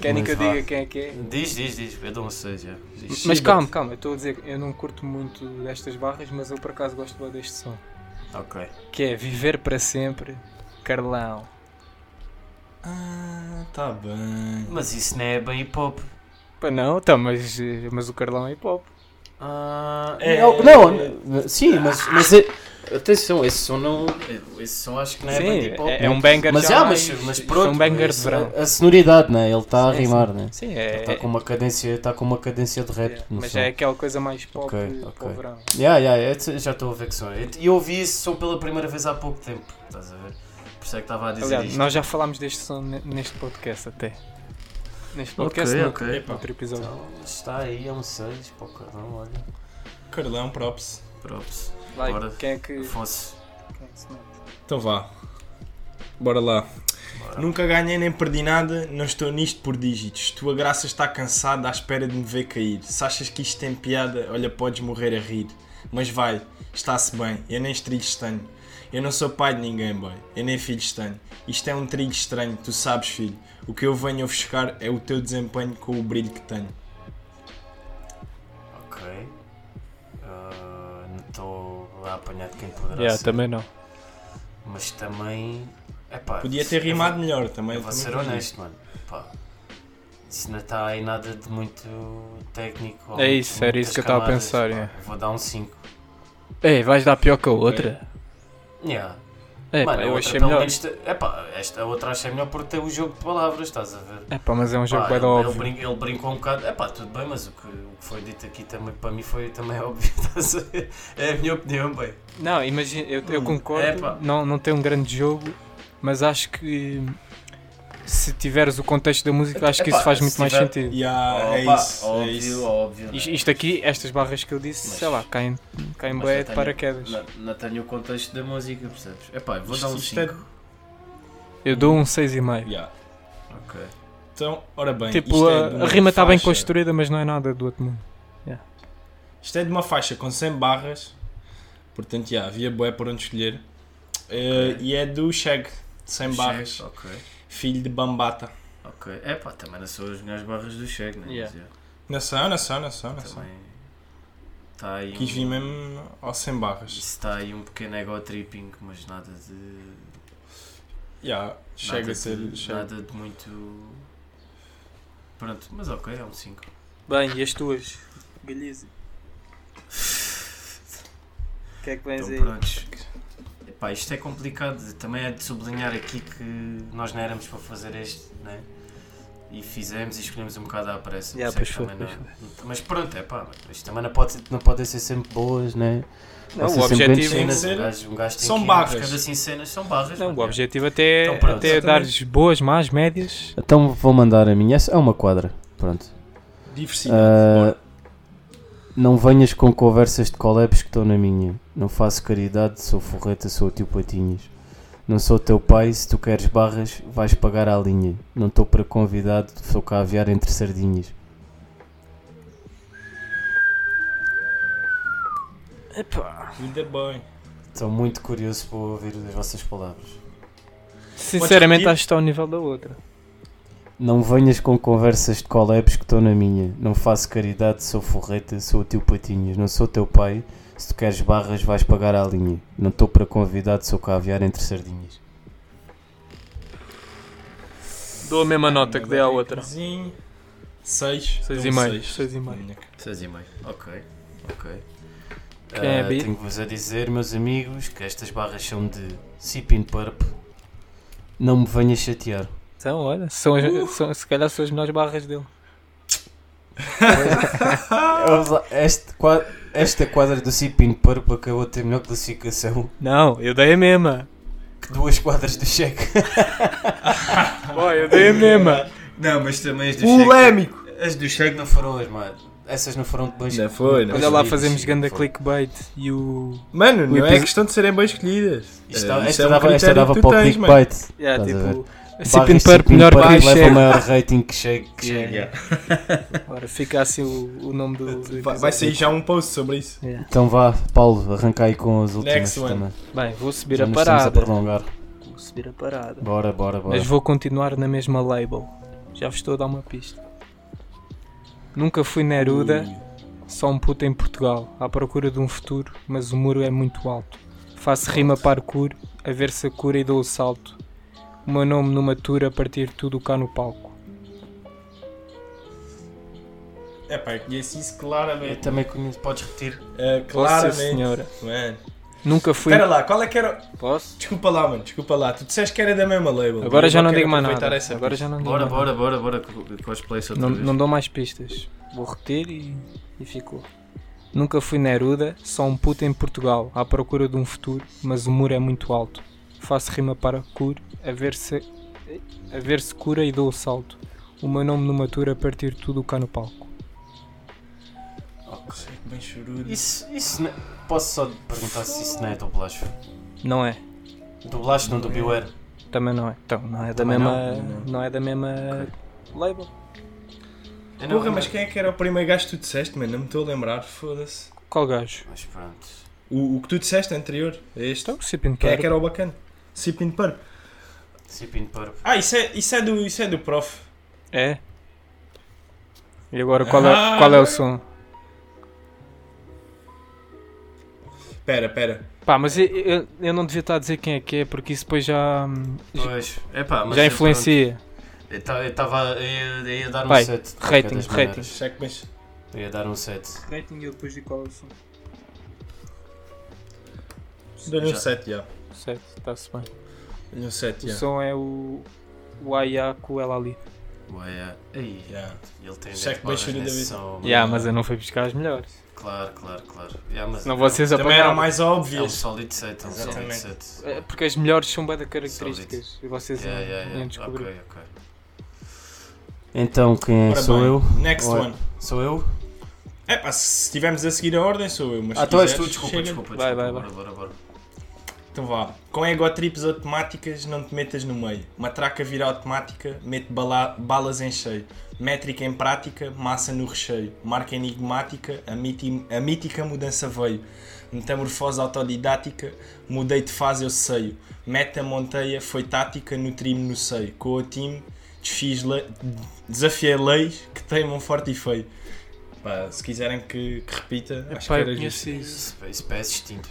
[SPEAKER 5] Querem que eu
[SPEAKER 6] Mas vá.
[SPEAKER 5] diga quem é que é?
[SPEAKER 6] Diz, diz, diz, eu dou um 6, já. Diz.
[SPEAKER 5] Mas calma, calma, eu estou a dizer, eu não curto muito destas barras, mas eu por acaso gosto bem deste som.
[SPEAKER 6] Ok.
[SPEAKER 5] Que é Viver para Sempre, Carlão.
[SPEAKER 1] Ah, tá bem.
[SPEAKER 6] Mas isso não é bem hip hop.
[SPEAKER 5] Pá, não, tá, mas, eh, mas o Carlão é hip hop.
[SPEAKER 6] Ah,
[SPEAKER 1] É-
[SPEAKER 6] não, não, sim, mas, mas é- atenção, esse som não. Esse som acho que não é bem
[SPEAKER 5] Sim,
[SPEAKER 6] hip hop.
[SPEAKER 5] é, é
[SPEAKER 6] não.
[SPEAKER 5] um banger
[SPEAKER 6] mas,
[SPEAKER 5] já
[SPEAKER 6] ah,
[SPEAKER 5] mais-
[SPEAKER 6] mas, mas pronto,
[SPEAKER 5] um banger de
[SPEAKER 6] esse-
[SPEAKER 5] verão.
[SPEAKER 6] a, a sonoridade, né? Ele está a
[SPEAKER 5] Sim, sim.
[SPEAKER 6] rimar, né?
[SPEAKER 5] Sim,
[SPEAKER 6] Ele
[SPEAKER 5] é,
[SPEAKER 6] está com uma cadência, está com uma cadência de rap.
[SPEAKER 5] é,
[SPEAKER 6] no
[SPEAKER 5] mas
[SPEAKER 6] som.
[SPEAKER 5] já é aquela coisa mais pop
[SPEAKER 6] Ok,
[SPEAKER 5] para
[SPEAKER 6] ok.
[SPEAKER 5] o verão.
[SPEAKER 6] Yeah, yeah, é de- já estou a ver que som. é. E eu ouvi esse som pela primeira vez há pouco tempo, estás a ver? Por isso é que estava a dizer
[SPEAKER 5] Aliás,
[SPEAKER 6] isto.
[SPEAKER 5] nós já falámos deste som ne- neste podcast até. Neste podcast,
[SPEAKER 4] Ok,
[SPEAKER 5] no-
[SPEAKER 4] ok.
[SPEAKER 5] no outro episódio.
[SPEAKER 6] Então, está aí, é um 6, pô, carlão, olha.
[SPEAKER 1] Carlão, props.
[SPEAKER 4] Props.
[SPEAKER 6] Tá,
[SPEAKER 5] Vai,
[SPEAKER 4] Bora.
[SPEAKER 5] quem é que.
[SPEAKER 6] Afonso.
[SPEAKER 5] quem é que se mete?
[SPEAKER 1] Então vá. Bora lá. Nunca ganhei nem perdi nada, não estou nisto por dígitos. Tua graça está cansada à espera de me ver cair. Se achas que isto tem piada, olha, podes morrer a rir. Mas vai, está-se bem, eu nem estrigos tenho. Eu não sou pai de ninguém, boy. Eu nem filhos tenho. Isto é um trigo estranho, tu sabes, filho. O que eu venho ofuscar é o teu desempenho com o brilho que tenho.
[SPEAKER 6] Ok. Ah, não estou a apanhar de quem poderá
[SPEAKER 5] Yeah,
[SPEAKER 6] ser.
[SPEAKER 5] também não.
[SPEAKER 6] Mas também. Epá,
[SPEAKER 1] Podia
[SPEAKER 6] eu
[SPEAKER 1] ter
[SPEAKER 6] vou-
[SPEAKER 1] rimado melhor também.
[SPEAKER 6] Eu vou
[SPEAKER 1] também
[SPEAKER 6] ser
[SPEAKER 1] podia.
[SPEAKER 6] honesto, mano. Pá. Isso não está aí nada de muito técnico. ou
[SPEAKER 5] É
[SPEAKER 6] muito-
[SPEAKER 5] isso, era
[SPEAKER 6] muitas
[SPEAKER 5] isso que eu estava a
[SPEAKER 6] camadas,
[SPEAKER 5] pensar,
[SPEAKER 6] pá.
[SPEAKER 5] é.
[SPEAKER 6] Vou dar um 5.
[SPEAKER 5] Ei, vais dar pior que a outra?
[SPEAKER 6] Yeah.
[SPEAKER 5] É,
[SPEAKER 6] Mano,
[SPEAKER 5] pá,
[SPEAKER 6] a
[SPEAKER 5] eu
[SPEAKER 6] outra, tá um
[SPEAKER 5] achei
[SPEAKER 6] pelo
[SPEAKER 5] melhor.
[SPEAKER 6] menos, te- epá, esta outra achei melhor por ter o jogo de palavras, estás a ver?
[SPEAKER 5] É, pá, mas é um
[SPEAKER 6] Pá,
[SPEAKER 5] jogo bem
[SPEAKER 6] ele, ele,
[SPEAKER 5] óbvio.
[SPEAKER 6] brin- ele brincou um bocado, epá, tudo bem, mas o que, o que foi dito aqui também para mim foi também óbvio, estás a ver? É a minha opinião, bem.
[SPEAKER 5] Não, imagina, eu, eu
[SPEAKER 6] Hum,
[SPEAKER 5] concordo,
[SPEAKER 6] epá.
[SPEAKER 5] não, não tem um grande jogo, mas acho que se tiveres o contexto da música, acho que
[SPEAKER 6] Epá,
[SPEAKER 5] isso faz
[SPEAKER 6] se
[SPEAKER 5] muito mais
[SPEAKER 6] tiver-
[SPEAKER 5] sentido.
[SPEAKER 1] Yeah, é
[SPEAKER 6] Opa,
[SPEAKER 1] isso, é
[SPEAKER 6] óbvio,
[SPEAKER 1] isso.
[SPEAKER 6] óbvio. né?
[SPEAKER 5] Is- Isto aqui, estas barras que eu disse,
[SPEAKER 4] Mas-
[SPEAKER 5] sei lá, caem, caem
[SPEAKER 4] mas
[SPEAKER 5] bué
[SPEAKER 4] eu
[SPEAKER 5] de
[SPEAKER 4] tenho-
[SPEAKER 5] paraquedas.
[SPEAKER 4] Não, não tenho o contexto da música, percebes? É pá, vou
[SPEAKER 1] Isto-
[SPEAKER 4] dar um
[SPEAKER 1] isto é-
[SPEAKER 4] 5.
[SPEAKER 5] Eu dou um 6,5.
[SPEAKER 1] Yeah.
[SPEAKER 4] Ok.
[SPEAKER 1] Então, ora bem,
[SPEAKER 5] Tipo,
[SPEAKER 1] isto é de
[SPEAKER 5] a,
[SPEAKER 1] uma
[SPEAKER 5] a rima está bem
[SPEAKER 1] faixa-
[SPEAKER 5] construída, mas não é nada do outro mundo.
[SPEAKER 1] Isto é de uma faixa com 100 barras, portanto, já, havia boé por onde escolher. Eh, E é do Shag, 100 barras.
[SPEAKER 4] Ok,
[SPEAKER 1] Filho de Bambata.
[SPEAKER 4] ok. É pá, também não são as melhores barras do Cheque, né?
[SPEAKER 5] Yeah. Ah,
[SPEAKER 4] Mas, yeah,
[SPEAKER 1] Nação, nação, nação, nação.
[SPEAKER 4] Também.
[SPEAKER 6] tá
[SPEAKER 4] Está aí.
[SPEAKER 1] Quis vir
[SPEAKER 4] um...
[SPEAKER 1] mesmo ao 100 barras.
[SPEAKER 4] Está aí um pequeno ego tripping, mas nada de.
[SPEAKER 1] Yeah, chega
[SPEAKER 4] nada
[SPEAKER 1] a ser.
[SPEAKER 4] de,
[SPEAKER 1] chega.
[SPEAKER 4] Nada de muito. Pronto, mas ok, é um 5.
[SPEAKER 5] Bem, e as tuas? Galhese. O que é que vens
[SPEAKER 4] Então
[SPEAKER 5] aí?
[SPEAKER 4] prontos. Epá, isto é complicado. Também é de sublinhar aqui que nós não éramos para fazer este, né? E fizemos e escolhemos um bocado à pressa.
[SPEAKER 5] Yeah,
[SPEAKER 4] por isso é
[SPEAKER 5] pois
[SPEAKER 4] que
[SPEAKER 5] foi,
[SPEAKER 4] também não- Mas pronto, é pá, isto também não, pode ser- não podem ser sempre boas, né?
[SPEAKER 5] Não,
[SPEAKER 6] Vocês
[SPEAKER 5] o
[SPEAKER 6] sempre
[SPEAKER 5] objetivo é
[SPEAKER 6] têm
[SPEAKER 1] tem que
[SPEAKER 6] cenas,
[SPEAKER 1] ser-
[SPEAKER 6] Um gajo, um gajo tem
[SPEAKER 1] são
[SPEAKER 6] que ir
[SPEAKER 1] barras.
[SPEAKER 6] buscando
[SPEAKER 4] Cada assim cenas são barras.
[SPEAKER 5] Não,
[SPEAKER 4] mano.
[SPEAKER 5] o objetivo até,
[SPEAKER 4] Então, pronto,
[SPEAKER 5] até dar-lhes boas, más, médias.
[SPEAKER 6] Então vou mandar a minha. Essa é uma quadra. Pronto.
[SPEAKER 1] Diversidade.
[SPEAKER 6] Ah, não venhas com conversas de collabs que estão na minha. Não faço caridade, sou forreta, sou o tio Patinhas. Não sou teu pai, se tu queres barras, vais pagar à linha. Não estou para convidado, sou caviar entre sardinhas.
[SPEAKER 1] Ainda bem.
[SPEAKER 6] Estou muito curioso para ouvir as vossas palavras.
[SPEAKER 5] Sinceramente,
[SPEAKER 1] repetir?
[SPEAKER 5] acho que está ao nível da outra.
[SPEAKER 6] Não venhas com conversas de collabs que estão na minha. Não faço caridade, sou forreta, sou o tio Patinhas. Não sou teu pai, se tu queres barras, vais pagar à linha. Não estou para convidado, sou caviar entre sardinhas.
[SPEAKER 5] Dou a mesma nota que dei à outra.
[SPEAKER 1] 6. 6
[SPEAKER 5] Seis e meio, seis e meio.
[SPEAKER 4] Seis e meio. Ok, ok.
[SPEAKER 5] Quem é
[SPEAKER 6] Ah,
[SPEAKER 5] bi?
[SPEAKER 6] Tenho-vos a dizer, meus amigos, que estas barras são de Sipin Purp. Não me venha chatear.
[SPEAKER 5] Então, olha, são, as- são- se calhar são as melhores barras dele.
[SPEAKER 6] Vamos lá, este qua- esta quadra do Sipin Purp acabou de ter melhor classificação
[SPEAKER 5] Não, eu dei a mesma.
[SPEAKER 6] que duas quadras do cheque.
[SPEAKER 5] Ó, eu dei a mesma.
[SPEAKER 6] Não, mas também as
[SPEAKER 5] Um
[SPEAKER 6] do
[SPEAKER 13] Polémico!
[SPEAKER 6] As do cheque não foram as mais. Essas não foram de bons.
[SPEAKER 13] Não foi,
[SPEAKER 6] bons
[SPEAKER 13] não. é?
[SPEAKER 5] Olha lá,
[SPEAKER 6] escolhidas,
[SPEAKER 5] fazemos
[SPEAKER 6] sim,
[SPEAKER 5] ganda
[SPEAKER 6] não foi.
[SPEAKER 5] clickbait e o.
[SPEAKER 13] Mano, não é
[SPEAKER 6] episo-
[SPEAKER 13] questão de serem bem escolhidas.
[SPEAKER 6] Isto
[SPEAKER 13] Eh,
[SPEAKER 6] dá-
[SPEAKER 13] isso
[SPEAKER 6] esta,
[SPEAKER 13] é um
[SPEAKER 6] dava, esta
[SPEAKER 13] critério
[SPEAKER 6] dava
[SPEAKER 13] que tu
[SPEAKER 6] para o
[SPEAKER 13] tens, mano.
[SPEAKER 6] clickbait.
[SPEAKER 5] Yeah,
[SPEAKER 6] Estás a
[SPEAKER 5] tipo, a Sip and
[SPEAKER 6] Barras
[SPEAKER 5] Purp,
[SPEAKER 6] Sip in
[SPEAKER 5] melhor é
[SPEAKER 6] Purp
[SPEAKER 5] barra
[SPEAKER 6] leva o
[SPEAKER 5] chefe.
[SPEAKER 6] maior rating que chegue. Que chegue.
[SPEAKER 5] Ora, fica assim o, o nome do. do
[SPEAKER 13] Vai,
[SPEAKER 5] episódio.
[SPEAKER 13] vai sair já um post sobre isso.
[SPEAKER 6] Então vá, Paulo, arranca aí com as últimas
[SPEAKER 1] Next one.
[SPEAKER 6] também.
[SPEAKER 5] Bem, vou subir
[SPEAKER 6] Já
[SPEAKER 5] a
[SPEAKER 6] nos estamos a
[SPEAKER 5] parada.
[SPEAKER 6] prolongar.
[SPEAKER 5] Vou subir a parada.
[SPEAKER 6] Bora, bora, bora.
[SPEAKER 5] Mas vou continuar na mesma label. Já vos estou a dar uma pista. Nunca fui Neruda, só um puto em Portugal, à procura de um futuro, mas o muro é muito alto. Faço rima parkour, a ver se a cura e dou o salto. O meu nome numa tour a partir tudo cá no palco.
[SPEAKER 1] É pá, eu conheço isso
[SPEAKER 6] Eu
[SPEAKER 1] claramente.
[SPEAKER 6] também conheço, podes repetir.
[SPEAKER 1] Ah,
[SPEAKER 5] Claro,
[SPEAKER 1] claramente.
[SPEAKER 5] senhora.
[SPEAKER 1] Mano.
[SPEAKER 5] Nunca fui.
[SPEAKER 1] Espera lá, qual é que era.
[SPEAKER 5] Posso?
[SPEAKER 1] Desculpa lá, mano, desculpa lá. Tu disseste que era da mesma label.
[SPEAKER 5] Agora
[SPEAKER 1] Eu
[SPEAKER 5] já não
[SPEAKER 1] quero
[SPEAKER 5] digo mais
[SPEAKER 1] aproveitar
[SPEAKER 5] nada.
[SPEAKER 1] essa
[SPEAKER 5] Agora já não digo
[SPEAKER 4] Bora,
[SPEAKER 5] mais
[SPEAKER 4] bora, bora, bora co- cosplay isso outra
[SPEAKER 5] Não,
[SPEAKER 4] vez.
[SPEAKER 5] não dou mais pistas. Vou repetir e, e ficou. Nunca fui Neruda, só um puto em Portugal, à procura de um futuro, mas o muro é muito alto. Faço rima para cura, a ver se a ver se cura e dou o salto. O meu nome numa tour a partir tudo cá no palco.
[SPEAKER 1] pista. Bem chorudo.
[SPEAKER 6] Isso, isso não... é- Posso só perguntar se isso não é dublagem?
[SPEAKER 5] Não é,
[SPEAKER 6] Dublagem não do Beware?
[SPEAKER 5] também não é. Então, não é da
[SPEAKER 6] Também
[SPEAKER 5] mesma.
[SPEAKER 6] não,
[SPEAKER 5] Não, é da mesma label.
[SPEAKER 6] Eu
[SPEAKER 1] Porra, mas quem é que era o primeiro gajo que tu disseste, mano? Não me estou a lembrar, foda-se.
[SPEAKER 5] Qual gajo?
[SPEAKER 6] Mas pronto.
[SPEAKER 1] O, o que tu disseste anterior a este.
[SPEAKER 5] Então, o Sipin
[SPEAKER 1] Quem é que era o bacana? Sipin Purp.
[SPEAKER 6] Sipin Purp.
[SPEAKER 1] Ah, isso é, isso é, do, isso é do prof.
[SPEAKER 5] É. E agora qual é,
[SPEAKER 4] Ah!
[SPEAKER 5] qual é o som?
[SPEAKER 1] Pera, pera.
[SPEAKER 5] Pá, mas eu, eu, eu não devia estar a dizer quem é que é, porque isso depois já, hum,
[SPEAKER 6] Pois, epá, é, mas...
[SPEAKER 5] já influencia.
[SPEAKER 6] pronto, Eu ta- eu estava... Eu ia- eu ia dar um
[SPEAKER 5] Vai,
[SPEAKER 6] 7.
[SPEAKER 5] rating, rating.
[SPEAKER 1] Já é que mas.
[SPEAKER 6] Eu ia dar um 7.
[SPEAKER 5] Rating eu depois de qual eu sou?
[SPEAKER 1] Dou-lhe um
[SPEAKER 4] Já.
[SPEAKER 1] 7, já.
[SPEAKER 5] Certo, está-se bem.
[SPEAKER 1] Dou-lhe um 7,
[SPEAKER 5] O
[SPEAKER 1] já.
[SPEAKER 5] som é o. O Aya com ela ali.
[SPEAKER 6] Ué, é. Ei,
[SPEAKER 1] Já.
[SPEAKER 6] ele tem
[SPEAKER 1] Check
[SPEAKER 6] 10 barras
[SPEAKER 1] bem chorido
[SPEAKER 6] nesse
[SPEAKER 1] da vida.
[SPEAKER 6] som,
[SPEAKER 5] Yeah,
[SPEAKER 6] mano.
[SPEAKER 5] mas eu não fui buscar as melhores.
[SPEAKER 6] Claro, claro, claro. Yeah, mas
[SPEAKER 5] Senão vocês
[SPEAKER 1] Também eram
[SPEAKER 5] apanharam mais.
[SPEAKER 1] mais
[SPEAKER 6] É um
[SPEAKER 1] óbvios.
[SPEAKER 6] solid 7, é um solid
[SPEAKER 1] Exatamente.
[SPEAKER 6] 7.
[SPEAKER 5] Porque as melhores são bem da características. E vocês
[SPEAKER 6] Yeah,
[SPEAKER 5] iam-
[SPEAKER 6] yeah,
[SPEAKER 5] iam
[SPEAKER 6] yeah.
[SPEAKER 5] descobrir.
[SPEAKER 6] Ok, ok. Então, quem sou eu?
[SPEAKER 1] Next
[SPEAKER 6] Ora.
[SPEAKER 1] one.
[SPEAKER 6] Sou eu?
[SPEAKER 1] É pá, se estivermos a seguir a ordem, sou eu. Mas
[SPEAKER 6] Ah,
[SPEAKER 1] se
[SPEAKER 6] tu és tu,
[SPEAKER 1] quiseres,
[SPEAKER 6] desculpa,
[SPEAKER 1] chega.
[SPEAKER 6] desculpa, desculpa.
[SPEAKER 5] Vai, vai,
[SPEAKER 6] Bora, bora, bora.
[SPEAKER 1] Então vá. Com egotrips automáticas, não te metas no meio. Matraca vira automática, mete bala- balas em cheio. Métrica em prática, massa no recheio. Marca enigmática, a, miti- a mítica mudança veio. Metamorfose autodidática, mudei de fase eu seio. Meta monteia, foi tática, nutri-me no seio. Com o time, desfiz le- desafiei leis que teimam forte e feio. Pá, se quiserem que, que repita, acho que
[SPEAKER 5] Pá, eu
[SPEAKER 1] era justo.
[SPEAKER 5] conheço isso.
[SPEAKER 6] Isso, é, isso parece distinto.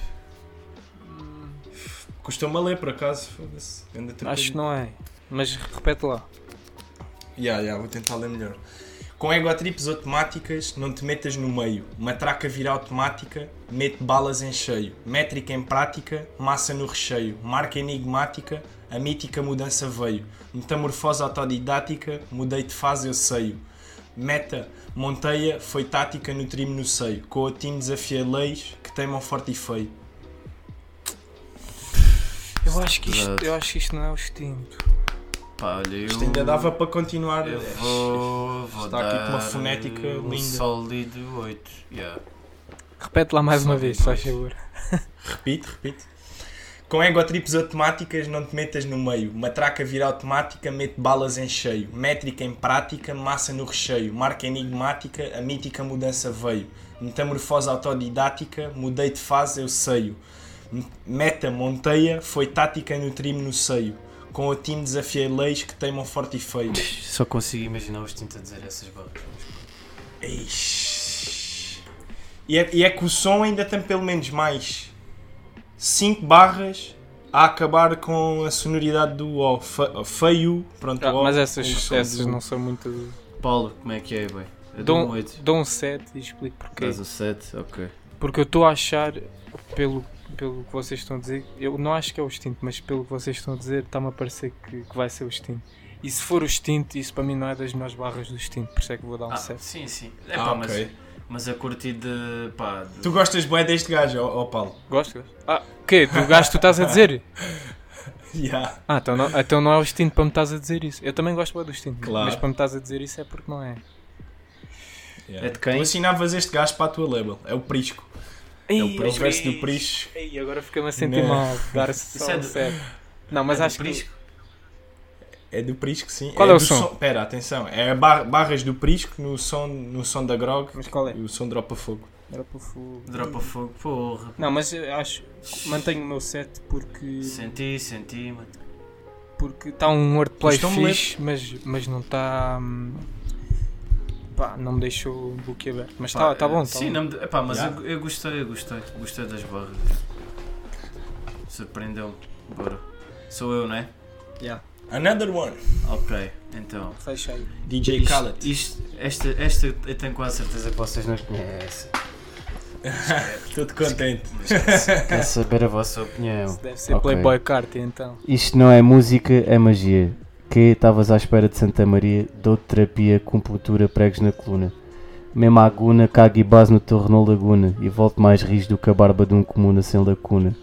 [SPEAKER 1] Costuma ler por acaso, foda-se. Anda
[SPEAKER 5] Acho
[SPEAKER 1] trocadilho.
[SPEAKER 5] que não é. Mas repete lá.
[SPEAKER 1] Ya, ya, vou tentar ler melhor. Com egotrips automáticas, não te metas no meio. Matraca vira automática, mete balas em cheio. Métrica em prática, massa no recheio. Marca enigmática, a mítica mudança veio. Metamorfose autodidática, mudei de fase eu seio. Meta, monteia, foi tática, nutri-me no seio. Com o time desafiei leis, que teimam forte e feio.
[SPEAKER 5] Eu acho que isto,
[SPEAKER 4] Verdade.
[SPEAKER 5] eu acho que isto não é o instinto.
[SPEAKER 4] Pá, olha, eu...
[SPEAKER 1] Isto ainda dava para continuar.
[SPEAKER 6] Eu vou, vou
[SPEAKER 1] Está
[SPEAKER 6] dar
[SPEAKER 1] aqui com uma fonética
[SPEAKER 6] um
[SPEAKER 1] linda.
[SPEAKER 6] sólido 8. Yeah.
[SPEAKER 5] Repete lá mais
[SPEAKER 6] Só
[SPEAKER 5] uma
[SPEAKER 6] vi
[SPEAKER 5] vez, se faz
[SPEAKER 6] dois.
[SPEAKER 5] favor.
[SPEAKER 1] Repito, repito. Com egotrips automáticas, não te metas no meio. Matraca vira automática, mete balas em cheio. Métrica em prática, massa no recheio. Marca enigmática, a mítica mudança veio. Metamorfose autodidática, mudei de fase, eu seio. M- Meta, monteia, foi tática, nutri-me no seio. Com o time desafiei leis que teimam forte e feio.
[SPEAKER 4] Só
[SPEAKER 6] E
[SPEAKER 4] consegui...
[SPEAKER 6] imaginar os tintos a dizer essas barras.
[SPEAKER 1] Eish. E é, e é que o som ainda tem pelo menos mais 5 barras a acabar com a sonoridade do ó, fe- ó, feio. Pronto,
[SPEAKER 5] Ah,
[SPEAKER 1] ó,
[SPEAKER 5] mas
[SPEAKER 1] com o
[SPEAKER 5] essas,
[SPEAKER 1] Tá, um som
[SPEAKER 5] essas
[SPEAKER 1] do-
[SPEAKER 5] não são muito.
[SPEAKER 4] Paulo, como é que é, bem? Eu dou um
[SPEAKER 5] Dou,
[SPEAKER 4] 8.
[SPEAKER 5] dou um 7 e explico porquê.
[SPEAKER 4] Dás um 7, ok.
[SPEAKER 5] Porque eu estou a achar, pelo, pelo que vocês estão a dizer, eu não acho que é o extinto, mas pelo que vocês estão a dizer, está-me a parecer que, que vai ser o extinto. E se for o extinto, isso para mim não é das melhores barras do extinto, por isso é que vou dar um
[SPEAKER 4] Ah,
[SPEAKER 5] 7.
[SPEAKER 4] sim, sim. É,
[SPEAKER 1] Ah,
[SPEAKER 4] pá,
[SPEAKER 1] ok.
[SPEAKER 4] mas, mas a curtida, pá... de-
[SPEAKER 1] Tu gostas bem deste gajo, ó, ó Paulo?
[SPEAKER 5] Gosto, gosto. Ah, o quê? Do gajo que tu estás a dizer?
[SPEAKER 1] Yeah.
[SPEAKER 5] Ah, então não, então não é o extinto para me estás a dizer isso. Eu também gosto bem do extinto,
[SPEAKER 1] Claro.
[SPEAKER 5] mas para me estás a dizer isso é porque não é.
[SPEAKER 4] É de quem?
[SPEAKER 1] Tu ensinavas este gajo para a tua label, é o Prisco. É o,
[SPEAKER 5] Ei,
[SPEAKER 1] é o verso do
[SPEAKER 5] ei,
[SPEAKER 1] Prisco.
[SPEAKER 5] ei, agora fica-me a sentir
[SPEAKER 1] Não.
[SPEAKER 5] mal de dar só
[SPEAKER 4] é
[SPEAKER 5] um
[SPEAKER 4] do-
[SPEAKER 5] 7. Não, mas
[SPEAKER 4] é do
[SPEAKER 5] acho que...
[SPEAKER 4] Prisco?
[SPEAKER 1] É do Prisco, sim.
[SPEAKER 5] Qual é o
[SPEAKER 1] do
[SPEAKER 5] som?
[SPEAKER 1] Pera, atenção, é bar- barras do Prisco no som, no som da Grog
[SPEAKER 5] Mas qual é?
[SPEAKER 1] e o som dropa fogo.
[SPEAKER 5] Era para o fogo.
[SPEAKER 4] Dropa fogo, porra.
[SPEAKER 5] Não, mas eu acho. Mantenho o meu set porque.
[SPEAKER 4] Senti, senti, mano.
[SPEAKER 5] Porque está um wordplay
[SPEAKER 1] Mas estão-me
[SPEAKER 5] fixe, mas, mas não está. hum, Pá, não me deixou o boquiaberto. Mas
[SPEAKER 4] Pá,
[SPEAKER 5] está tá
[SPEAKER 6] eh,
[SPEAKER 1] eh,
[SPEAKER 5] bom, tá
[SPEAKER 4] Sim,
[SPEAKER 5] bom.
[SPEAKER 4] não me- epá, mas
[SPEAKER 1] Já.
[SPEAKER 4] eu, eu gostei, eu gostei. Gostei das barras. Surpreendeu-me. Bora. Sou eu,
[SPEAKER 6] é?
[SPEAKER 4] né?
[SPEAKER 1] Another one,
[SPEAKER 4] Ok, então.
[SPEAKER 5] Fecha aí.
[SPEAKER 1] DJ
[SPEAKER 4] Isto-
[SPEAKER 1] Khaled.
[SPEAKER 4] isto- esta, esta eu tenho quase certeza
[SPEAKER 6] Certeza que vocês não conhecem.
[SPEAKER 1] Tudo contente.
[SPEAKER 6] Quer saber a vossa opinião?
[SPEAKER 5] Isso deve ser
[SPEAKER 6] Ok.
[SPEAKER 5] Playboy Carti então.
[SPEAKER 6] Isto não é música, é magia. Que estavas à espera de Santa Maria, dou terapia, compultura, pregos na coluna. Mesmo a aguna, cago e base no teu Renault Laguna, e volto mais rijo do que a barba de um comuna sem lacuna.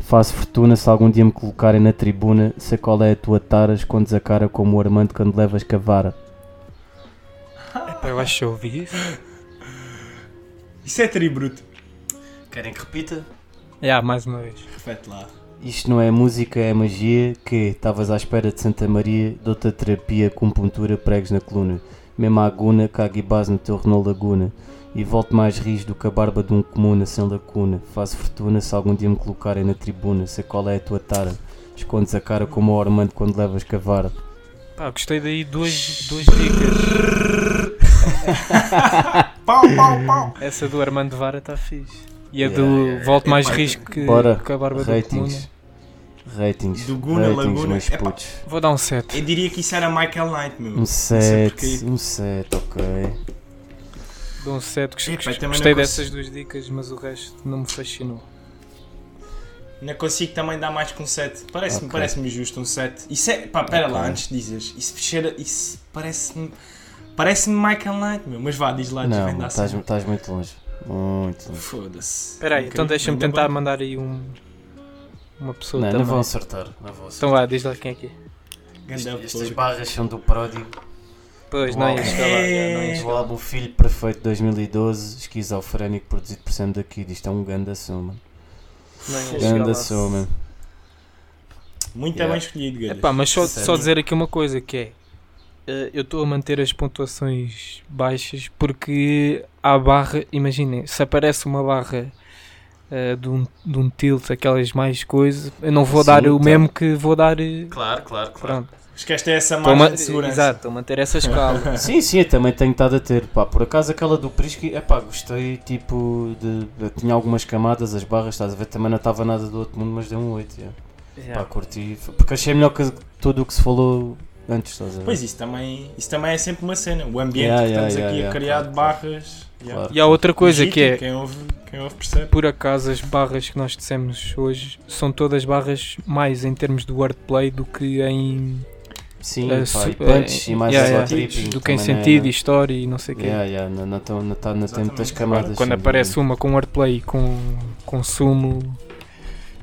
[SPEAKER 6] Faço fortuna se algum dia me colocarem na tribuna, sei qual é a tua tara, escondes a cara como o Armando quando levas cavara.
[SPEAKER 5] Epá, eu acho que eu ouvi isso.
[SPEAKER 1] Isso é tributo.
[SPEAKER 4] Querem que repita?
[SPEAKER 5] yeah, mais uma vez.
[SPEAKER 1] Refete lá.
[SPEAKER 6] Isto não é música, é magia. Que estavas à espera de Santa Maria, dou-te a terapia, acupuntura, pregos na coluna. Mesmo a aguna, cago e base no teu Renault Laguna. E volto mais rijo do que a barba de um comuna sem lacuna. Faço fortuna se algum dia me colocarem na tribuna. Sei qual é a tua tara. Escondes a cara como o Armando quando levas cavara.
[SPEAKER 5] Pá, gostei daí duas, duas dicas.
[SPEAKER 1] Pau, pau, pau.
[SPEAKER 5] Essa do Armando Vara está fixe. E a
[SPEAKER 6] Yeah,
[SPEAKER 5] do Volto Mais Risco que,
[SPEAKER 6] Bora.
[SPEAKER 5] que a Barba um do Comuna.
[SPEAKER 6] Ratings. Ratings.
[SPEAKER 1] Do Guna,
[SPEAKER 6] Ratings,
[SPEAKER 1] Laguna.
[SPEAKER 6] meus
[SPEAKER 1] Epá.
[SPEAKER 6] putos.
[SPEAKER 5] Vou dar um 7.
[SPEAKER 1] Eu diria que isso era Michael Knight, meu.
[SPEAKER 6] Um
[SPEAKER 1] porquê.
[SPEAKER 6] 7. Um 7, ok.
[SPEAKER 5] Dou um 7. Gostei,
[SPEAKER 1] Epá, eu também não
[SPEAKER 5] gostei
[SPEAKER 1] consigo.
[SPEAKER 5] dessas duas dicas, mas o resto não me fascinou.
[SPEAKER 1] Não consigo também dar mais que um 7. Parece-me
[SPEAKER 6] Ok.
[SPEAKER 1] parece-me justo um 7. Isso é. Pá, pera lá,
[SPEAKER 6] Ok.
[SPEAKER 1] antes de dizeres. Isso cheira. Isso parece-me. Parece-me Michael Knight, meu. Mas vá, diz lá,
[SPEAKER 6] Não,
[SPEAKER 1] desvenda
[SPEAKER 6] estás
[SPEAKER 1] assim.
[SPEAKER 6] estás muito longe. Muito longe.
[SPEAKER 1] Foda-se.
[SPEAKER 5] Espera aí,
[SPEAKER 1] Ok,
[SPEAKER 5] então deixa-me
[SPEAKER 1] ainda
[SPEAKER 5] tentar
[SPEAKER 1] bem.
[SPEAKER 5] mandar aí um, uma pessoa
[SPEAKER 6] Não, não
[SPEAKER 5] também.
[SPEAKER 6] vão acertar. Não vão acertar.
[SPEAKER 5] Então vá, diz lá quem é que é.
[SPEAKER 1] Ganda
[SPEAKER 6] Isto- Estas
[SPEAKER 1] porco.
[SPEAKER 6] barras são do Pródigo,
[SPEAKER 5] Pois,
[SPEAKER 6] Uau.
[SPEAKER 5] não é ia chegar lá, já, não ia
[SPEAKER 6] do
[SPEAKER 5] chegar lá.
[SPEAKER 6] álbum Filho Perfeito 2012, esquizofrénico, produzido por Sam da Kid. Isto é um ganda soma.
[SPEAKER 5] Não ia chegar lá.
[SPEAKER 6] Ganda soma.
[SPEAKER 1] Muito
[SPEAKER 6] Yeah.
[SPEAKER 1] bem escolhido, Galhas.
[SPEAKER 5] Epá, mas só,
[SPEAKER 6] Sério.
[SPEAKER 5] só dizer aqui uma coisa que é. eh, Eu estou a manter as pontuações baixas porque há barra, imaginem, se aparece uma barra eh, de, um, de um tilt, aquelas mais coisas, eu não vou
[SPEAKER 6] Sim,
[SPEAKER 5] dar o
[SPEAKER 6] tá.
[SPEAKER 5] mesmo que vou dar. eh,
[SPEAKER 6] Claro, claro, claro.
[SPEAKER 5] Pronto.
[SPEAKER 1] Esquece essa
[SPEAKER 5] Estou a
[SPEAKER 1] margem
[SPEAKER 5] ma-
[SPEAKER 1] de segurança.
[SPEAKER 5] Exato, estou a manter essa escala.
[SPEAKER 6] Sim, sim, eu também tenho estado a ter. Pá, por acaso aquela do Prisky, é pá, gostei, tipo, de, de- tinha algumas camadas, as barras, estás a ver? Também não estava nada do outro mundo, mas deu um 8. Yeah. Pá, curti, f- porque achei melhor que tudo o que se falou antes, estás a ver?
[SPEAKER 1] Pois isso também, isso também é sempre uma cena. O ambiente
[SPEAKER 6] Yeah,
[SPEAKER 1] que estamos
[SPEAKER 6] yeah,
[SPEAKER 1] aqui
[SPEAKER 6] yeah,
[SPEAKER 1] a criar
[SPEAKER 6] claro,
[SPEAKER 1] de barras. yeah.
[SPEAKER 6] Claro.
[SPEAKER 5] E há outra coisa que é,
[SPEAKER 1] Legítimo, Quem ouve, quem ouve percebe.
[SPEAKER 5] por acaso, as barras que nós dissemos hoje são todas barras mais em termos de wordplay do que em.
[SPEAKER 6] Sim,
[SPEAKER 5] eh,
[SPEAKER 6] pá, e
[SPEAKER 5] su-
[SPEAKER 6] punch,
[SPEAKER 5] eh,
[SPEAKER 6] e
[SPEAKER 5] yeah,
[SPEAKER 6] mais yeah,
[SPEAKER 5] yeah,
[SPEAKER 6] tripping.
[SPEAKER 5] do que em
[SPEAKER 6] também não é-
[SPEAKER 5] sentido, e história e não sei o quê.
[SPEAKER 6] Yeah, assim, yeah, não, não, tão- não, tá- não tem muitas
[SPEAKER 1] Exatamente.
[SPEAKER 6] camadas.
[SPEAKER 5] Quando
[SPEAKER 6] sem
[SPEAKER 5] aparece
[SPEAKER 6] dúvida.
[SPEAKER 5] uma com wordplay e com consumo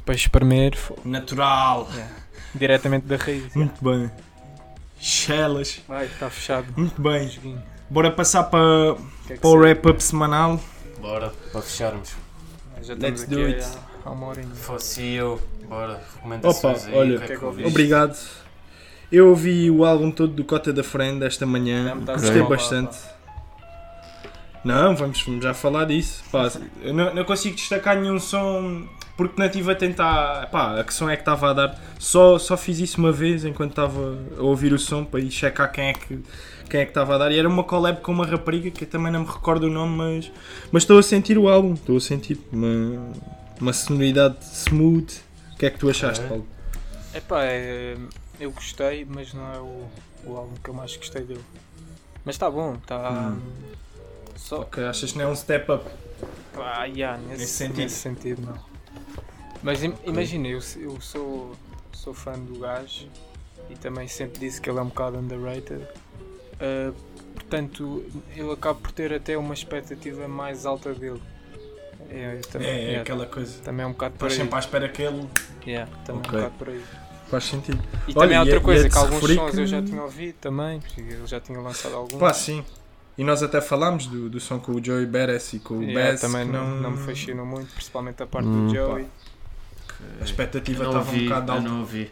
[SPEAKER 5] para espremer, fo-
[SPEAKER 1] Natural.
[SPEAKER 5] diretamente da raiz.
[SPEAKER 6] Hum.
[SPEAKER 1] Muito bem. Chelas.
[SPEAKER 5] Ai, está fechado.
[SPEAKER 1] Muito bem.
[SPEAKER 5] Joguinho.
[SPEAKER 1] Bora passar para,
[SPEAKER 5] Que é que
[SPEAKER 1] para o wrap-up semanal.
[SPEAKER 6] Bora, para fecharmos.
[SPEAKER 5] se- Já
[SPEAKER 1] Let's
[SPEAKER 5] estamos
[SPEAKER 1] do
[SPEAKER 5] aqui
[SPEAKER 1] it.
[SPEAKER 5] há- há uma horinha.
[SPEAKER 6] Fosse eu, bora, recomendações
[SPEAKER 13] Opa,
[SPEAKER 6] aí.
[SPEAKER 13] olha,
[SPEAKER 6] o que é que eu vi?
[SPEAKER 13] Obrigado. Eu ouvi o álbum todo do Cota da Friend esta
[SPEAKER 5] Já
[SPEAKER 13] manhã.
[SPEAKER 5] me estás a
[SPEAKER 13] Gostei
[SPEAKER 5] roubar,
[SPEAKER 13] bastante. Não, vamos, vamos já falar disso. Pá,
[SPEAKER 1] Eu não, não consigo destacar nenhum som porque não estive a tentar. Pá, a que som é que estava a dar? Só, só fiz isso uma vez enquanto estava a ouvir o som para ir checar quem é que quem é que estava a dar. E era uma collab com uma rapariga que eu também não me recordo o nome, mas mas estou a sentir o álbum. Estou a sentir uma, uma sonoridade smooth. O que é que tu achaste,
[SPEAKER 6] Ok.
[SPEAKER 13] Paulo?
[SPEAKER 5] Epá, é, eu gostei, mas não é o, o álbum que eu mais gostei dele. Mas está bom, está.
[SPEAKER 1] Hum.
[SPEAKER 5] Só.
[SPEAKER 1] Ok, achas que não é um step up?
[SPEAKER 5] Pá, yeah, nesse,
[SPEAKER 1] Nesse
[SPEAKER 5] nesse
[SPEAKER 1] sentido.
[SPEAKER 5] sentido. não. Mas im- imagina, eu, se- eu sou, sou fã do gajo e também sempre disse que ele é um bocado underrated. Ah, portanto, eu acabo por ter até uma expectativa mais alta dele. É, eu também,
[SPEAKER 1] É, é
[SPEAKER 5] yeah,
[SPEAKER 1] aquela coisa.
[SPEAKER 5] também é um bocado por
[SPEAKER 1] Estás
[SPEAKER 5] aí.
[SPEAKER 1] sempre à espera que ele.
[SPEAKER 5] Yeah, também
[SPEAKER 1] Ok.
[SPEAKER 5] é um bocado por aí.
[SPEAKER 13] Faz sentido.
[SPEAKER 5] E
[SPEAKER 13] Olha,
[SPEAKER 5] também há
[SPEAKER 13] e
[SPEAKER 5] outra
[SPEAKER 13] é- e é
[SPEAKER 5] coisa,
[SPEAKER 13] de
[SPEAKER 5] que
[SPEAKER 13] se
[SPEAKER 5] alguns
[SPEAKER 13] referir
[SPEAKER 5] sons eu
[SPEAKER 13] que-
[SPEAKER 5] já tinha ouvido também, porque ele já tinha lançado alguns.
[SPEAKER 13] Pá, sim. E nós até falámos do, do som com o Joey Beres e com o
[SPEAKER 5] Yeah,
[SPEAKER 13] Bass.
[SPEAKER 5] é, também
[SPEAKER 13] que
[SPEAKER 5] não, não me fascinou muito, principalmente a parte
[SPEAKER 6] Hum,
[SPEAKER 5] do Joey.
[SPEAKER 1] A expectativa
[SPEAKER 4] Eu não
[SPEAKER 1] estava um
[SPEAKER 4] ouvi,
[SPEAKER 1] bocado
[SPEAKER 4] eu
[SPEAKER 1] alta.
[SPEAKER 4] não ouvi.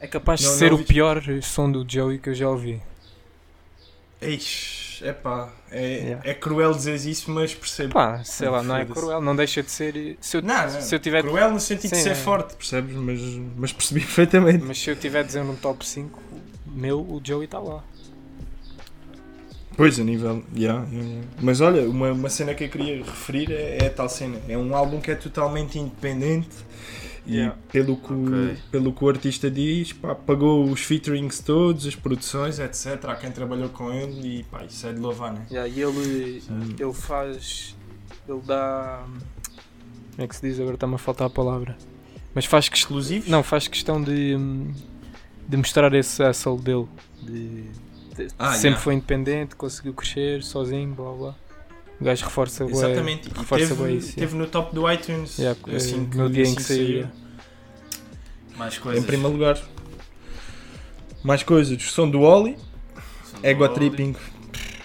[SPEAKER 5] É capaz
[SPEAKER 1] Não-
[SPEAKER 5] de ser
[SPEAKER 1] não
[SPEAKER 5] o
[SPEAKER 1] ouviste?
[SPEAKER 5] pior som do Joey que eu já ouvi.
[SPEAKER 1] Eish, epá, é
[SPEAKER 5] Yeah.
[SPEAKER 1] é cruel dizer isso, mas percebo.
[SPEAKER 5] Pá, sei lá, não é
[SPEAKER 1] Foda-se.
[SPEAKER 5] cruel, não deixa de ser. Se eu,
[SPEAKER 1] Não,
[SPEAKER 13] é
[SPEAKER 1] não,
[SPEAKER 5] se eu tiver,
[SPEAKER 1] cruel no sentido de
[SPEAKER 5] Sim,
[SPEAKER 1] ser
[SPEAKER 5] é.
[SPEAKER 1] forte.
[SPEAKER 13] Percebes? Mas, mas percebi perfeitamente.
[SPEAKER 5] mas se eu tiver dizendo um top 5, meu, o Joey está lá.
[SPEAKER 13] Pois, a nível.
[SPEAKER 1] Yeah, yeah, yeah. Mas olha, uma, uma cena que eu queria referir é, é a tal cena. É um álbum que é totalmente independente
[SPEAKER 5] Yeah.
[SPEAKER 1] e pelo que, o-
[SPEAKER 4] Ok.
[SPEAKER 1] pelo que o artista diz, pá, pagou os featurings todos, as produções, etc. Há quem trabalhou com ele e pá, isso é de louvar, né?
[SPEAKER 5] Yeah, e ele, ele faz. Ele dá. Como é que se diz? Agora está-me a faltar a palavra. Mas faz questão.
[SPEAKER 1] Exclusivos?
[SPEAKER 5] Não, faz questão de. hum, de mostrar esse hustle dele. De, de-
[SPEAKER 1] Ah,
[SPEAKER 5] sempre
[SPEAKER 1] yeah.
[SPEAKER 5] foi independente, conseguiu crescer sozinho, blá blá. O gajo reforça é bué-
[SPEAKER 1] Exatamente. E
[SPEAKER 5] reforça bué
[SPEAKER 1] teve,
[SPEAKER 5] isso, yeah.
[SPEAKER 1] teve no top do iTunes
[SPEAKER 5] Yeah,
[SPEAKER 1] assim que,
[SPEAKER 5] no dia em
[SPEAKER 1] assim
[SPEAKER 5] que
[SPEAKER 1] saiu.
[SPEAKER 5] saiu.
[SPEAKER 6] Mais
[SPEAKER 13] Em
[SPEAKER 6] coisas.
[SPEAKER 13] primeiro lugar. Mais coisas. Som do Oli. Ego tripping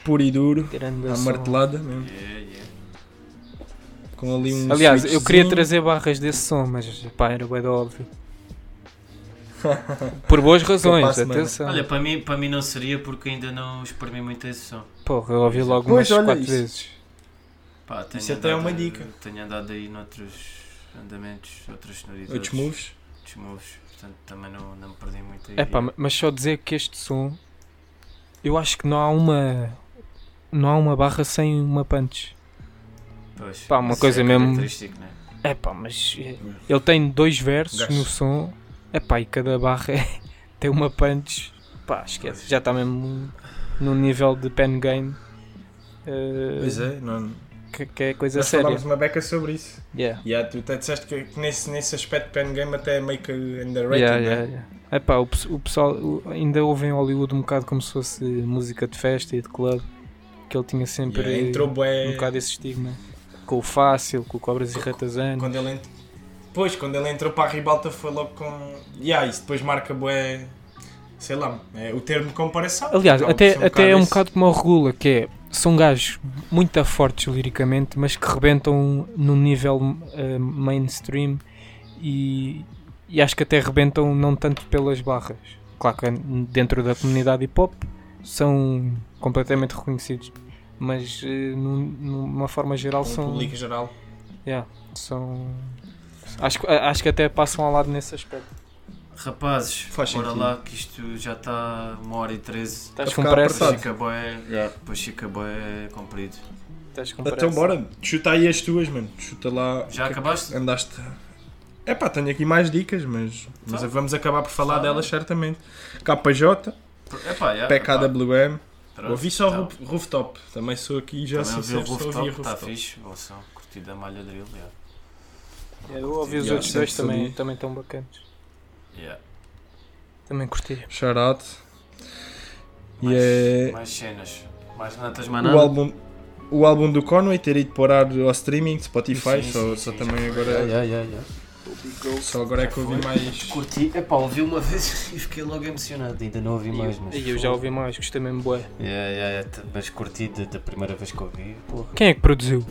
[SPEAKER 13] puro e duro.
[SPEAKER 5] Grande
[SPEAKER 13] À
[SPEAKER 5] som.
[SPEAKER 13] martelada mesmo. Com ali um.
[SPEAKER 5] Aliás, eu queria
[SPEAKER 13] switchzinho.
[SPEAKER 5] trazer barras desse som, mas pá, era bué de óbvio. Por boas razões,
[SPEAKER 13] Capaz, mano.
[SPEAKER 5] atenção.
[SPEAKER 4] Olha, para mim, para mim não seria porque ainda não espremi muito esse som.
[SPEAKER 5] Porra, eu ouvi logo
[SPEAKER 13] Pois,
[SPEAKER 5] umas
[SPEAKER 13] olha
[SPEAKER 5] quatro
[SPEAKER 13] isso.
[SPEAKER 5] vezes.
[SPEAKER 4] Pá, tenho
[SPEAKER 1] Isso até é
[SPEAKER 4] andado-
[SPEAKER 1] uma dica.
[SPEAKER 4] Tenho andado aí noutros andamentos, outras sonoridades.
[SPEAKER 13] Outros moves.
[SPEAKER 4] outros moves, portanto também não, não me perdi muito aí.
[SPEAKER 5] É pá, mas só dizer que este som, eu acho que não há uma. Não há uma barra sem uma punch.
[SPEAKER 4] Pois,
[SPEAKER 5] pá, uma
[SPEAKER 4] isso
[SPEAKER 5] coisa
[SPEAKER 4] é
[SPEAKER 5] mesmo-
[SPEAKER 4] característico, né?
[SPEAKER 5] É pá, mas eh, ele tem dois versos
[SPEAKER 1] Gajo.
[SPEAKER 5] no som. É pá, e cada barra é- tem uma punch. Pá, esquece, já está mesmo num nível de pen game. eh,
[SPEAKER 1] Pois é, não,
[SPEAKER 5] que, que é coisa
[SPEAKER 1] nós
[SPEAKER 5] séria.
[SPEAKER 1] falámos uma beca sobre isso.
[SPEAKER 5] Yeah.
[SPEAKER 1] Yeah, tu até disseste que, que nesse, nesse aspecto pen game até é meio que underrated,
[SPEAKER 5] Yeah,
[SPEAKER 1] né?
[SPEAKER 5] yeah, yeah. Epá, o, pe- o pessoal o- ainda ouve em Hollywood um bocado como se fosse música de festa e de club, que ele tinha sempre
[SPEAKER 1] Yeah, entrou bué,
[SPEAKER 5] um bocado esse estigma. Com o fácil, com o cobras e ratazana.
[SPEAKER 1] quando ele ent- Pois, quando ele entrou para a ribalta foi logo com... Yeah, isso depois marca bué... Sei lá, é o termo de comparação.
[SPEAKER 5] Aliás,
[SPEAKER 1] Acaba
[SPEAKER 5] até,
[SPEAKER 1] por ser
[SPEAKER 5] até é um
[SPEAKER 1] esse.
[SPEAKER 5] bocado como o Regula, que é, são gajos muito fortes liricamente, mas que rebentam num nível eh, mainstream e e acho que até rebentam não tanto pelas barras. Claro que dentro da comunidade hip hop são completamente reconhecidos, mas eh, num- numa forma geral
[SPEAKER 1] Um
[SPEAKER 5] são.
[SPEAKER 1] público geral.
[SPEAKER 5] Yeah, são. Acho, que- acho que até passam ao lado nesse aspecto.
[SPEAKER 4] Rapazes,
[SPEAKER 13] Faz
[SPEAKER 4] bora
[SPEAKER 13] sentido.
[SPEAKER 4] lá que isto já está uma hora e treze.
[SPEAKER 5] Estás
[SPEAKER 13] Tá
[SPEAKER 5] com
[SPEAKER 13] ficar
[SPEAKER 5] pressa?
[SPEAKER 13] Sabe.
[SPEAKER 4] Depois fica bué, depois fica bué comprido.
[SPEAKER 5] Estás com pressa?
[SPEAKER 13] Então bora, chuta aí as tuas, mano. Chuta lá.
[SPEAKER 4] Já
[SPEAKER 13] o que é que
[SPEAKER 4] acabaste?
[SPEAKER 13] Andaste. É pá, tenho aqui mais dicas, mas, mas
[SPEAKER 4] Tá.
[SPEAKER 13] vamos acabar por falar
[SPEAKER 4] Tá.
[SPEAKER 13] delas certamente. KJ,
[SPEAKER 4] Epá, já, epá,
[SPEAKER 13] PKWM.
[SPEAKER 4] pronto,
[SPEAKER 13] Ouvi só
[SPEAKER 4] então.
[SPEAKER 13] roof- rooftop, também sou aqui e já
[SPEAKER 4] Também
[SPEAKER 13] sou
[SPEAKER 4] ouvi o
[SPEAKER 13] sempre só ouvi
[SPEAKER 6] tá
[SPEAKER 4] rooftop, está
[SPEAKER 13] rooftop.
[SPEAKER 4] fixe. Bom som, curti da malha drill, já.
[SPEAKER 5] Eu ouvi os
[SPEAKER 13] Yeah,
[SPEAKER 5] outros dois
[SPEAKER 13] sempre
[SPEAKER 5] também
[SPEAKER 13] soube.
[SPEAKER 5] estão bacanas.
[SPEAKER 4] Já.
[SPEAKER 5] Também curti.
[SPEAKER 13] Shout out. E
[SPEAKER 4] Mais,
[SPEAKER 13] é
[SPEAKER 4] mais cenas. Mais não tens mais
[SPEAKER 13] o
[SPEAKER 4] nada?
[SPEAKER 13] álbum, o álbum do Conway ter ido parar ao streaming, Spotify,
[SPEAKER 4] Sim,
[SPEAKER 13] só,
[SPEAKER 4] sim,
[SPEAKER 13] só
[SPEAKER 4] sim,
[SPEAKER 13] também
[SPEAKER 4] já foi.
[SPEAKER 13] agora,
[SPEAKER 6] Yeah, yeah, yeah.
[SPEAKER 13] só agora é que eu ouvi mais.
[SPEAKER 6] Curti, epá, ouvi uma vez e fiquei logo emocionado. Ainda não ouvi mais, mas.
[SPEAKER 5] E eu já ouvi mais, gostei mesmo bué.
[SPEAKER 6] Yeah, yeah, yeah, t- mas curti da, da primeira vez que ouvi. Porra.
[SPEAKER 5] Quem é que produziu?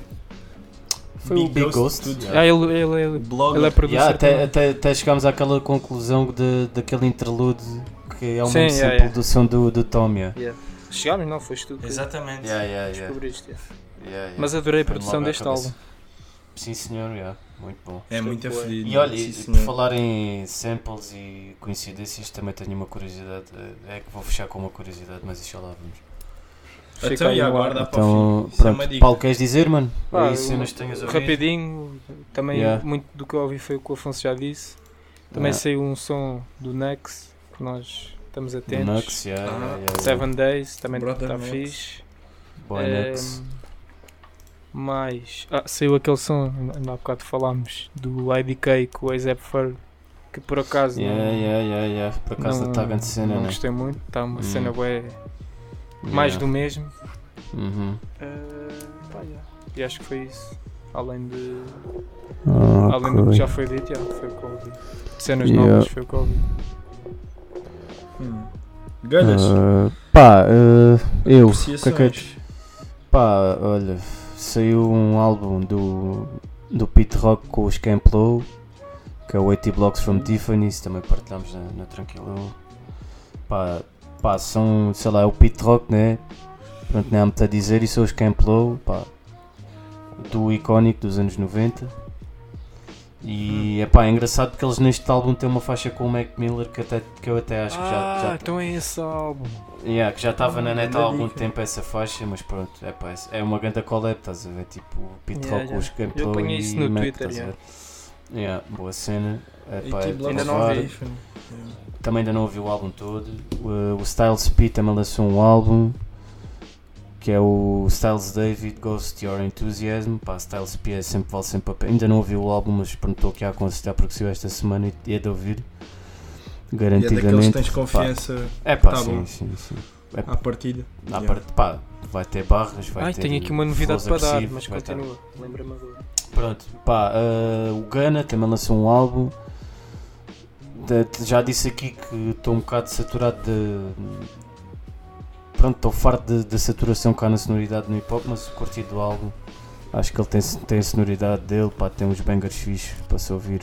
[SPEAKER 5] Foi
[SPEAKER 6] Big,
[SPEAKER 5] o-
[SPEAKER 6] Big Ghost. yeah.
[SPEAKER 5] Ah, ele, ele, ele,
[SPEAKER 1] Blog.
[SPEAKER 5] ele é produtor.
[SPEAKER 6] É. Yeah, até,
[SPEAKER 5] também.
[SPEAKER 6] até, até chegámos àquela conclusão de, daquele interlude que é um
[SPEAKER 5] Sim,
[SPEAKER 6] mesmo
[SPEAKER 5] yeah,
[SPEAKER 6] sample
[SPEAKER 5] yeah.
[SPEAKER 6] do som do, do Tom. Yeah.
[SPEAKER 5] Chegámos, não, foste
[SPEAKER 13] é
[SPEAKER 5] tu que
[SPEAKER 1] Exatamente.
[SPEAKER 6] Yeah, yeah, yeah.
[SPEAKER 5] descobriste. yeah.
[SPEAKER 6] Yeah, yeah.
[SPEAKER 5] Mas adorei a
[SPEAKER 6] Foi-me
[SPEAKER 5] produção
[SPEAKER 6] logo à
[SPEAKER 5] deste
[SPEAKER 6] cabeça.
[SPEAKER 5] álbum.
[SPEAKER 6] Sim, senhor, yeah. muito bom.
[SPEAKER 13] É muito fedido.
[SPEAKER 6] E olha,
[SPEAKER 13] sim,
[SPEAKER 6] e por
[SPEAKER 13] senhor.
[SPEAKER 6] falar em samples e coincidências, também tenho uma curiosidade. eh, É que vou fechar com uma curiosidade, mas isso já lá vamos.
[SPEAKER 13] Tá
[SPEAKER 5] Fica
[SPEAKER 13] Então,
[SPEAKER 5] aí
[SPEAKER 13] e
[SPEAKER 5] no ar.
[SPEAKER 13] agora dá para o
[SPEAKER 6] Então,
[SPEAKER 13] fim. Isso é uma
[SPEAKER 6] pronto,
[SPEAKER 13] dica.
[SPEAKER 6] Paulo, queres dizer, mano?
[SPEAKER 5] Ah,
[SPEAKER 6] Aí cenas
[SPEAKER 5] um-
[SPEAKER 6] que tenhas ouvido.
[SPEAKER 5] Rapidinho, também
[SPEAKER 6] Yeah.
[SPEAKER 5] muito do que eu ouvi foi o que o Afonso já disse. Também
[SPEAKER 6] Ah,
[SPEAKER 5] saiu um som do Nex, que nós estamos
[SPEAKER 6] do
[SPEAKER 5] atentos.
[SPEAKER 6] Nux, yeah, yeah, yeah, yeah.
[SPEAKER 5] Seven Days, também
[SPEAKER 13] Brother
[SPEAKER 5] está
[SPEAKER 13] Nux.
[SPEAKER 5] fixe.
[SPEAKER 13] É,
[SPEAKER 6] Boy
[SPEAKER 5] Eh,
[SPEAKER 6] Nux.
[SPEAKER 5] mais. Ah, saiu aquele som, ainda há bocado falámos, do IDK com o ASAP Ferg, que por acaso
[SPEAKER 6] Yeah,
[SPEAKER 5] não,
[SPEAKER 6] yeah, yeah, yeah. Por acaso
[SPEAKER 5] não,
[SPEAKER 6] está grande cena,
[SPEAKER 5] não
[SPEAKER 6] né?
[SPEAKER 5] gostei muito. Está uma
[SPEAKER 6] Hum.
[SPEAKER 5] cena bué, mais do mesmo.
[SPEAKER 6] Uhum.
[SPEAKER 5] Eh, pá, yeah. E acho que foi isso. Além de.
[SPEAKER 6] Ah,
[SPEAKER 5] Além do que
[SPEAKER 6] ok.
[SPEAKER 5] já foi dito, yeah, foi o que eu ouvi. Cenas
[SPEAKER 6] Yeah.
[SPEAKER 5] novas, foi o que eu ouvi.
[SPEAKER 13] Hum. Ganas.
[SPEAKER 6] Ah, pá, ah, eu, o que é que eu te-
[SPEAKER 13] Apreciações.
[SPEAKER 6] Pá, olha, saiu um álbum do, do Pete Rock com os Camp Low, que é o 80 Blocks from Tiffany's, também partilhamos na, na Tranquilo. Pá, pá, são, sei lá, é o Pete Rock, né? Pronto, nem há muito a dizer, e são os Camp Low, pá, do icónico dos anos 90. E é pá, é engraçado porque eles neste álbum têm uma faixa com o Mac Miller que, até, que eu até acho que já, já
[SPEAKER 5] então é esse álbum.
[SPEAKER 6] Yeah, que já estava na net há
[SPEAKER 13] grande
[SPEAKER 6] algum
[SPEAKER 13] dica.
[SPEAKER 6] tempo essa faixa, mas pronto, é, pá, é- é uma grande collab, estás a ver? Tipo, Pit
[SPEAKER 5] Yeah,
[SPEAKER 6] Rock com os
[SPEAKER 5] yeah.
[SPEAKER 6] Camp
[SPEAKER 5] Eu
[SPEAKER 6] Low
[SPEAKER 5] apanhei
[SPEAKER 6] e
[SPEAKER 5] isso no
[SPEAKER 6] Mac,
[SPEAKER 5] Twitter,
[SPEAKER 6] estás a ver? Yeah, boa cena. É,
[SPEAKER 13] E
[SPEAKER 6] pá, é
[SPEAKER 13] T
[SPEAKER 6] de
[SPEAKER 13] Block
[SPEAKER 5] ainda não
[SPEAKER 6] louvar.
[SPEAKER 5] ouvi.
[SPEAKER 13] né?
[SPEAKER 6] Também ainda não ouvi o álbum todo. O, o Styles P também lançou um álbum que é o Styles David Ghost Your Enthusiasm. Pá, Styles P é sempre, vale sempre a pena. Ainda não ouvi o álbum, mas pronto, estou aqui a aconselhar porque saiu esta semana e- e é de ouvir.
[SPEAKER 13] E é daqueles que
[SPEAKER 6] Garantidamente.
[SPEAKER 13] tens confiança
[SPEAKER 6] é pá,
[SPEAKER 13] Tá
[SPEAKER 6] sim,
[SPEAKER 13] bom.
[SPEAKER 6] sim, sim.
[SPEAKER 13] à partida.
[SPEAKER 6] À
[SPEAKER 13] Yeah.
[SPEAKER 6] parte, pá, vai ter barras, vai
[SPEAKER 5] Ai,
[SPEAKER 6] ter.
[SPEAKER 5] tenho aqui uma novidade para
[SPEAKER 6] flows
[SPEAKER 5] dar,
[SPEAKER 6] agressivos,
[SPEAKER 5] mas
[SPEAKER 6] vai tá. ter-
[SPEAKER 5] continua. Lembra-me agora.
[SPEAKER 6] Pronto, pá, ah, o Gana também lançou um álbum. Da- já disse aqui que estou um bocado saturado de. Pronto, estou farto de- da saturação cá na sonoridade no hip hop, mas curti do álbum. Acho que ele tem, tem a sonoridade dele, pá, tem uns bangers fixos para se ouvir.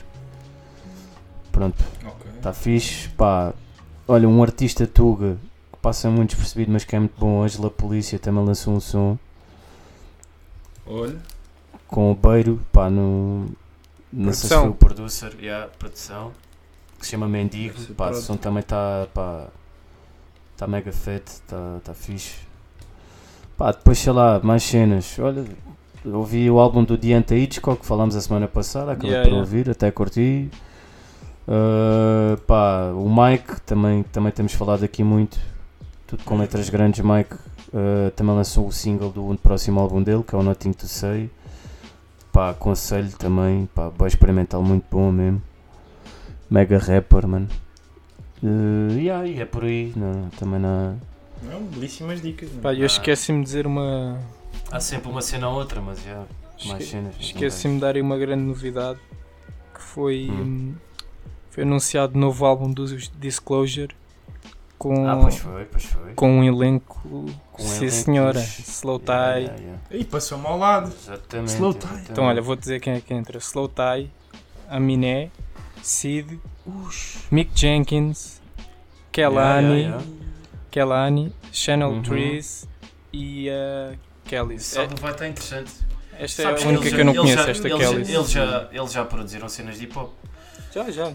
[SPEAKER 6] Pronto,
[SPEAKER 1] Ok.
[SPEAKER 6] Está Tá fixe, pá. Olha, um artista tuga que passa muito despercebido, mas que é muito bom. Angela Polícia também lançou um som
[SPEAKER 1] Olha.
[SPEAKER 6] com o Beiro, pá, no. Não sei se
[SPEAKER 5] Produção.
[SPEAKER 6] foi o producer, yeah, produção, que se chama Mendigo,
[SPEAKER 13] Deve ser
[SPEAKER 6] pá, o
[SPEAKER 13] prod.
[SPEAKER 6] som também está, pá, está mega fete, está tá fixe. Pá, depois sei lá, mais cenas, olha, ouvi o álbum do Diante Hitchcock, que falámos a semana passada, acabei
[SPEAKER 5] Yeah,
[SPEAKER 6] por
[SPEAKER 5] yeah.
[SPEAKER 6] ouvir, até curti. Ah, pá, o Mike, também, também temos falado aqui muito, tudo com letras grandes, Mike, ah, também lançou o single do próximo álbum dele, que é o Nothing to Say. Pá, aconselho também, pá, boy experimental muito bom mesmo. Mega rapper, mano. Eh, yeah, e é por aí, não, também não.
[SPEAKER 1] Não, belíssimas dicas. mano.
[SPEAKER 5] Pá, eu
[SPEAKER 6] Ah.
[SPEAKER 5] esqueci-me de dizer uma.
[SPEAKER 6] Há sempre uma cena ou outra, mas já. Mais
[SPEAKER 5] esque-
[SPEAKER 6] cenas.
[SPEAKER 5] Esqueci-me de dar aí uma grande novidade que foi.
[SPEAKER 6] Hum.
[SPEAKER 5] hum, Foi anunciado o novo álbum dos Disclosure com,
[SPEAKER 6] Ah, pois foi, pois foi.
[SPEAKER 5] com um elenco.
[SPEAKER 6] Com
[SPEAKER 5] sim,
[SPEAKER 6] elencos.
[SPEAKER 5] senhora. Slow Tie.
[SPEAKER 6] Yeah, yeah, yeah.
[SPEAKER 1] Ih, passou-me ao lado.
[SPEAKER 6] Exatamente.
[SPEAKER 13] Slow Tie.
[SPEAKER 5] Então, olha, vou dizer quem é que entra: Slow Tie, Aminé, Sid, Mick Jenkins, Kelani,
[SPEAKER 6] yeah, Uhum.
[SPEAKER 5] Kelani, Channel Trees e a Kelly. É,
[SPEAKER 6] Isso vai estar interessante.
[SPEAKER 5] Esta
[SPEAKER 6] Sabes
[SPEAKER 5] é a única que eu não
[SPEAKER 6] eles
[SPEAKER 5] conheço,
[SPEAKER 6] já,
[SPEAKER 5] esta
[SPEAKER 6] eles,
[SPEAKER 5] Kelly.
[SPEAKER 6] Eles já, eles já produziram cenas de hip hop.
[SPEAKER 5] Já, já.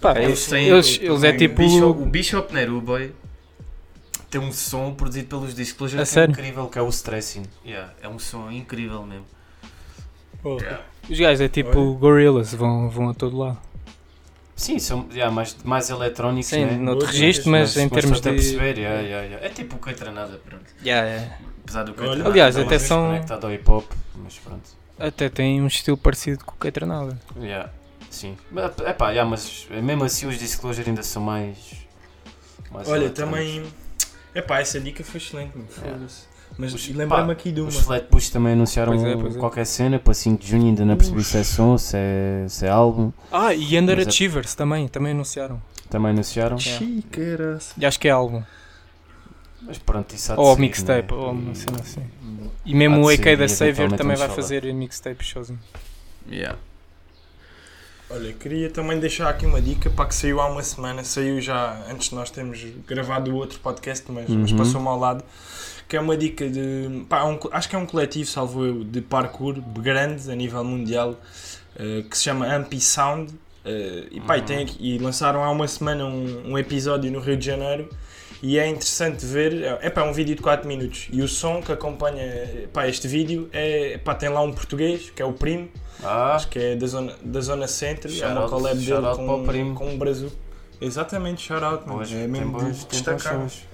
[SPEAKER 5] Pá, Ah, eles,
[SPEAKER 6] Eles têm-
[SPEAKER 5] eles, eles é
[SPEAKER 6] O
[SPEAKER 5] tipo.
[SPEAKER 6] Bishop- o Bishop Neruboy tem um som produzido pelos Disclosure
[SPEAKER 5] A
[SPEAKER 6] que é
[SPEAKER 5] sério?
[SPEAKER 6] incrível, que é o Stressing. Yeah, é um som incrível mesmo.
[SPEAKER 5] Os gajos é tipo gorillas, vão, vão a todo lado.
[SPEAKER 6] Sim, são yeah, mais, mais eletrónicos,
[SPEAKER 5] Sim,
[SPEAKER 6] né?
[SPEAKER 5] noutro registro, mas, em termos
[SPEAKER 6] estou-te a
[SPEAKER 5] de.
[SPEAKER 6] perceber, yeah, yeah, yeah. É tipo o Caetranada, pronto.
[SPEAKER 5] Yeah, yeah.
[SPEAKER 6] Apesar do
[SPEAKER 1] Olha,
[SPEAKER 6] Caetranada
[SPEAKER 5] aliás,
[SPEAKER 6] não é
[SPEAKER 5] até
[SPEAKER 6] muito
[SPEAKER 5] são-
[SPEAKER 6] conectado ao hip hop, mas pronto.
[SPEAKER 5] Até tem um estilo parecido com o Caetranada.
[SPEAKER 6] Yeah, sim. Mas, epá, yeah, mas mesmo assim os Disclosure ainda são mais... mais
[SPEAKER 1] Olha,
[SPEAKER 6] eletrónicos.
[SPEAKER 1] também. Epá, essa dica foi excelente, meu. Foda-se. Mas
[SPEAKER 6] Os-
[SPEAKER 1] lembrei-me
[SPEAKER 6] pá,
[SPEAKER 1] aqui de uma.
[SPEAKER 6] Os Flatbush também anunciaram
[SPEAKER 5] Pois é, pois é.
[SPEAKER 6] qualquer cena para 5 de junho, ainda não percebi se é som, se é, se é álbum.
[SPEAKER 5] Ah, e
[SPEAKER 6] Mas é-
[SPEAKER 5] Underachievers também, também anunciaram.
[SPEAKER 6] Também anunciaram.
[SPEAKER 13] Chiqueiras.
[SPEAKER 5] E acho que é álbum.
[SPEAKER 6] Mas pronto, isso há de
[SPEAKER 5] Ou
[SPEAKER 6] ser,
[SPEAKER 5] mixtape,
[SPEAKER 6] né?
[SPEAKER 5] ou uma cena
[SPEAKER 6] E-
[SPEAKER 5] assim. E mesmo o
[SPEAKER 6] Há de
[SPEAKER 5] AK
[SPEAKER 6] ser,
[SPEAKER 5] da
[SPEAKER 6] e
[SPEAKER 5] Savior
[SPEAKER 6] eventualmente
[SPEAKER 5] também
[SPEAKER 6] vamos
[SPEAKER 5] vai
[SPEAKER 6] falar.
[SPEAKER 5] fazer mixtape sozinho.
[SPEAKER 6] Yeah.
[SPEAKER 1] Olha, queria também deixar aqui uma dica para que saiu há uma semana, saiu já antes de nós termos gravado o outro podcast, mas, mas
[SPEAKER 6] Uhum.
[SPEAKER 1] passou-me ao lado, que é uma dica de. pá, é um co- acho que é um coletivo, salvo eu, de parkour grande a nível mundial, eh, que se chama Ampi Sound. eh, e, pá, e, tem aqui- e lançaram há uma semana um, um episódio no Rio de Janeiro. E é interessante ver, é pá, é um vídeo de 4 minutos. E o som que acompanha eh, pá, este vídeo é, pá, tem lá um português, que é o primo,
[SPEAKER 6] Ah,
[SPEAKER 1] Acho que é da zona, da zona centro, é
[SPEAKER 6] Shout
[SPEAKER 1] uma
[SPEAKER 6] out-
[SPEAKER 1] collab
[SPEAKER 6] shout
[SPEAKER 1] dele
[SPEAKER 6] out para o
[SPEAKER 1] com,
[SPEAKER 6] primo.
[SPEAKER 1] com o Brasil. Exatamente, shout-out, mano.
[SPEAKER 6] hoje
[SPEAKER 1] é
[SPEAKER 6] tem
[SPEAKER 1] mesmo
[SPEAKER 6] bons,
[SPEAKER 1] de
[SPEAKER 6] tem bons
[SPEAKER 1] destacar.
[SPEAKER 6] sons.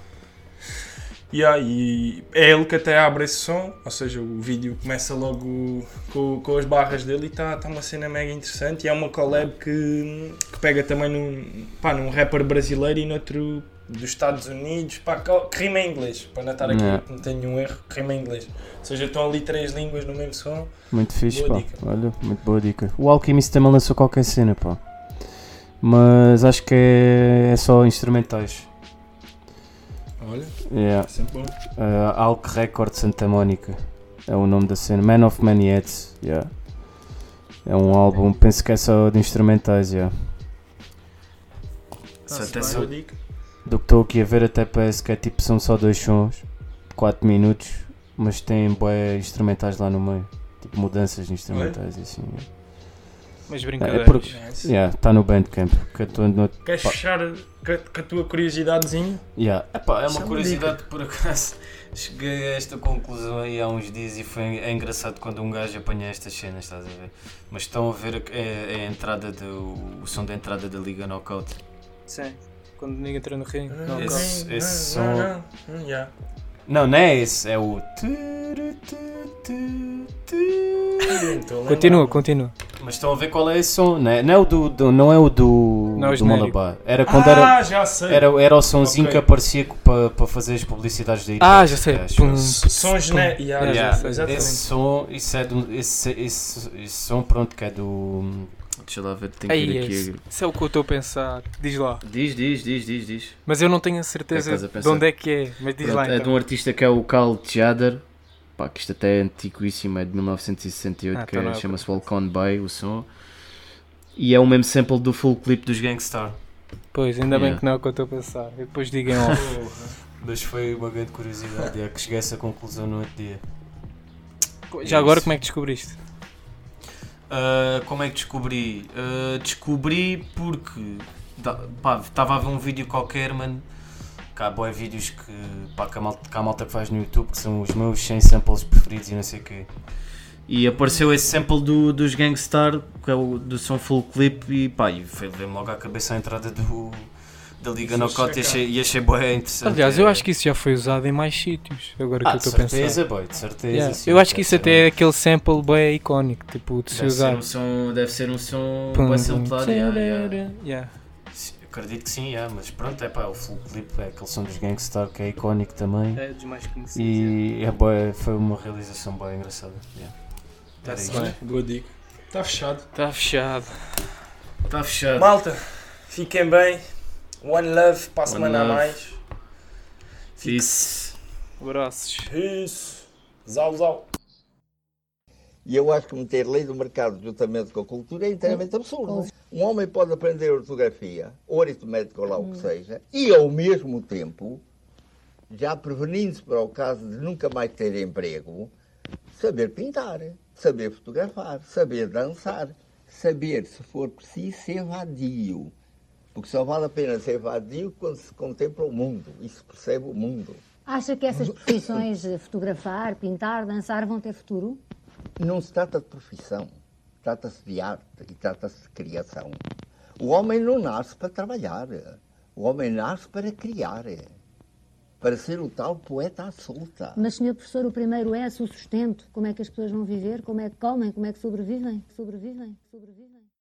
[SPEAKER 1] Yeah, e é ele que até abre esse som, ou seja, o vídeo começa logo com, com as barras dele e está tá uma cena mega interessante. E é uma collab que, que pega também num, pá, num rapper brasileiro e noutro dos Estados Unidos, pá, que, que rima em inglês, para não estar aqui,
[SPEAKER 6] Yeah.
[SPEAKER 1] que não tenho nenhum erro, que rima em inglês. Ou seja, estão ali três línguas no mesmo som.
[SPEAKER 6] Muito fixe,
[SPEAKER 1] Boa
[SPEAKER 6] pá.
[SPEAKER 1] dica.
[SPEAKER 6] Olha, muito boa dica. O Alchemist também lançou qualquer cena, pá. Mas acho que é, é só instrumentais.
[SPEAKER 1] Olha, tá
[SPEAKER 6] Yeah.
[SPEAKER 1] sempre bom.
[SPEAKER 6] Uh, Alc Record Santa Mónica é o nome da cena. Man of Many Heads. Yeah. É um álbum, penso que é só de instrumentais. Yeah.
[SPEAKER 4] Só
[SPEAKER 1] Tá-se
[SPEAKER 4] até
[SPEAKER 1] bem,
[SPEAKER 4] só-
[SPEAKER 1] boa dica.
[SPEAKER 6] Do que estou aqui a ver, até parece que é tipo são só dois sons, 4 minutos, mas tem boé instrumentais lá no meio. Tipo mudanças de instrumentais e assim. yeah.
[SPEAKER 5] Mas
[SPEAKER 6] É, é
[SPEAKER 5] brincadeiras.
[SPEAKER 6] porque.
[SPEAKER 1] Nice.
[SPEAKER 6] Yeah, tá no Bandcamp. Que eu tô no...
[SPEAKER 1] Queres
[SPEAKER 6] Pá.
[SPEAKER 1] fechar com com a tua curiosidadezinha?
[SPEAKER 6] yeah. Epá,
[SPEAKER 1] Isso
[SPEAKER 6] é
[SPEAKER 1] é
[SPEAKER 6] uma
[SPEAKER 1] uma
[SPEAKER 6] curiosidade que por acaso. Cheguei a esta conclusão aí há uns dias e foi é engraçado quando um gajo apanha estas cenas, estás a ver? Mas estão a ver a, a- a entrada do. o som da entrada da Liga Knockout.
[SPEAKER 5] Sim. Quando ninguém entra no ringue. não,
[SPEAKER 6] Esse-
[SPEAKER 5] calma.
[SPEAKER 6] esse som-
[SPEAKER 1] Hum, yeah.
[SPEAKER 6] Não, não é esse, é o. tu, tu, tu, tu.
[SPEAKER 1] Estou a lembrar.
[SPEAKER 5] Continua, continua.
[SPEAKER 6] Mas estão a ver qual é esse som, né? não é? o do, do- não é o do,
[SPEAKER 5] Não é o
[SPEAKER 6] do
[SPEAKER 5] genérico.
[SPEAKER 6] Malabar. Era quando era,
[SPEAKER 1] Ah, já sei.
[SPEAKER 6] era, era o sonzinho
[SPEAKER 1] Ok.
[SPEAKER 6] que aparecia para fazer as publicidades da
[SPEAKER 5] Ah,
[SPEAKER 6] Itachi,
[SPEAKER 5] já sei.
[SPEAKER 6] acho
[SPEAKER 5] Pum,
[SPEAKER 6] eu.
[SPEAKER 1] Som
[SPEAKER 5] né,
[SPEAKER 1] gené- yeah,
[SPEAKER 5] Yeah,
[SPEAKER 1] já
[SPEAKER 5] yeah.
[SPEAKER 1] sei,
[SPEAKER 6] Esse
[SPEAKER 1] Exatamente.
[SPEAKER 6] som, isso é do, esse, esse, esse som, pronto, que é do.
[SPEAKER 4] Deixa lá ver, tenho que
[SPEAKER 5] Aí,
[SPEAKER 4] ir
[SPEAKER 5] é
[SPEAKER 4] aqui.
[SPEAKER 5] isso. Isso é o que eu estou a pensar. Diz lá.
[SPEAKER 4] Diz, diz, diz, diz, diz.
[SPEAKER 5] Mas eu não tenho a
[SPEAKER 4] É
[SPEAKER 5] certeza
[SPEAKER 4] que estás a
[SPEAKER 5] de
[SPEAKER 4] pensar.
[SPEAKER 5] onde é que é. Mas diz
[SPEAKER 4] Pronto,
[SPEAKER 5] lá
[SPEAKER 4] é de
[SPEAKER 5] então.
[SPEAKER 4] um artista que é o Carl Tjader. Pá, que isto até é antiquíssimo, é de 1968,
[SPEAKER 5] Ah,
[SPEAKER 4] que
[SPEAKER 5] então não
[SPEAKER 4] é-
[SPEAKER 5] é o
[SPEAKER 4] chama-se Walcon Bay, o som. E é o mesmo sample do full clip dos Gang.
[SPEAKER 6] Gangstar.
[SPEAKER 5] Pois, ainda bem
[SPEAKER 4] Yeah.
[SPEAKER 5] que não é o que eu estou a pensar. Eu depois digam lá.
[SPEAKER 6] Mas foi uma grande curiosidade, é que cheguei a essa conclusão no outro dia.
[SPEAKER 5] Já agora como é que descobriste?
[SPEAKER 6] Uh, como é que descobri? Uh, descobri porque estava a ver um vídeo qualquer, mano. Cá boé vídeos que, pá, que, a malta, que a malta que faz no YouTube que são os meus 100 samples preferidos e não sei o quê.
[SPEAKER 4] E apareceu esse sample do, dos Gangstar, que é o do som full clip, e pá, e foi
[SPEAKER 6] Foi ver-me logo à cabeça a entrada do, da Liga Knockout e achei, e achei boé interessante.
[SPEAKER 5] Aliás, eu acho que isso já foi usado em mais sítios. Agora que
[SPEAKER 6] é- ah,
[SPEAKER 5] eu
[SPEAKER 6] de
[SPEAKER 5] estou a pensar.
[SPEAKER 6] certeza, boy, de certeza.
[SPEAKER 5] Yeah.
[SPEAKER 6] sim,
[SPEAKER 5] Eu acho que
[SPEAKER 6] deve
[SPEAKER 5] isso
[SPEAKER 6] ser
[SPEAKER 5] até é aquele sample bem icónico, tipo, de
[SPEAKER 6] um-
[SPEAKER 5] se
[SPEAKER 6] deve ser
[SPEAKER 5] usar.
[SPEAKER 6] um som, deve ser um som
[SPEAKER 5] Pum,
[SPEAKER 6] bué
[SPEAKER 5] pum,
[SPEAKER 6] samplado, yeah, yeah.
[SPEAKER 5] Yeah.
[SPEAKER 6] Sim, Acredito que sim, yeah, mas pronto, é pá, o full clip é aquele som dos Gangstar que é icónico também.
[SPEAKER 5] É dos mais conhecidos.
[SPEAKER 6] E é bué- foi uma realização bem engraçada. yeah.
[SPEAKER 1] Tá
[SPEAKER 6] Era
[SPEAKER 5] Tá-se
[SPEAKER 6] isto.
[SPEAKER 5] bem.
[SPEAKER 1] Boa dica. Está fechado.
[SPEAKER 5] Está Tá fechado.
[SPEAKER 6] Está fechado.
[SPEAKER 1] Malta, fiquem bem. One love para a
[SPEAKER 4] One
[SPEAKER 1] semana
[SPEAKER 4] love.
[SPEAKER 1] a mais.
[SPEAKER 4] isso.
[SPEAKER 5] Abraços.
[SPEAKER 1] Peace. Zau, zau.
[SPEAKER 14] E eu acho que meter lei do mercado juntamente com a cultura é inteiramente absurdo. Um homem pode aprender ortografia, ou aritmética, ou lá o que seja, e ao mesmo tempo, já prevenindo-se para o caso de nunca mais ter emprego, saber pintar, saber fotografar, saber dançar, saber, se for preciso, ser vadio. Porque só vale a pena ser vadio quando se contempla o mundo e se percebe o mundo.
[SPEAKER 15] Acha que essas profissões de fotografar, pintar, dançar vão ter futuro?
[SPEAKER 14] Não se trata de profissão, trata-se de arte e trata-se de criação. O homem não nasce para trabalhar, o homem nasce para criar, para ser o tal poeta à solta.
[SPEAKER 15] Mas, senhor professor, o primeiro é o sustento. Como é que as pessoas vão viver? Como é que comem? Como é que sobrevivem? Sobrevivem? Sobrevivem?